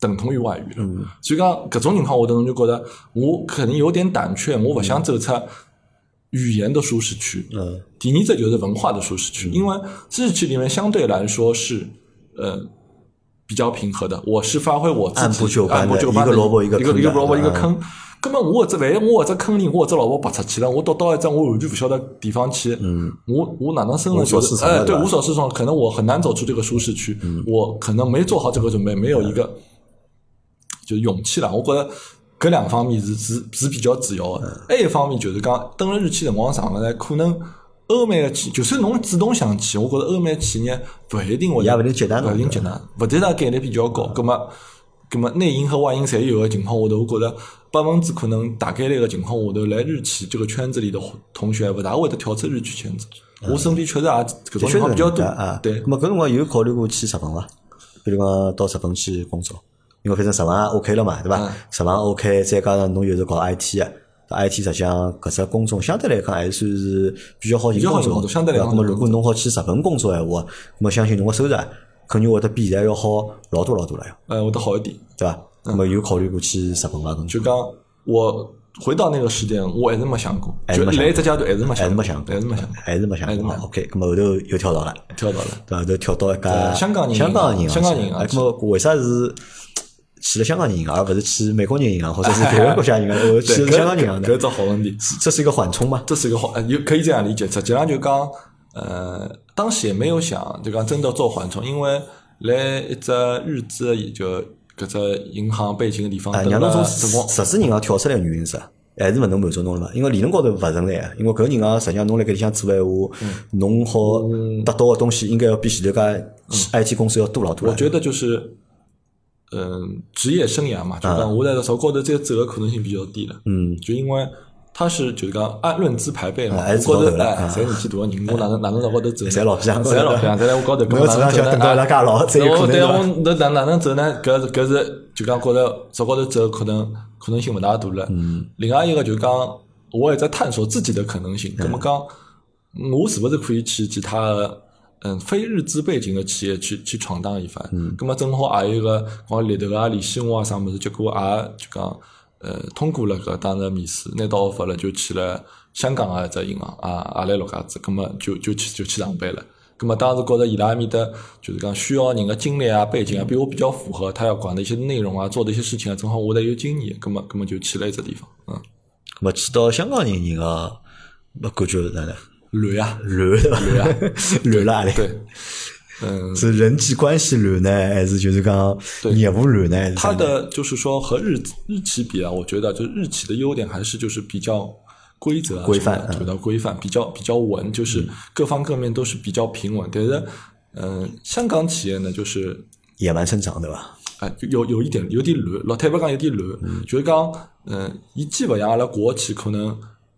Speaker 2: 等同于外语了，所以讲搿种情况下头，侬就觉得我肯定有点胆怯，我勿想走出语言的舒适区。
Speaker 1: 嗯，
Speaker 2: 第一，这就是文化的舒适区，因为日剧里面相对来说是呃比较平和的，我是发挥我自己
Speaker 1: 按部就班的
Speaker 2: 按部就
Speaker 1: 一个萝卜一
Speaker 2: 一
Speaker 1: 个坑的
Speaker 2: 一个萝卜一个
Speaker 1: 嗯
Speaker 2: 坑。根本我这万一我这坑里我这萝卜拔出去了，我到到一只我完全不晓得地方去，嗯，我我哪能生
Speaker 1: 无
Speaker 2: 了
Speaker 1: 所
Speaker 2: 就
Speaker 1: 适
Speaker 2: 是
Speaker 1: 从了
Speaker 2: 哎
Speaker 1: 对
Speaker 2: 对
Speaker 1: 吧嗯
Speaker 2: 无所适从，可能我很难走出这个舒适区，我可能没做好这个准备，没有一个就是勇气啦。我觉着搿两方面是是是比较主要
Speaker 1: 嗯
Speaker 2: 的。还有一方面就是讲，等了日期辰光长了呢，可能欧美的企，就算侬主动想去，我觉着欧美企业勿一定会，
Speaker 1: 也勿一定接纳侬
Speaker 2: 勿一定接纳，勿接纳概率比较高。葛么，葛么内因和外因侪有个情况下头，我觉着百分之可能大概率个情况下头，来日企这个圈子里的同学勿大会得跳出日企圈子。
Speaker 1: 嗯
Speaker 2: 我身边确实也搿种情况比较多
Speaker 1: 啊。，
Speaker 2: 对
Speaker 1: 那。么搿辰光有考虑过去日本伐？比如讲到日本去工作，因为反正日本也 OK 了嘛，对伐？
Speaker 2: 嗯
Speaker 1: 日本 OK，再加上侬又是搞 IT 的。IT 实际上搿只工种相对来讲还算是比较好寻
Speaker 2: 比较好
Speaker 1: 工
Speaker 2: 寻
Speaker 1: 作，
Speaker 2: 工作相对来
Speaker 1: 对吧
Speaker 2: 讲
Speaker 1: 那么如果侬好去日本工作闲话，那么相信侬个收入啊肯定会得比现在要好老多老多了哟，
Speaker 2: 呃，会得好一点。
Speaker 1: 对伐？那么有考虑过去日本伐？搿种
Speaker 2: 嗯就讲我回到那个时间，我还是没想过，
Speaker 1: 还是
Speaker 2: 就
Speaker 1: 没想过
Speaker 2: 来这阶段还是没
Speaker 1: 还是
Speaker 2: 过
Speaker 1: 没想过，
Speaker 2: 还是没想过，
Speaker 1: 还是没想
Speaker 2: 还是
Speaker 1: 过
Speaker 2: 没
Speaker 1: 啊
Speaker 2: 想过
Speaker 1: OK，那么后头又 跳槽了。
Speaker 2: 跳到了。
Speaker 1: 对伐？都啊跳到一家
Speaker 2: 对呃香港人
Speaker 1: 香港人啊，
Speaker 2: 香港人啊
Speaker 1: 哎，那么为啥是去了香港人银行，而不是去美国人银行，或者是别个国家人 行，我去
Speaker 2: 对
Speaker 1: 了香港人银行
Speaker 2: 搿
Speaker 1: 呢
Speaker 2: 搿？是好问题，
Speaker 1: 这是一个缓冲嘛？
Speaker 2: 这是一个好，呃有可以这样理解。实际上就讲，呃，当时也没有想，就讲真的做缓冲，因为来一只日资的就搿只银行背景的地方，
Speaker 1: 啊，
Speaker 2: 等
Speaker 1: 让侬
Speaker 2: 了
Speaker 1: 从
Speaker 2: 辰光
Speaker 1: 十十四银行跳出来的原因是啥？哎还是勿能满足侬了嘛？因为理论高头勿存在个，因为搿人啊，实际上侬辣搿里向做闲话，
Speaker 2: 嗯
Speaker 1: 侬好得到个东西应该要比前头家
Speaker 2: 嗯
Speaker 1: IT 公司要多老多
Speaker 2: 我
Speaker 1: 了。
Speaker 2: 觉得就是，嗯，职业生涯
Speaker 1: 啊
Speaker 2: 嘛，就是讲我在朝高头再走的可能性比较低了。嗯，就因为他是就是讲按论资排辈嘛，
Speaker 1: 哎
Speaker 2: 我高
Speaker 1: 是
Speaker 2: 头
Speaker 1: 高头了
Speaker 2: 哎，
Speaker 1: 啊
Speaker 2: 侪年纪大 个人，我哪能哪能到高头走呢？
Speaker 1: 侪老乡
Speaker 2: 侪老乡，侪来我高头，
Speaker 1: 侬要
Speaker 2: 搿
Speaker 1: 只
Speaker 2: 哪
Speaker 1: 能
Speaker 2: 能走
Speaker 1: 想
Speaker 2: 呢
Speaker 1: 等到伊拉介老，才有
Speaker 2: 我
Speaker 1: 可
Speaker 2: 对
Speaker 1: 能
Speaker 2: 我
Speaker 1: 啊。
Speaker 2: 那哪哪能走呢？搿是搿是就讲觉着朝高头走可能可能性勿大大了。嗯，另外一个就讲我也在探索自己的可能性。咁么讲，嗯我是勿是可以去其他的嗯非日资背景的企业去去闯荡一番？嗯，咁么正好也有一个光里头个联系我啊啥物事，结果也就讲呃通过了搿当时面试，拿到 offer 了，就去了香港个一只银行啊，也来陆家嘴，咁么就就去就去上班了。咁么当时觉着伊拉埃面搭就是讲需要人个经历啊、背景啊，比我比较符合他要讲的一些内容啊、做的一些事情啊，正好我得有经验，咁么咁么就去了一只地方，嗯，
Speaker 1: 咾么去啊到香港人人个感觉是哪能？
Speaker 2: 乱啊，
Speaker 1: 乱 对伐？乱了阿里？啊
Speaker 2: 对，嗯，
Speaker 1: 是人际关系乱呢，还是就是讲业务乱呢？还是啥
Speaker 2: 它
Speaker 1: 呢
Speaker 2: 的就是说和日日企比啊，我觉得就是日企的优点还是就是比较规则、啊、
Speaker 1: 规范嗯
Speaker 2: 什么的比较规范，比较比较稳，就是各方各面都是比较平稳。但是，嗯，香港企业呢，就是
Speaker 1: 野蛮生长对伐？
Speaker 2: 啊，有有一点有点乱，老太白讲有点乱，就是讲，嗯，伊既勿像阿拉国企可能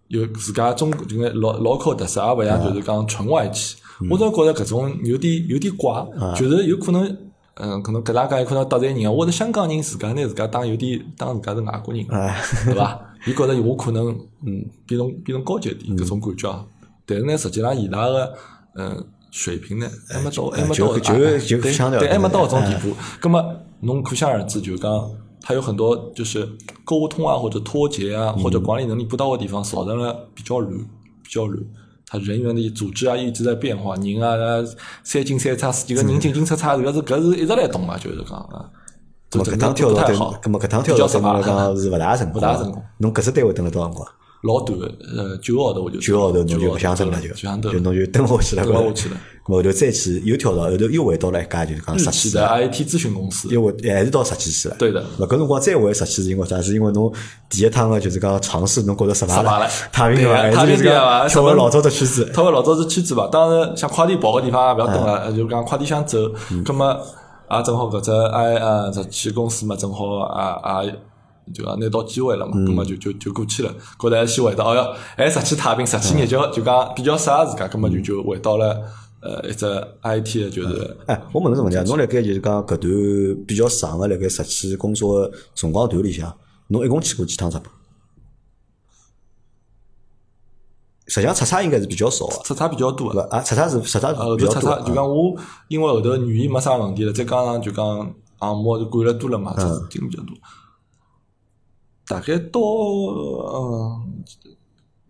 Speaker 2: 有自家中国就讲老老口特色，也勿
Speaker 1: 啊
Speaker 2: 像就是讲纯外企。
Speaker 1: 嗯
Speaker 2: 我总觉着搿种有点有点怪，
Speaker 1: 啊
Speaker 2: 就是有可能，嗯，可能搿大家有可能得罪人啊。我是香港人，自家拿自家当有点当自家是外国人，
Speaker 1: 啊，
Speaker 2: 对伐？伊觉着我可能嗯比侬比侬高级一
Speaker 1: 嗯
Speaker 2: 点搿种感觉啊，但是呢，实际上伊拉个嗯水平呢，还没到，还没
Speaker 1: 就
Speaker 2: 到，
Speaker 1: 就
Speaker 2: 哎
Speaker 1: 就
Speaker 2: 对
Speaker 1: 相对
Speaker 2: 对，还没到搿种
Speaker 1: 哎
Speaker 2: 地步。那么侬可想而知，就讲他有很多就是沟通啊，或者脱节啊，或者管理能力不到的地方，造成了比较乱，比较乱。他人员的组织啊一直在变化，人啊啊三进三出，几个人进进出出，这个是搿是一直来动啊，就是讲啊，
Speaker 1: 咾么
Speaker 2: 就整
Speaker 1: 搿
Speaker 2: 个
Speaker 1: 趟跳
Speaker 2: 不
Speaker 1: 槽
Speaker 2: 太
Speaker 1: 对
Speaker 2: 好，，
Speaker 1: 搿么搿趟
Speaker 2: 比
Speaker 1: 跳
Speaker 2: 较
Speaker 1: 槽
Speaker 2: 失
Speaker 1: 对侬
Speaker 2: 败
Speaker 1: 来讲是勿大成功啊，
Speaker 2: 勿大成功
Speaker 1: 侬搿只单位蹲了多少辰光？
Speaker 2: 老短的，呃，九个号头我就
Speaker 1: 九个号头侬就
Speaker 2: 不
Speaker 1: 不想蹲了，
Speaker 2: 就
Speaker 1: 就
Speaker 2: 想蹲
Speaker 1: 就侬就蹲下去了，
Speaker 2: 蹲
Speaker 1: 搿
Speaker 2: 下去了
Speaker 1: 么后头再去又跳槽，后头又回到了一家就是讲
Speaker 2: 日
Speaker 1: 设
Speaker 2: 企
Speaker 1: 计
Speaker 2: 的
Speaker 1: 师，
Speaker 2: IT 咨询公司，
Speaker 1: 又回还是到设计师了。
Speaker 2: 对的
Speaker 1: 那搿辰光再回设计是因为啥？是因为侬第一趟个就是讲尝试，侬觉着失败
Speaker 2: 失败了
Speaker 1: 太平
Speaker 2: 对
Speaker 1: 了，
Speaker 2: 太
Speaker 1: 还是就是
Speaker 2: 平了吧
Speaker 1: 讲跳
Speaker 2: 什么
Speaker 1: 回老早的圈子。
Speaker 2: 他会老早是圈子吧，当然像快递跑个地方也勿要等了，呃就讲快递想走，葛么也正好搿只 I 呃这企公司嘛，正好啊也就讲拿到机会了嘛，葛么就就就过去了，觉着还先回到，哦哟，还十去太平，十去日脚就讲比较适合自家，葛么就就回到了呃一只 IT 的就是
Speaker 1: 哎， 我问侬个
Speaker 2: 嗯
Speaker 1: 问题啊，侬辣盖就是讲搿段比较长个辣盖实际工作的辰光段里向，侬一共去过几趟日本？实际上出差应该是比较少个，
Speaker 2: 出差比较多
Speaker 1: 对
Speaker 2: 的。
Speaker 1: 伐？啊，出差是出差
Speaker 2: 后
Speaker 1: 是比
Speaker 2: 头
Speaker 1: 较
Speaker 2: 出
Speaker 1: 多嗯的。
Speaker 2: 差呃
Speaker 1: 啊
Speaker 2: 就讲我，因为后头语言没啥问题了，再加上就讲项目就管了多了嘛，
Speaker 1: 嗯
Speaker 2: 这经历比较多。大概到嗯，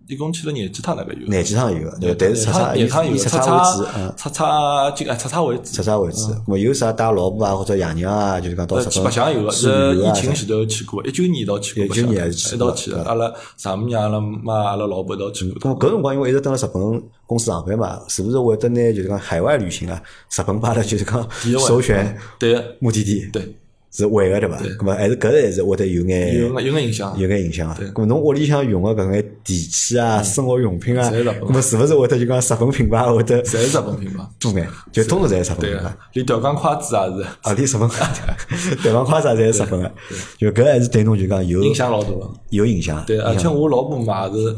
Speaker 2: 一共去了廿几趟大概有。
Speaker 1: 廿几趟有个，对吧，但是出差
Speaker 2: 廿
Speaker 1: 以
Speaker 2: 趟有，
Speaker 1: 以
Speaker 2: 出
Speaker 1: 出
Speaker 2: 差
Speaker 1: 差为主，嗯，
Speaker 2: 出差就哎出差为主
Speaker 1: 出。差为主。咾么有啥带老婆啊或者爷娘啊，就是讲到日
Speaker 2: 呃，去白相
Speaker 1: 本
Speaker 2: 有个，
Speaker 1: 去
Speaker 2: 是
Speaker 1: 旅游
Speaker 2: 疫
Speaker 1: 啊
Speaker 2: 情
Speaker 1: 啥？
Speaker 2: 前头去过，一九年一道去过
Speaker 1: 19
Speaker 2: 白相，
Speaker 1: 年还是去
Speaker 2: 一道
Speaker 1: 过嗯
Speaker 2: 去
Speaker 1: 对
Speaker 2: 的。阿拉丈母娘、阿拉妈、阿拉老婆一道去过。
Speaker 1: 咾么搿辰光因为一直蹲辣日本公司上班嘛，是不是会得拿就是讲海外旅行啊，日本摆了就是讲
Speaker 2: 第一位
Speaker 1: 首选
Speaker 2: 对
Speaker 1: 目的地？
Speaker 2: 对，
Speaker 1: 是会个对伐？咁么啊还是搿个还是会得有眼
Speaker 2: 有个有个印象。
Speaker 1: 有眼影响啊。咁么侬屋里向用个搿眼电器啊、生活用品啊，
Speaker 2: 嗯侪是日本
Speaker 1: 咁么是勿是会得就讲日本品牌会得
Speaker 2: 侪是日本品牌，
Speaker 1: 多眼？就通常侪是日本
Speaker 2: 对
Speaker 1: 品牌
Speaker 2: 啊。，连吊钢筷子也是。
Speaker 1: 啊，连日本 对方夸啥侪是日本个，就搿还是对侬就讲有
Speaker 2: 啊影响老大。
Speaker 1: 有影响。
Speaker 2: 对，啊而
Speaker 1: 影
Speaker 2: 且
Speaker 1: 响
Speaker 2: 我老婆嘛也是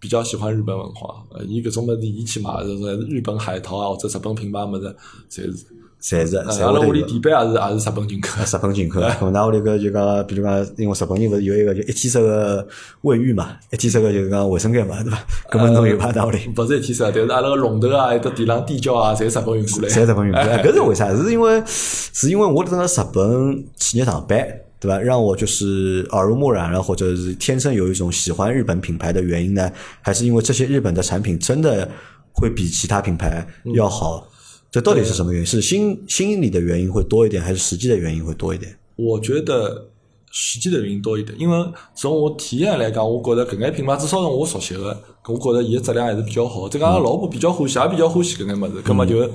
Speaker 2: 比较喜欢日本文化，呃，伊搿种物事伊去买是日本海淘啊或者日本品牌物事，侪是。
Speaker 1: 侪是
Speaker 2: 呃
Speaker 1: 侪
Speaker 2: 阿拉屋
Speaker 1: 会
Speaker 2: 里啊
Speaker 1: 得有。
Speaker 2: 地板也是也是日本进口。
Speaker 1: 日本进口，啊咁㑚屋里搿就讲，比如讲，因为日本人勿是有一个就一天式个卫浴嘛，一天式个就是讲卫生间嘛，对伐？咁啊
Speaker 2: 呃
Speaker 1: 么侬有伐？㑚屋里？
Speaker 2: 勿是一天事，但是阿拉个龙头啊，还有得地浪地胶啊，侪日本运过来。
Speaker 1: 侪日本运动，哎搿是为啥？是因为是因为我在日本企业上班，对吧？让我就是耳濡目染了，或者是天生有一种喜欢日本品牌的原因呢？还是因为这些日本的产品真的会比其他品牌要好？这到底是什么原因？是心心理的原因会多一点，还是实际的原因会多一点？
Speaker 2: 我觉得时间段运营到现在，因为从我体验来讲，我觉着搿眼品牌至少是我熟悉个，搿我觉着伊个质量还是比较好。再加上老婆比较欢喜，也比较欢喜搿眼物事，葛末就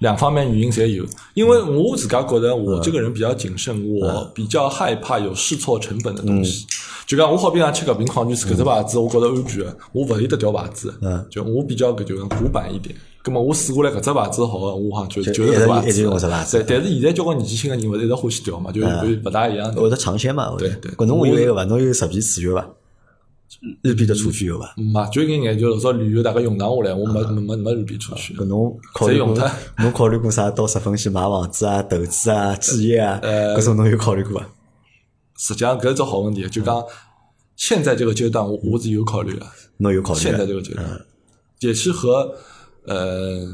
Speaker 2: 两方面原因侪有。因为我自家觉着我这个人比较谨慎，我比较害怕有试错成本的东
Speaker 1: 嗯
Speaker 2: 西。就讲我好比讲吃搿瓶矿泉水，搿只牌子我觉着安全，我勿会得调牌子。
Speaker 1: 嗯
Speaker 2: 就我比较搿就讲古板一点。葛末我试过来搿只牌子好个，我好像就
Speaker 1: 就
Speaker 2: 就
Speaker 1: 一
Speaker 2: 是
Speaker 1: 直
Speaker 2: 搿牌
Speaker 1: 一直用搿只
Speaker 2: 子
Speaker 1: 牌子
Speaker 2: 对，但是现在交关年纪轻个人勿是一直欢喜调嘛，就
Speaker 1: 嗯
Speaker 2: 就勿大一样。
Speaker 1: 会得尝鲜嘛？
Speaker 2: 对对
Speaker 1: 搿侬会有一个伐？侬有日币储蓄伐？日币的储蓄有伐？
Speaker 2: 嘛，就搿眼就老早旅游大概用堂下来，我没
Speaker 1: 嗯
Speaker 2: 没没没日币出去
Speaker 1: 搿。侬考虑
Speaker 2: 侪用
Speaker 1: 过
Speaker 2: 脱？
Speaker 1: 侬考虑过啥？到日本去买房子啊、投资啊、置业啊，
Speaker 2: 呃
Speaker 1: 搿种侬有考虑过伐？
Speaker 2: 实际上搿是只好问题，就
Speaker 1: 嗯
Speaker 2: 讲现在这个阶段，我我是有考虑的。
Speaker 1: 侬有考虑啊？
Speaker 2: 现在这个阶段，也是和呃，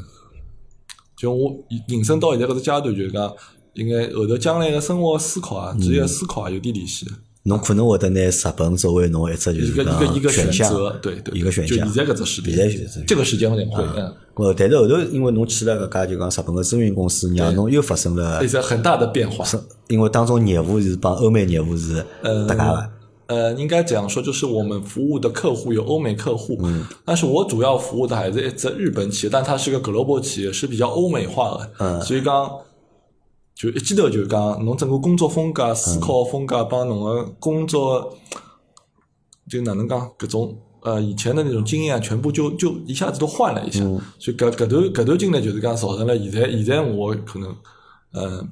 Speaker 2: 就我引申到现在搿只阶段，就是讲应该后头将来个生活思考啊、职业思考啊有点联系的。
Speaker 1: 侬可能会得拿日本作为侬一只就
Speaker 2: 一
Speaker 1: 是
Speaker 2: 个一个一个
Speaker 1: 讲
Speaker 2: 选
Speaker 1: 啊项
Speaker 2: 择，对对，
Speaker 1: 一个选
Speaker 2: 就
Speaker 1: 项。
Speaker 2: 现在搿只时
Speaker 1: 现在
Speaker 2: 间，
Speaker 1: 就是这个
Speaker 2: 这个时间点会，嗯，
Speaker 1: 呃，但是后头因为侬去了搿家就讲日本个咨询公司，让侬又发生了
Speaker 2: 一，只很大的变化。
Speaker 1: 因为当中业务是帮欧美业务是搭嘎个，
Speaker 2: 呃，应该讲说，就是我们服务的客户有欧美客户，嗯，但是我主要服务的还是一只日本企业，但它是个 global 企业，是比较欧美化的，嗯，所以讲就一记头就讲，侬整个工作风格、啊思考风格帮侬个工作，就哪能讲搿种呃以前的那种经验，全部就就一下子都换了一下，所以搿搿段搿段经历就是讲造成了现在现在我可能，呃，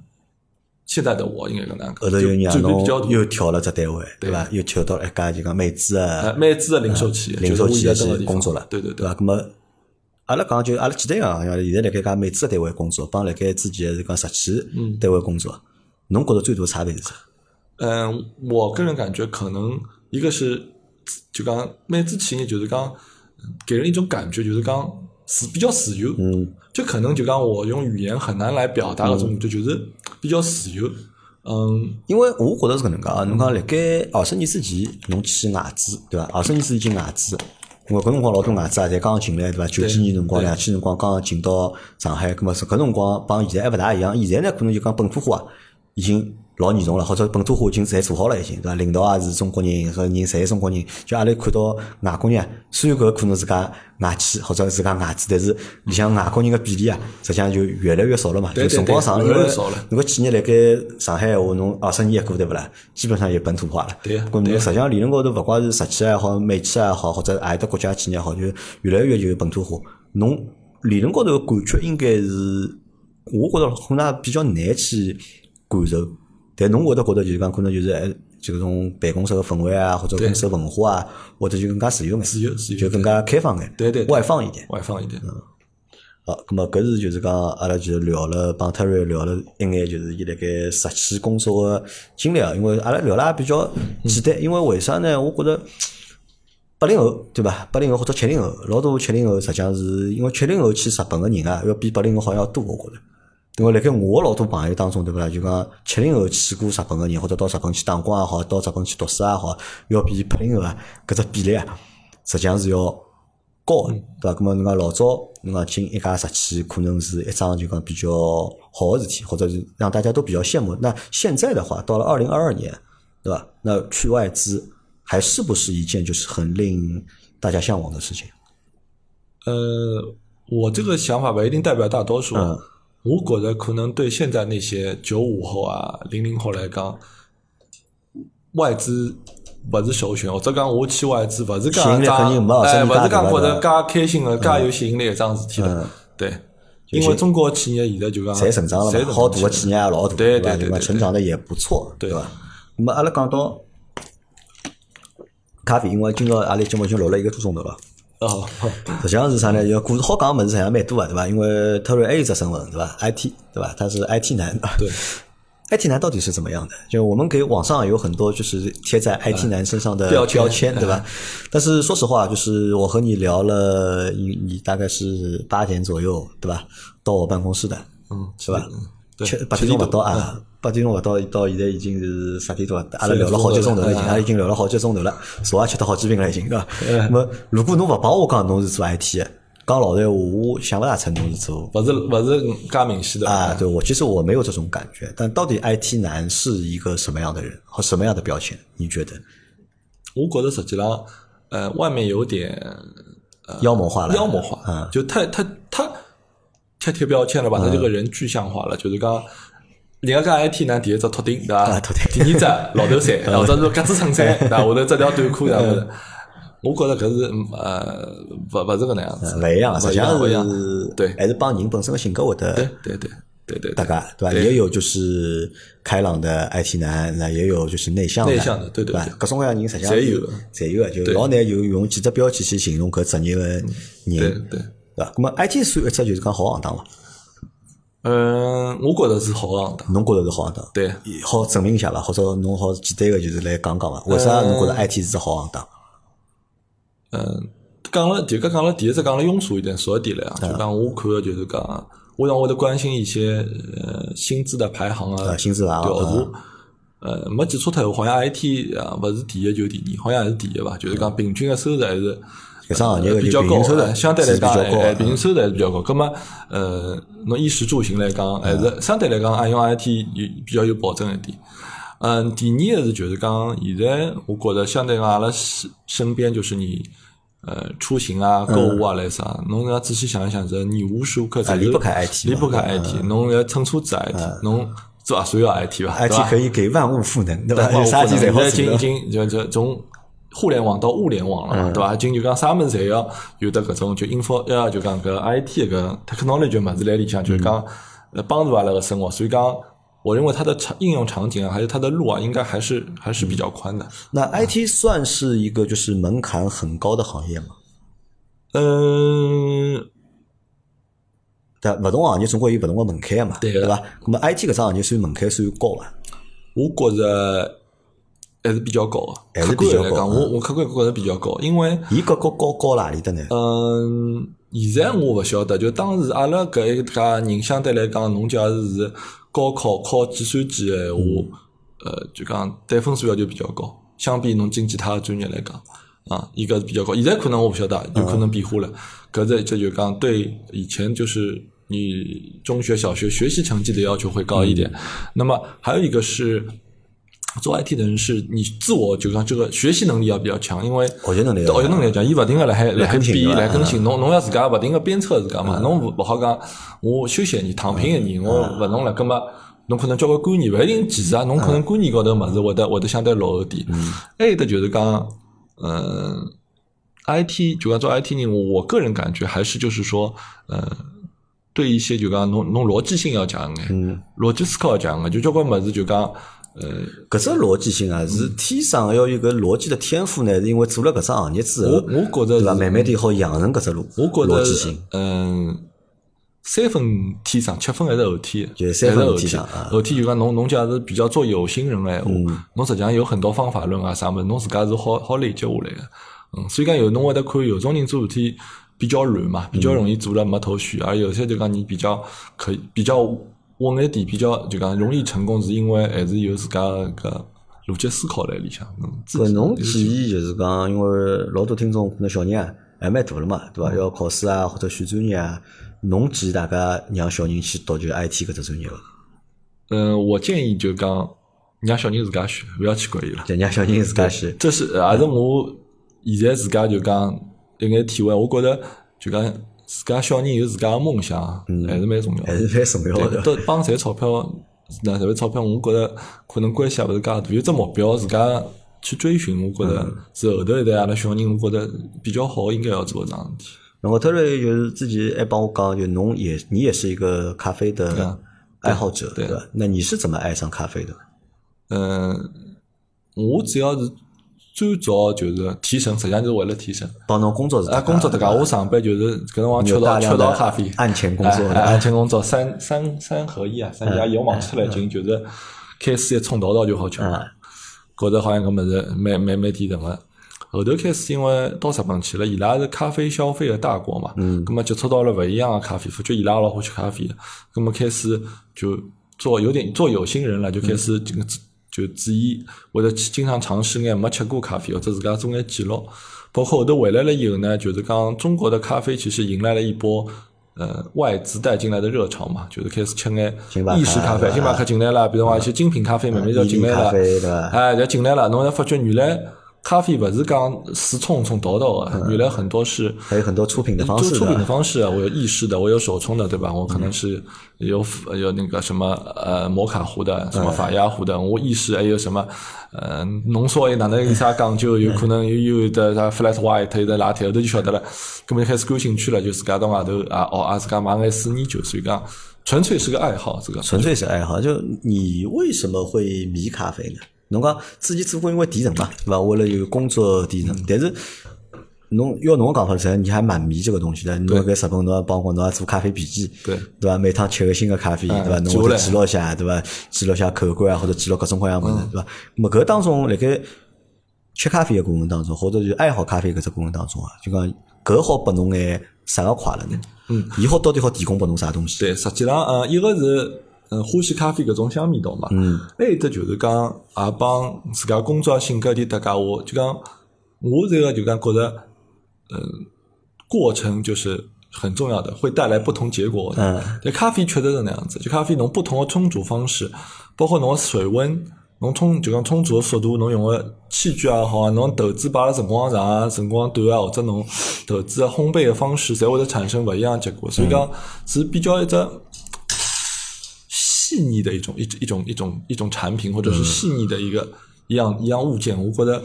Speaker 2: 现在的我应该搿能
Speaker 1: 后头又让
Speaker 2: 讲，就就比较
Speaker 1: 侬
Speaker 2: 大。
Speaker 1: 又跳了只单位，对
Speaker 2: 对
Speaker 1: 伐？又跳到一家就讲美资啊
Speaker 2: 呃，
Speaker 1: 个
Speaker 2: 美资的零售企业，
Speaker 1: 零售企业
Speaker 2: 就是我现
Speaker 1: 去
Speaker 2: 在这个地方
Speaker 1: 工作了，
Speaker 2: 对对
Speaker 1: 对
Speaker 2: 对
Speaker 1: 伐？，那么阿拉讲就阿拉简单讲，现在辣盖家美资个单位工作，帮辣盖之前是讲实体单位工作，侬觉着最大的差别是啥？
Speaker 2: 嗯，我个人感觉可能一个是就讲美资企业就是讲给人一种感觉就是讲自比较自由，嗯，就可能就讲我用语言很难来表达搿
Speaker 1: 嗯
Speaker 2: 种感觉，就是比较自由，嗯，
Speaker 1: 因为我觉着是搿能介啊，侬讲辣盖二十年之前，侬去外资对伐？二十年之前进外资，我搿辰光老多外资啊，侪刚刚进来对伐？九几年辰光、两千年辰光刚刚进到上海，葛末是搿辰光帮现在还勿大一样。现在呢，可能就讲本土化已经老严重了，或者本土化已经侪做好了已经对伐？领导也是中国人，所以人侪是中国人。就阿拉看到外国人啊，虽然搿可能是家外企或者是家外资，但是里向外国人个比例啊，实际上就越来越少了嘛。
Speaker 2: 对
Speaker 1: 就
Speaker 2: 对
Speaker 1: 辰光长了，因
Speaker 2: 对
Speaker 1: 为
Speaker 2: 越来越少了
Speaker 1: 侬个企业辣盖上海闲话，侬二十年一过对勿啦？基本上也本土化了。
Speaker 2: 对呀
Speaker 1: 咾
Speaker 2: 对啊
Speaker 1: 侬
Speaker 2: 呀
Speaker 1: 实际上理论高头，勿管是实体也好，美企也好，或者阿里搭国家企业也好，就越来越就本土化。侬理论高头个感觉应该是，我觉着可能也比较难去感受。但侬会得觉得就是讲，可能就是哎，就搿种办公室个氛围啊，或者公司的文化啊，或者就更加自由眼，
Speaker 2: 自由自由
Speaker 1: 就更加开放眼，
Speaker 2: 对对对
Speaker 1: 外放一点。
Speaker 2: 外放一点，
Speaker 1: 好，咁么搿是就是讲，阿拉就是聊了帮 Terry 聊了一眼，就是伊辣盖实际工作个经历啊，因为阿拉聊了也比较简单，因为为啥呢？我觉着八零后对伐？八零后或者七零后，老多七零后实际上是因为七零后去日本个人啊，要比八零后好像要多，我觉着。因为辣盖我老多朋友当中，对勿啦？就讲七零后去过日本个人，或者到日本去打工也好，到日本去读书也好，要比八零后啊搿只比例啊，实际上是要高
Speaker 2: 嗯
Speaker 1: 个，对伐？咁么侬讲老早侬讲进一家实体，可能是一桩就讲比较好个事体，或者是让大家都比较羡慕。那现在的话，到了二零二二年，对吧？那去外资还是不是一件就是很令大家向往的事情？
Speaker 2: 呃，我这个想法吧，一定代表大多数。
Speaker 1: 嗯
Speaker 2: 我觉得可能对现在那些九五后啊、零零后来讲，外资不是首选。或者讲我去外资不是
Speaker 1: 吸
Speaker 2: 讲
Speaker 1: 引力肯定没
Speaker 2: 讲，
Speaker 1: 有
Speaker 2: 哎，
Speaker 1: 生意
Speaker 2: 不
Speaker 1: 大
Speaker 2: 是讲
Speaker 1: 对吧
Speaker 2: 觉得介开心的、介有吸引力一桩事体
Speaker 1: 嗯
Speaker 2: 的。对，因为中国企业现在就讲
Speaker 1: 侪成长了
Speaker 2: 啊侪
Speaker 1: 嘛，好大个企业也老大，
Speaker 2: 对
Speaker 1: 吧？
Speaker 2: 对对
Speaker 1: 吧？
Speaker 2: 对
Speaker 1: 成长的也不错，
Speaker 2: 对
Speaker 1: 吧？那么阿拉讲到咖啡，因为今朝阿拉节目已经录了一个多钟头了。
Speaker 2: 哦，
Speaker 1: 实际上是啥呢？要故事好讲的物事实际上蛮多啊，对伐？因为特瑞还有一只身份，对伐？IT，对伐？他是 IT 男，
Speaker 2: 对。
Speaker 1: IT 男到底是怎么样的？就我们给网上有很多就是贴在 IT 男身上的
Speaker 2: 嗯标签嗯
Speaker 1: 标签，对吧？但是说实话，就是我和你聊了，你你大概是八点左右，对吧？到我办公室的，
Speaker 2: 嗯，
Speaker 1: 是吧？
Speaker 2: 对
Speaker 1: 七，八
Speaker 2: 其
Speaker 1: 点
Speaker 2: 实
Speaker 1: 钟勿
Speaker 2: 都
Speaker 1: 到啊，八点钟勿到，到现在已经是十点多了，阿拉聊了好几个钟头了，已经，
Speaker 2: 嗯
Speaker 1: 阿拉已经聊了好几个钟头了，茶也吃脱好几瓶了，已经，对吧？那么如果侬勿帮我讲侬是做 IT 的，讲老实闲话，我想勿大出侬是做
Speaker 2: 不是不是加明显的
Speaker 1: 啊，对我其实我没有这种感觉，但到底 IT 男是一个什么样的人和什么样的标签？你觉得
Speaker 2: 我觉得实际上，呃，外面有点
Speaker 1: 妖魔化了？
Speaker 2: 呃妖魔化，
Speaker 1: 啊，
Speaker 2: 就太太太太贴标签了，
Speaker 1: 嗯
Speaker 2: 把他这个人具象化了，就是讲。人家讲 IT 呢，第一只秃顶对伐
Speaker 1: 啊秃？顶嗯
Speaker 2: 第二只老头衫，或者是格子衬 衫，对伐？下头这条短裤，然后我觉着搿是嗯呃，勿勿是搿能样子，
Speaker 1: 嗯勿一样，呃啊实
Speaker 2: 勿一
Speaker 1: 际上
Speaker 2: 样，勿一样
Speaker 1: 是，哎
Speaker 2: 对
Speaker 1: 还是帮人本身的性格会
Speaker 2: 对
Speaker 1: 得
Speaker 2: 对对对对
Speaker 1: 搭
Speaker 2: 对，
Speaker 1: 嘎，对吧？
Speaker 2: 对
Speaker 1: 也有就是开朗的 IT 男，那也有就是内向
Speaker 2: 内向的对对
Speaker 1: 吧
Speaker 2: 对
Speaker 1: 各种各样的人实际上
Speaker 2: 侪有
Speaker 1: 侪有啊，就老难有用几只标签去形容搿职业的人，
Speaker 2: 对
Speaker 1: 对
Speaker 2: 嗯对。
Speaker 1: 吧？那么 IT 算一只就是讲好行当伐？
Speaker 2: 嗯，我觉着是好行当，
Speaker 1: 侬觉着是好行当？
Speaker 2: 对，呃
Speaker 1: 好证明一下伐？或者侬好简单个就是来讲讲伐？为啥侬觉着 IT 是只好行当？
Speaker 2: 嗯，讲了，就刚讲了，第一只讲了庸俗一点，俗一点了呀。就讲我看的就是讲，我让我得关心一些呃薪资的排行啊
Speaker 1: 呃，，薪资啊，
Speaker 2: 对，哦后
Speaker 1: 嗯
Speaker 2: 头呃没记错脱，好像 IT 啊勿是第一就第二，好像还是第一吧，就是讲平均的收入还是。
Speaker 1: 搿种行业啊
Speaker 2: 呃
Speaker 1: 个
Speaker 2: 比较
Speaker 1: 平
Speaker 2: 高
Speaker 1: 均收，入
Speaker 2: 呃相对
Speaker 1: 是
Speaker 2: 来
Speaker 1: 比
Speaker 2: 讲，
Speaker 1: 较高啊嗯
Speaker 2: 哎
Speaker 1: 的
Speaker 2: 哎，平均收入还是比较高。葛么，呃，侬衣食住行来讲，还
Speaker 1: 嗯
Speaker 2: 是相对来讲，啊用 IT 有比较有保证一点。嗯，第二个是就是讲，现在我觉着相对讲阿拉身身边就是你。呃，出行啊，购物啊，来啥？侬要仔细想一想，这你无时无刻
Speaker 1: 嗯啊
Speaker 2: 才
Speaker 1: 离不开 IT
Speaker 2: 离
Speaker 1: 嘛嗯
Speaker 2: 不开 IT。侬要乘车子 IT，侬做核酸要 IT 吧对
Speaker 1: ，IT
Speaker 2: 吧
Speaker 1: 可以给万物赋能，对伐？
Speaker 2: 对
Speaker 1: 有啥事体侪好
Speaker 2: 已经已
Speaker 1: 做。
Speaker 2: 经就就从互联网到物联网
Speaker 1: 嗯
Speaker 2: 了嘛，对伐？已经就讲啥物事侪要有得搿种就 info，呃，就讲搿 IT 搿 technology 物事来里向，就是讲
Speaker 1: 嗯
Speaker 2: 呃帮助阿拉个生活。所以讲，我认为它的场应用场景啊，还有它的路啊，应该还是还是比较宽的。
Speaker 1: 那 IT 算是一个就是门槛很高的行业嘛？
Speaker 2: 嗯，
Speaker 1: 但勿同行业总归有勿同个门槛嘛，
Speaker 2: 对
Speaker 1: 对
Speaker 2: 个
Speaker 1: 伐？那么 IT 搿只行业算门槛算高伐？
Speaker 2: 我觉着还是比较高的，
Speaker 1: 还是比
Speaker 2: 客观
Speaker 1: 较
Speaker 2: 地
Speaker 1: 高
Speaker 2: 来讲，
Speaker 1: 嗯
Speaker 2: 我我客观地觉着比较高，因为。
Speaker 1: 伊搿高高高辣何里搭呢？
Speaker 2: 嗯，现在我勿晓得，就当时阿拉搿一家人相对来讲，侬假如是高考考计算机个闲话，呃，就讲对分数要求比较高，相比侬进其他个专业来讲，啊，伊搿是比较高。现在可能我勿晓得，有可能变化了。搿只这就讲对以前就是你中学、小学学习成绩的要求会高一点。那么还有一个是。做 IT 的人是你自我就讲这个学习能力要比较强，因为
Speaker 1: 学习能力要
Speaker 2: 学习能力要强，伊勿停个辣海辣海
Speaker 1: 更新
Speaker 2: 比
Speaker 1: 对吧
Speaker 2: 来更新，侬侬要自家勿停个鞭策自家嘛，侬勿勿好讲我休息一年躺平一年，我勿弄了，葛末侬可能交关观念勿一定技术啊，侬可能观念高头物事会得会得相对落后点。还有一个就是讲，嗯，IT 就讲做 IT 人，我我个人感觉还是就是说，呃。对一些就讲侬侬逻辑性要强一眼，逻辑思考要强一眼，就交关物事就讲，呃，
Speaker 1: 搿只逻辑性啊，是天生要有搿逻辑的天赋呢，是因为做了搿只行业之后，
Speaker 2: 我我觉着
Speaker 1: 对伐？
Speaker 2: 是
Speaker 1: 慢慢地好养成搿只路，
Speaker 2: 我觉
Speaker 1: 逻
Speaker 2: 得
Speaker 1: 辑性。，
Speaker 2: 嗯，三分天上，七分还是后天，
Speaker 1: 就是三
Speaker 2: 还是
Speaker 1: 分
Speaker 2: 后
Speaker 1: 天
Speaker 2: 天
Speaker 1: 上啊。嗯
Speaker 2: 后天就讲侬侬假如比较做有心人个闲话，啊侬实际上有很多方法论啊啥物事，侬自家是好好累积下来个。嗯，所以讲有侬会得看有种人做事体比较乱
Speaker 1: 嗯
Speaker 2: 嘛，比较容易做了没头绪，而有些就讲你比较可以比较稳一点，比较就讲容易成功，是因为还是有自家个逻辑思考在里向。嗯，自
Speaker 1: 搿
Speaker 2: 己
Speaker 1: 侬建议就是讲，因为老多听众可能小人啊还蛮大了嘛，对伐？
Speaker 2: 嗯
Speaker 1: 要考试啊或者选专业啊，侬建议大家让小人去读就是 IT 搿只专业伐？
Speaker 2: 嗯，我建议就讲让小人自家选，勿要去管伊了。
Speaker 1: 就让小人自家去
Speaker 2: 这是呃也是我现在自家就讲有眼体会，我觉着就讲自家小人有自家个梦想，啊还是蛮重要
Speaker 1: 嗯还
Speaker 2: 的。
Speaker 1: 是蛮重要
Speaker 2: 对
Speaker 1: 的。
Speaker 2: 都帮赚钞票，那赚钞票，我觉着可能关系也勿是介大，有只目标自家去追寻，我觉
Speaker 1: 嗯
Speaker 2: 着是后头一代阿拉小人，我觉着比较好，应该要做桩事体。
Speaker 1: 然后特瑞就是之前还帮我讲，就侬也你也是一个咖啡的
Speaker 2: 啊
Speaker 1: 爱好者，对
Speaker 2: 对
Speaker 1: 吧？那你是怎么爱上咖啡的？
Speaker 2: 嗯，我主要是最早就是提神，实际上就是为了提神。
Speaker 1: 帮侬工作是
Speaker 2: 啊，工作
Speaker 1: 的
Speaker 2: 迭个，我上班就是搿辰光
Speaker 1: 你
Speaker 2: 吃
Speaker 1: 有大
Speaker 2: 到
Speaker 1: 量
Speaker 2: 吃到
Speaker 1: 的
Speaker 2: 咖啡，
Speaker 1: 案前工作 嗯
Speaker 2: 哎哎案前工作三三三合一啊，三加一，我忘记了，已经就是开始一冲道道就好吃
Speaker 1: 啊
Speaker 2: 了，觉着好像搿物事蛮蛮蛮甜个。后头开始，因为到日本去了，伊拉是咖啡消费个大国嘛，嗯，葛么接触到了勿一样个咖啡，发觉伊拉也老
Speaker 1: 嗯
Speaker 2: 欢喜咖啡的，葛么开始就做有点做有心人了，就开始这个自就注意或者去经常尝试眼没吃过咖啡，或者自家做眼记录。包括后头回来了以后呢，就是讲中国的咖啡其实迎来了一波呃外资带进来的热潮嘛，就是开始吃眼
Speaker 1: 星巴克
Speaker 2: 意式咖啡，
Speaker 1: 啊
Speaker 2: 星巴克进来了，比如讲一些精品咖啡慢慢就进来
Speaker 1: 咖
Speaker 2: 了，
Speaker 1: 啡对伐？
Speaker 2: 哎，就进来了，侬才发觉原来咖啡勿是讲死冲冲倒倒的，原来很多是。
Speaker 1: 还有很多出品嗯的嗯方
Speaker 2: 就
Speaker 1: 式
Speaker 2: 出
Speaker 1: 对
Speaker 2: 品的
Speaker 1: 伐？
Speaker 2: 方式啊，我有意式的，我有手冲的，对吧？我可能是有有那个什么呃摩卡壶的，
Speaker 1: 嗯
Speaker 2: 什么法压壶的，我意式还有什么呃浓缩也哪能有啥讲究？有可能有有的啥 flat white 有的 latte，后头就晓得了，根本就开始感兴趣了，就自家到外头啊哦啊自家买眼书研究，所以讲纯粹是个爱好，这个
Speaker 1: 纯粹是爱好。就你为什么会迷咖啡呢？侬讲之前只不过因为提成嘛，对伐？为了有工作提
Speaker 2: 嗯
Speaker 1: 成，但是侬要侬讲法实，你还蛮迷这个东西的。侬在日本，侬要帮我，侬要做咖啡笔记，
Speaker 2: 对
Speaker 1: 对伐？每趟吃个新的咖啡，对伐？
Speaker 2: 嗯
Speaker 1: 侬
Speaker 2: 记下
Speaker 1: 会
Speaker 2: 来
Speaker 1: 记录一下，对伐？记录一下口感啊，或者记录各种各样物事，
Speaker 2: 嗯
Speaker 1: 对伐？那么搿当中，辣盖吃咖啡的过程当中，或者就是爱好咖啡搿只过程当中啊，就讲搿好拨侬眼啥个快乐呢？嗯，以后到底好提供拨侬啥东西？
Speaker 2: 对，实际上，呃，一个是，呃，欢喜咖啡搿种香味道嘛。嗯。另一只就是讲，也帮自家工作性格有点搭界话，就讲，我这个就讲觉着，呃，过程就是很重要的，会带来不同结果的。
Speaker 1: 嗯。
Speaker 2: 但咖啡确实是那样子，就咖啡侬不同的冲煮方式，包括侬的水温。侬冲就讲冲煮的速度，侬用个器具也好啊，侬豆子摆了辰光长啊、辰光短啊，或者侬豆子的烘焙的方式，侪会得产生勿一样的结果。所以讲是比较一只细腻的一种一一种一种一种产品，或者是细腻的一个一样一样物件，我觉得。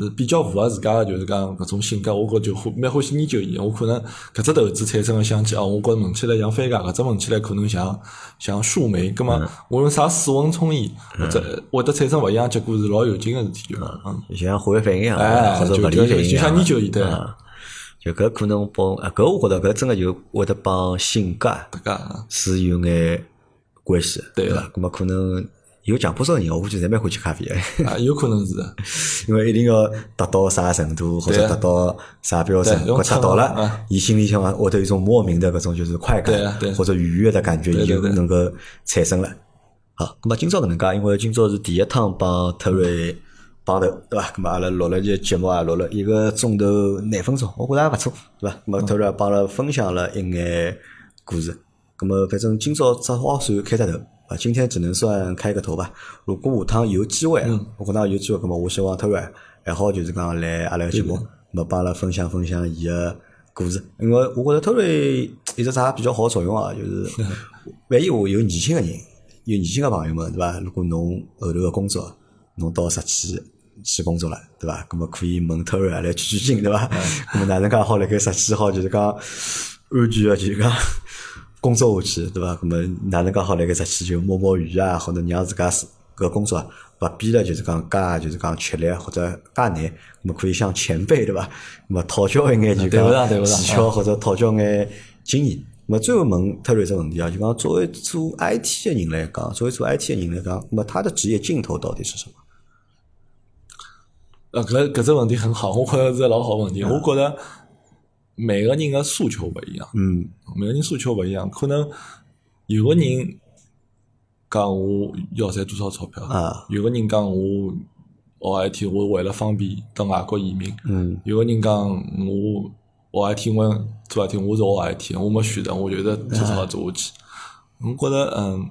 Speaker 2: 呃比较符合自家的就是讲搿种性格，我觉就欢蛮欢喜研究伊。我可能搿只豆子产生个香气哦，我觉着闻起来像番茄，搿只闻起来可能像像树莓。葛么我用啥水温冲伊，或者会得产生勿一样的结果是老有劲个事体，就讲嗯，
Speaker 1: 就像化学反应一样，
Speaker 2: 哎
Speaker 1: 或者
Speaker 2: 就
Speaker 1: 物理
Speaker 2: 就
Speaker 1: 反应一
Speaker 2: 就像
Speaker 1: 样
Speaker 2: 研究伊对
Speaker 1: 啊就搿可能帮啊，搿我觉得搿真个就会得帮性格啊
Speaker 2: 大家
Speaker 1: 是有眼关系的，
Speaker 2: 对
Speaker 1: 对
Speaker 2: 的
Speaker 1: 伐？搿么可能有强迫症的人，我估计侪蛮欢喜咖啡的，
Speaker 2: 啊，有可能是的。
Speaker 1: 因为一定要达到啥程度或
Speaker 2: 对
Speaker 1: 者
Speaker 2: 啊
Speaker 1: 达到啥标准，
Speaker 2: 对用
Speaker 1: 搿达到
Speaker 2: 秤啊
Speaker 1: 了，伊心里向会得有一种莫名的搿种就是快
Speaker 2: 对啊
Speaker 1: 感
Speaker 2: 对啊
Speaker 1: 或者愉悦的感觉，
Speaker 2: 对
Speaker 1: 伊
Speaker 2: 对
Speaker 1: 就
Speaker 2: 对
Speaker 1: 能够产生了。好，咁么今朝搿能介，因为今朝是第一趟帮特瑞帮头，对伐？咁么阿拉录了这节目啊，录了一个钟头廿分钟，我觉着也勿错，对伐？咁么特瑞也帮阿拉分享了一眼故事。咁么反正今朝只好算开只头，啊，今天只能算开个头吧。如果下趟有机会啊，我觉着有机会，咁么我希望特瑞还好就是讲来阿拉个节目，咁么帮阿拉分享分享伊个。故事，因为我觉得特瑞有只啥比较好的作用啊，就是万一我有年轻个人，有年轻个朋友们，对伐？如果侬后头个工作，侬到十七去工作了，对伐？咁么可以问特瑞啊来取取经，对伐？
Speaker 2: 嗯
Speaker 1: 咁么哪能介好辣盖十七好就是讲安全个就是讲。工作下去，对伐？咁么哪能介好辣盖十七就摸摸鱼啊，或者让自家是搿工作啊勿必了，就是讲介就是讲吃力或者介难，咁么可以向前辈对伐？咁么讨教一眼就
Speaker 2: 嗯对勿上对
Speaker 1: 讲
Speaker 2: 勿上
Speaker 1: 技巧或者讨教眼经验。咁么最后问特瑞只问题啊，就讲作为做 IT 的人来讲，作为做 IT 的人来讲，咁么他的职业尽头到底是什么？
Speaker 2: 呃，搿搿只问题很好， 我觉着是老好问题。我觉着每个人的诉求勿一样，
Speaker 1: 嗯
Speaker 2: 每个人诉求勿一样，可能有个人讲我要赚多少钞票，
Speaker 1: 啊
Speaker 2: 有个人讲我学 IT，我为了方便到外国移民，
Speaker 1: 嗯
Speaker 2: 有个人讲我学 IT，我做 IT，我是学 IT，我没选择，我觉得至少做下去。我觉得嗯，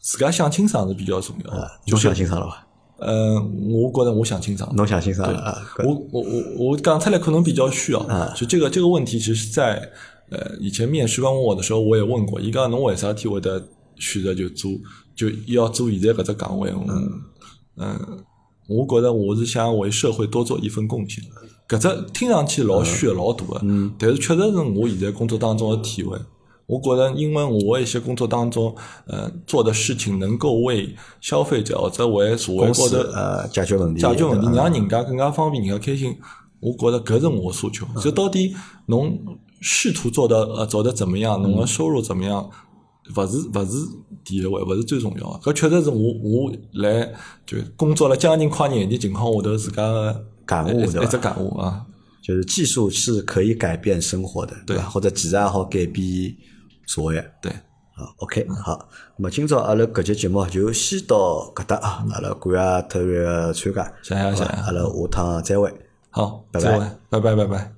Speaker 2: 自家想清爽是比较重要的
Speaker 1: 啊，。
Speaker 2: 就
Speaker 1: 侬
Speaker 2: 是
Speaker 1: 想清爽了伐？
Speaker 2: 嗯，我觉得我想清爽了。
Speaker 1: 侬想清爽了啊？搿
Speaker 2: 我我我我刚才来可能比较虚啊
Speaker 1: 啊，
Speaker 2: 就这个这个问题，其实在呃以前面试官问我的时候，我也问过，伊讲侬为啥体会得选择就做就要做现在搿只岗位？嗯嗯，我觉得我是想为社会多做一份贡献。搿只听上去老虚的
Speaker 1: 嗯
Speaker 2: 老大的，但是确实是我现在工作当中的体会。我觉得，因为我一些工作当中，呃，做的事情能够为消费者或者为社会
Speaker 1: 公
Speaker 2: 或
Speaker 1: 司
Speaker 2: 者
Speaker 1: 呃解决问题，
Speaker 2: 解决问题，
Speaker 1: 对伐
Speaker 2: 让人家更加方便，人家开心。我觉得搿是我的诉求。就到底侬试图做到呃做得怎么样，
Speaker 1: 嗯
Speaker 2: 侬的收入怎么样，勿是勿是第一位，勿是最重要的。搿确实是我我来就工作了将近快廿年情况下头自家的
Speaker 1: 感
Speaker 2: 一
Speaker 1: 悟对
Speaker 2: 一只
Speaker 1: 伐？
Speaker 2: 感悟啊。
Speaker 1: 就是技术是可以改变生活的，
Speaker 2: 对
Speaker 1: 吧？或者技术也好改变社会。
Speaker 2: 对，
Speaker 1: 啊，OK，好，
Speaker 2: 嗯
Speaker 1: 那么今朝阿拉搿节节目就先到搿搭啊，阿拉感谢特约参加，
Speaker 2: 谢谢
Speaker 1: 好
Speaker 2: 谢谢
Speaker 1: 伐阿拉下趟再会。
Speaker 2: 好，
Speaker 1: 拜拜
Speaker 2: 再会，拜拜拜拜。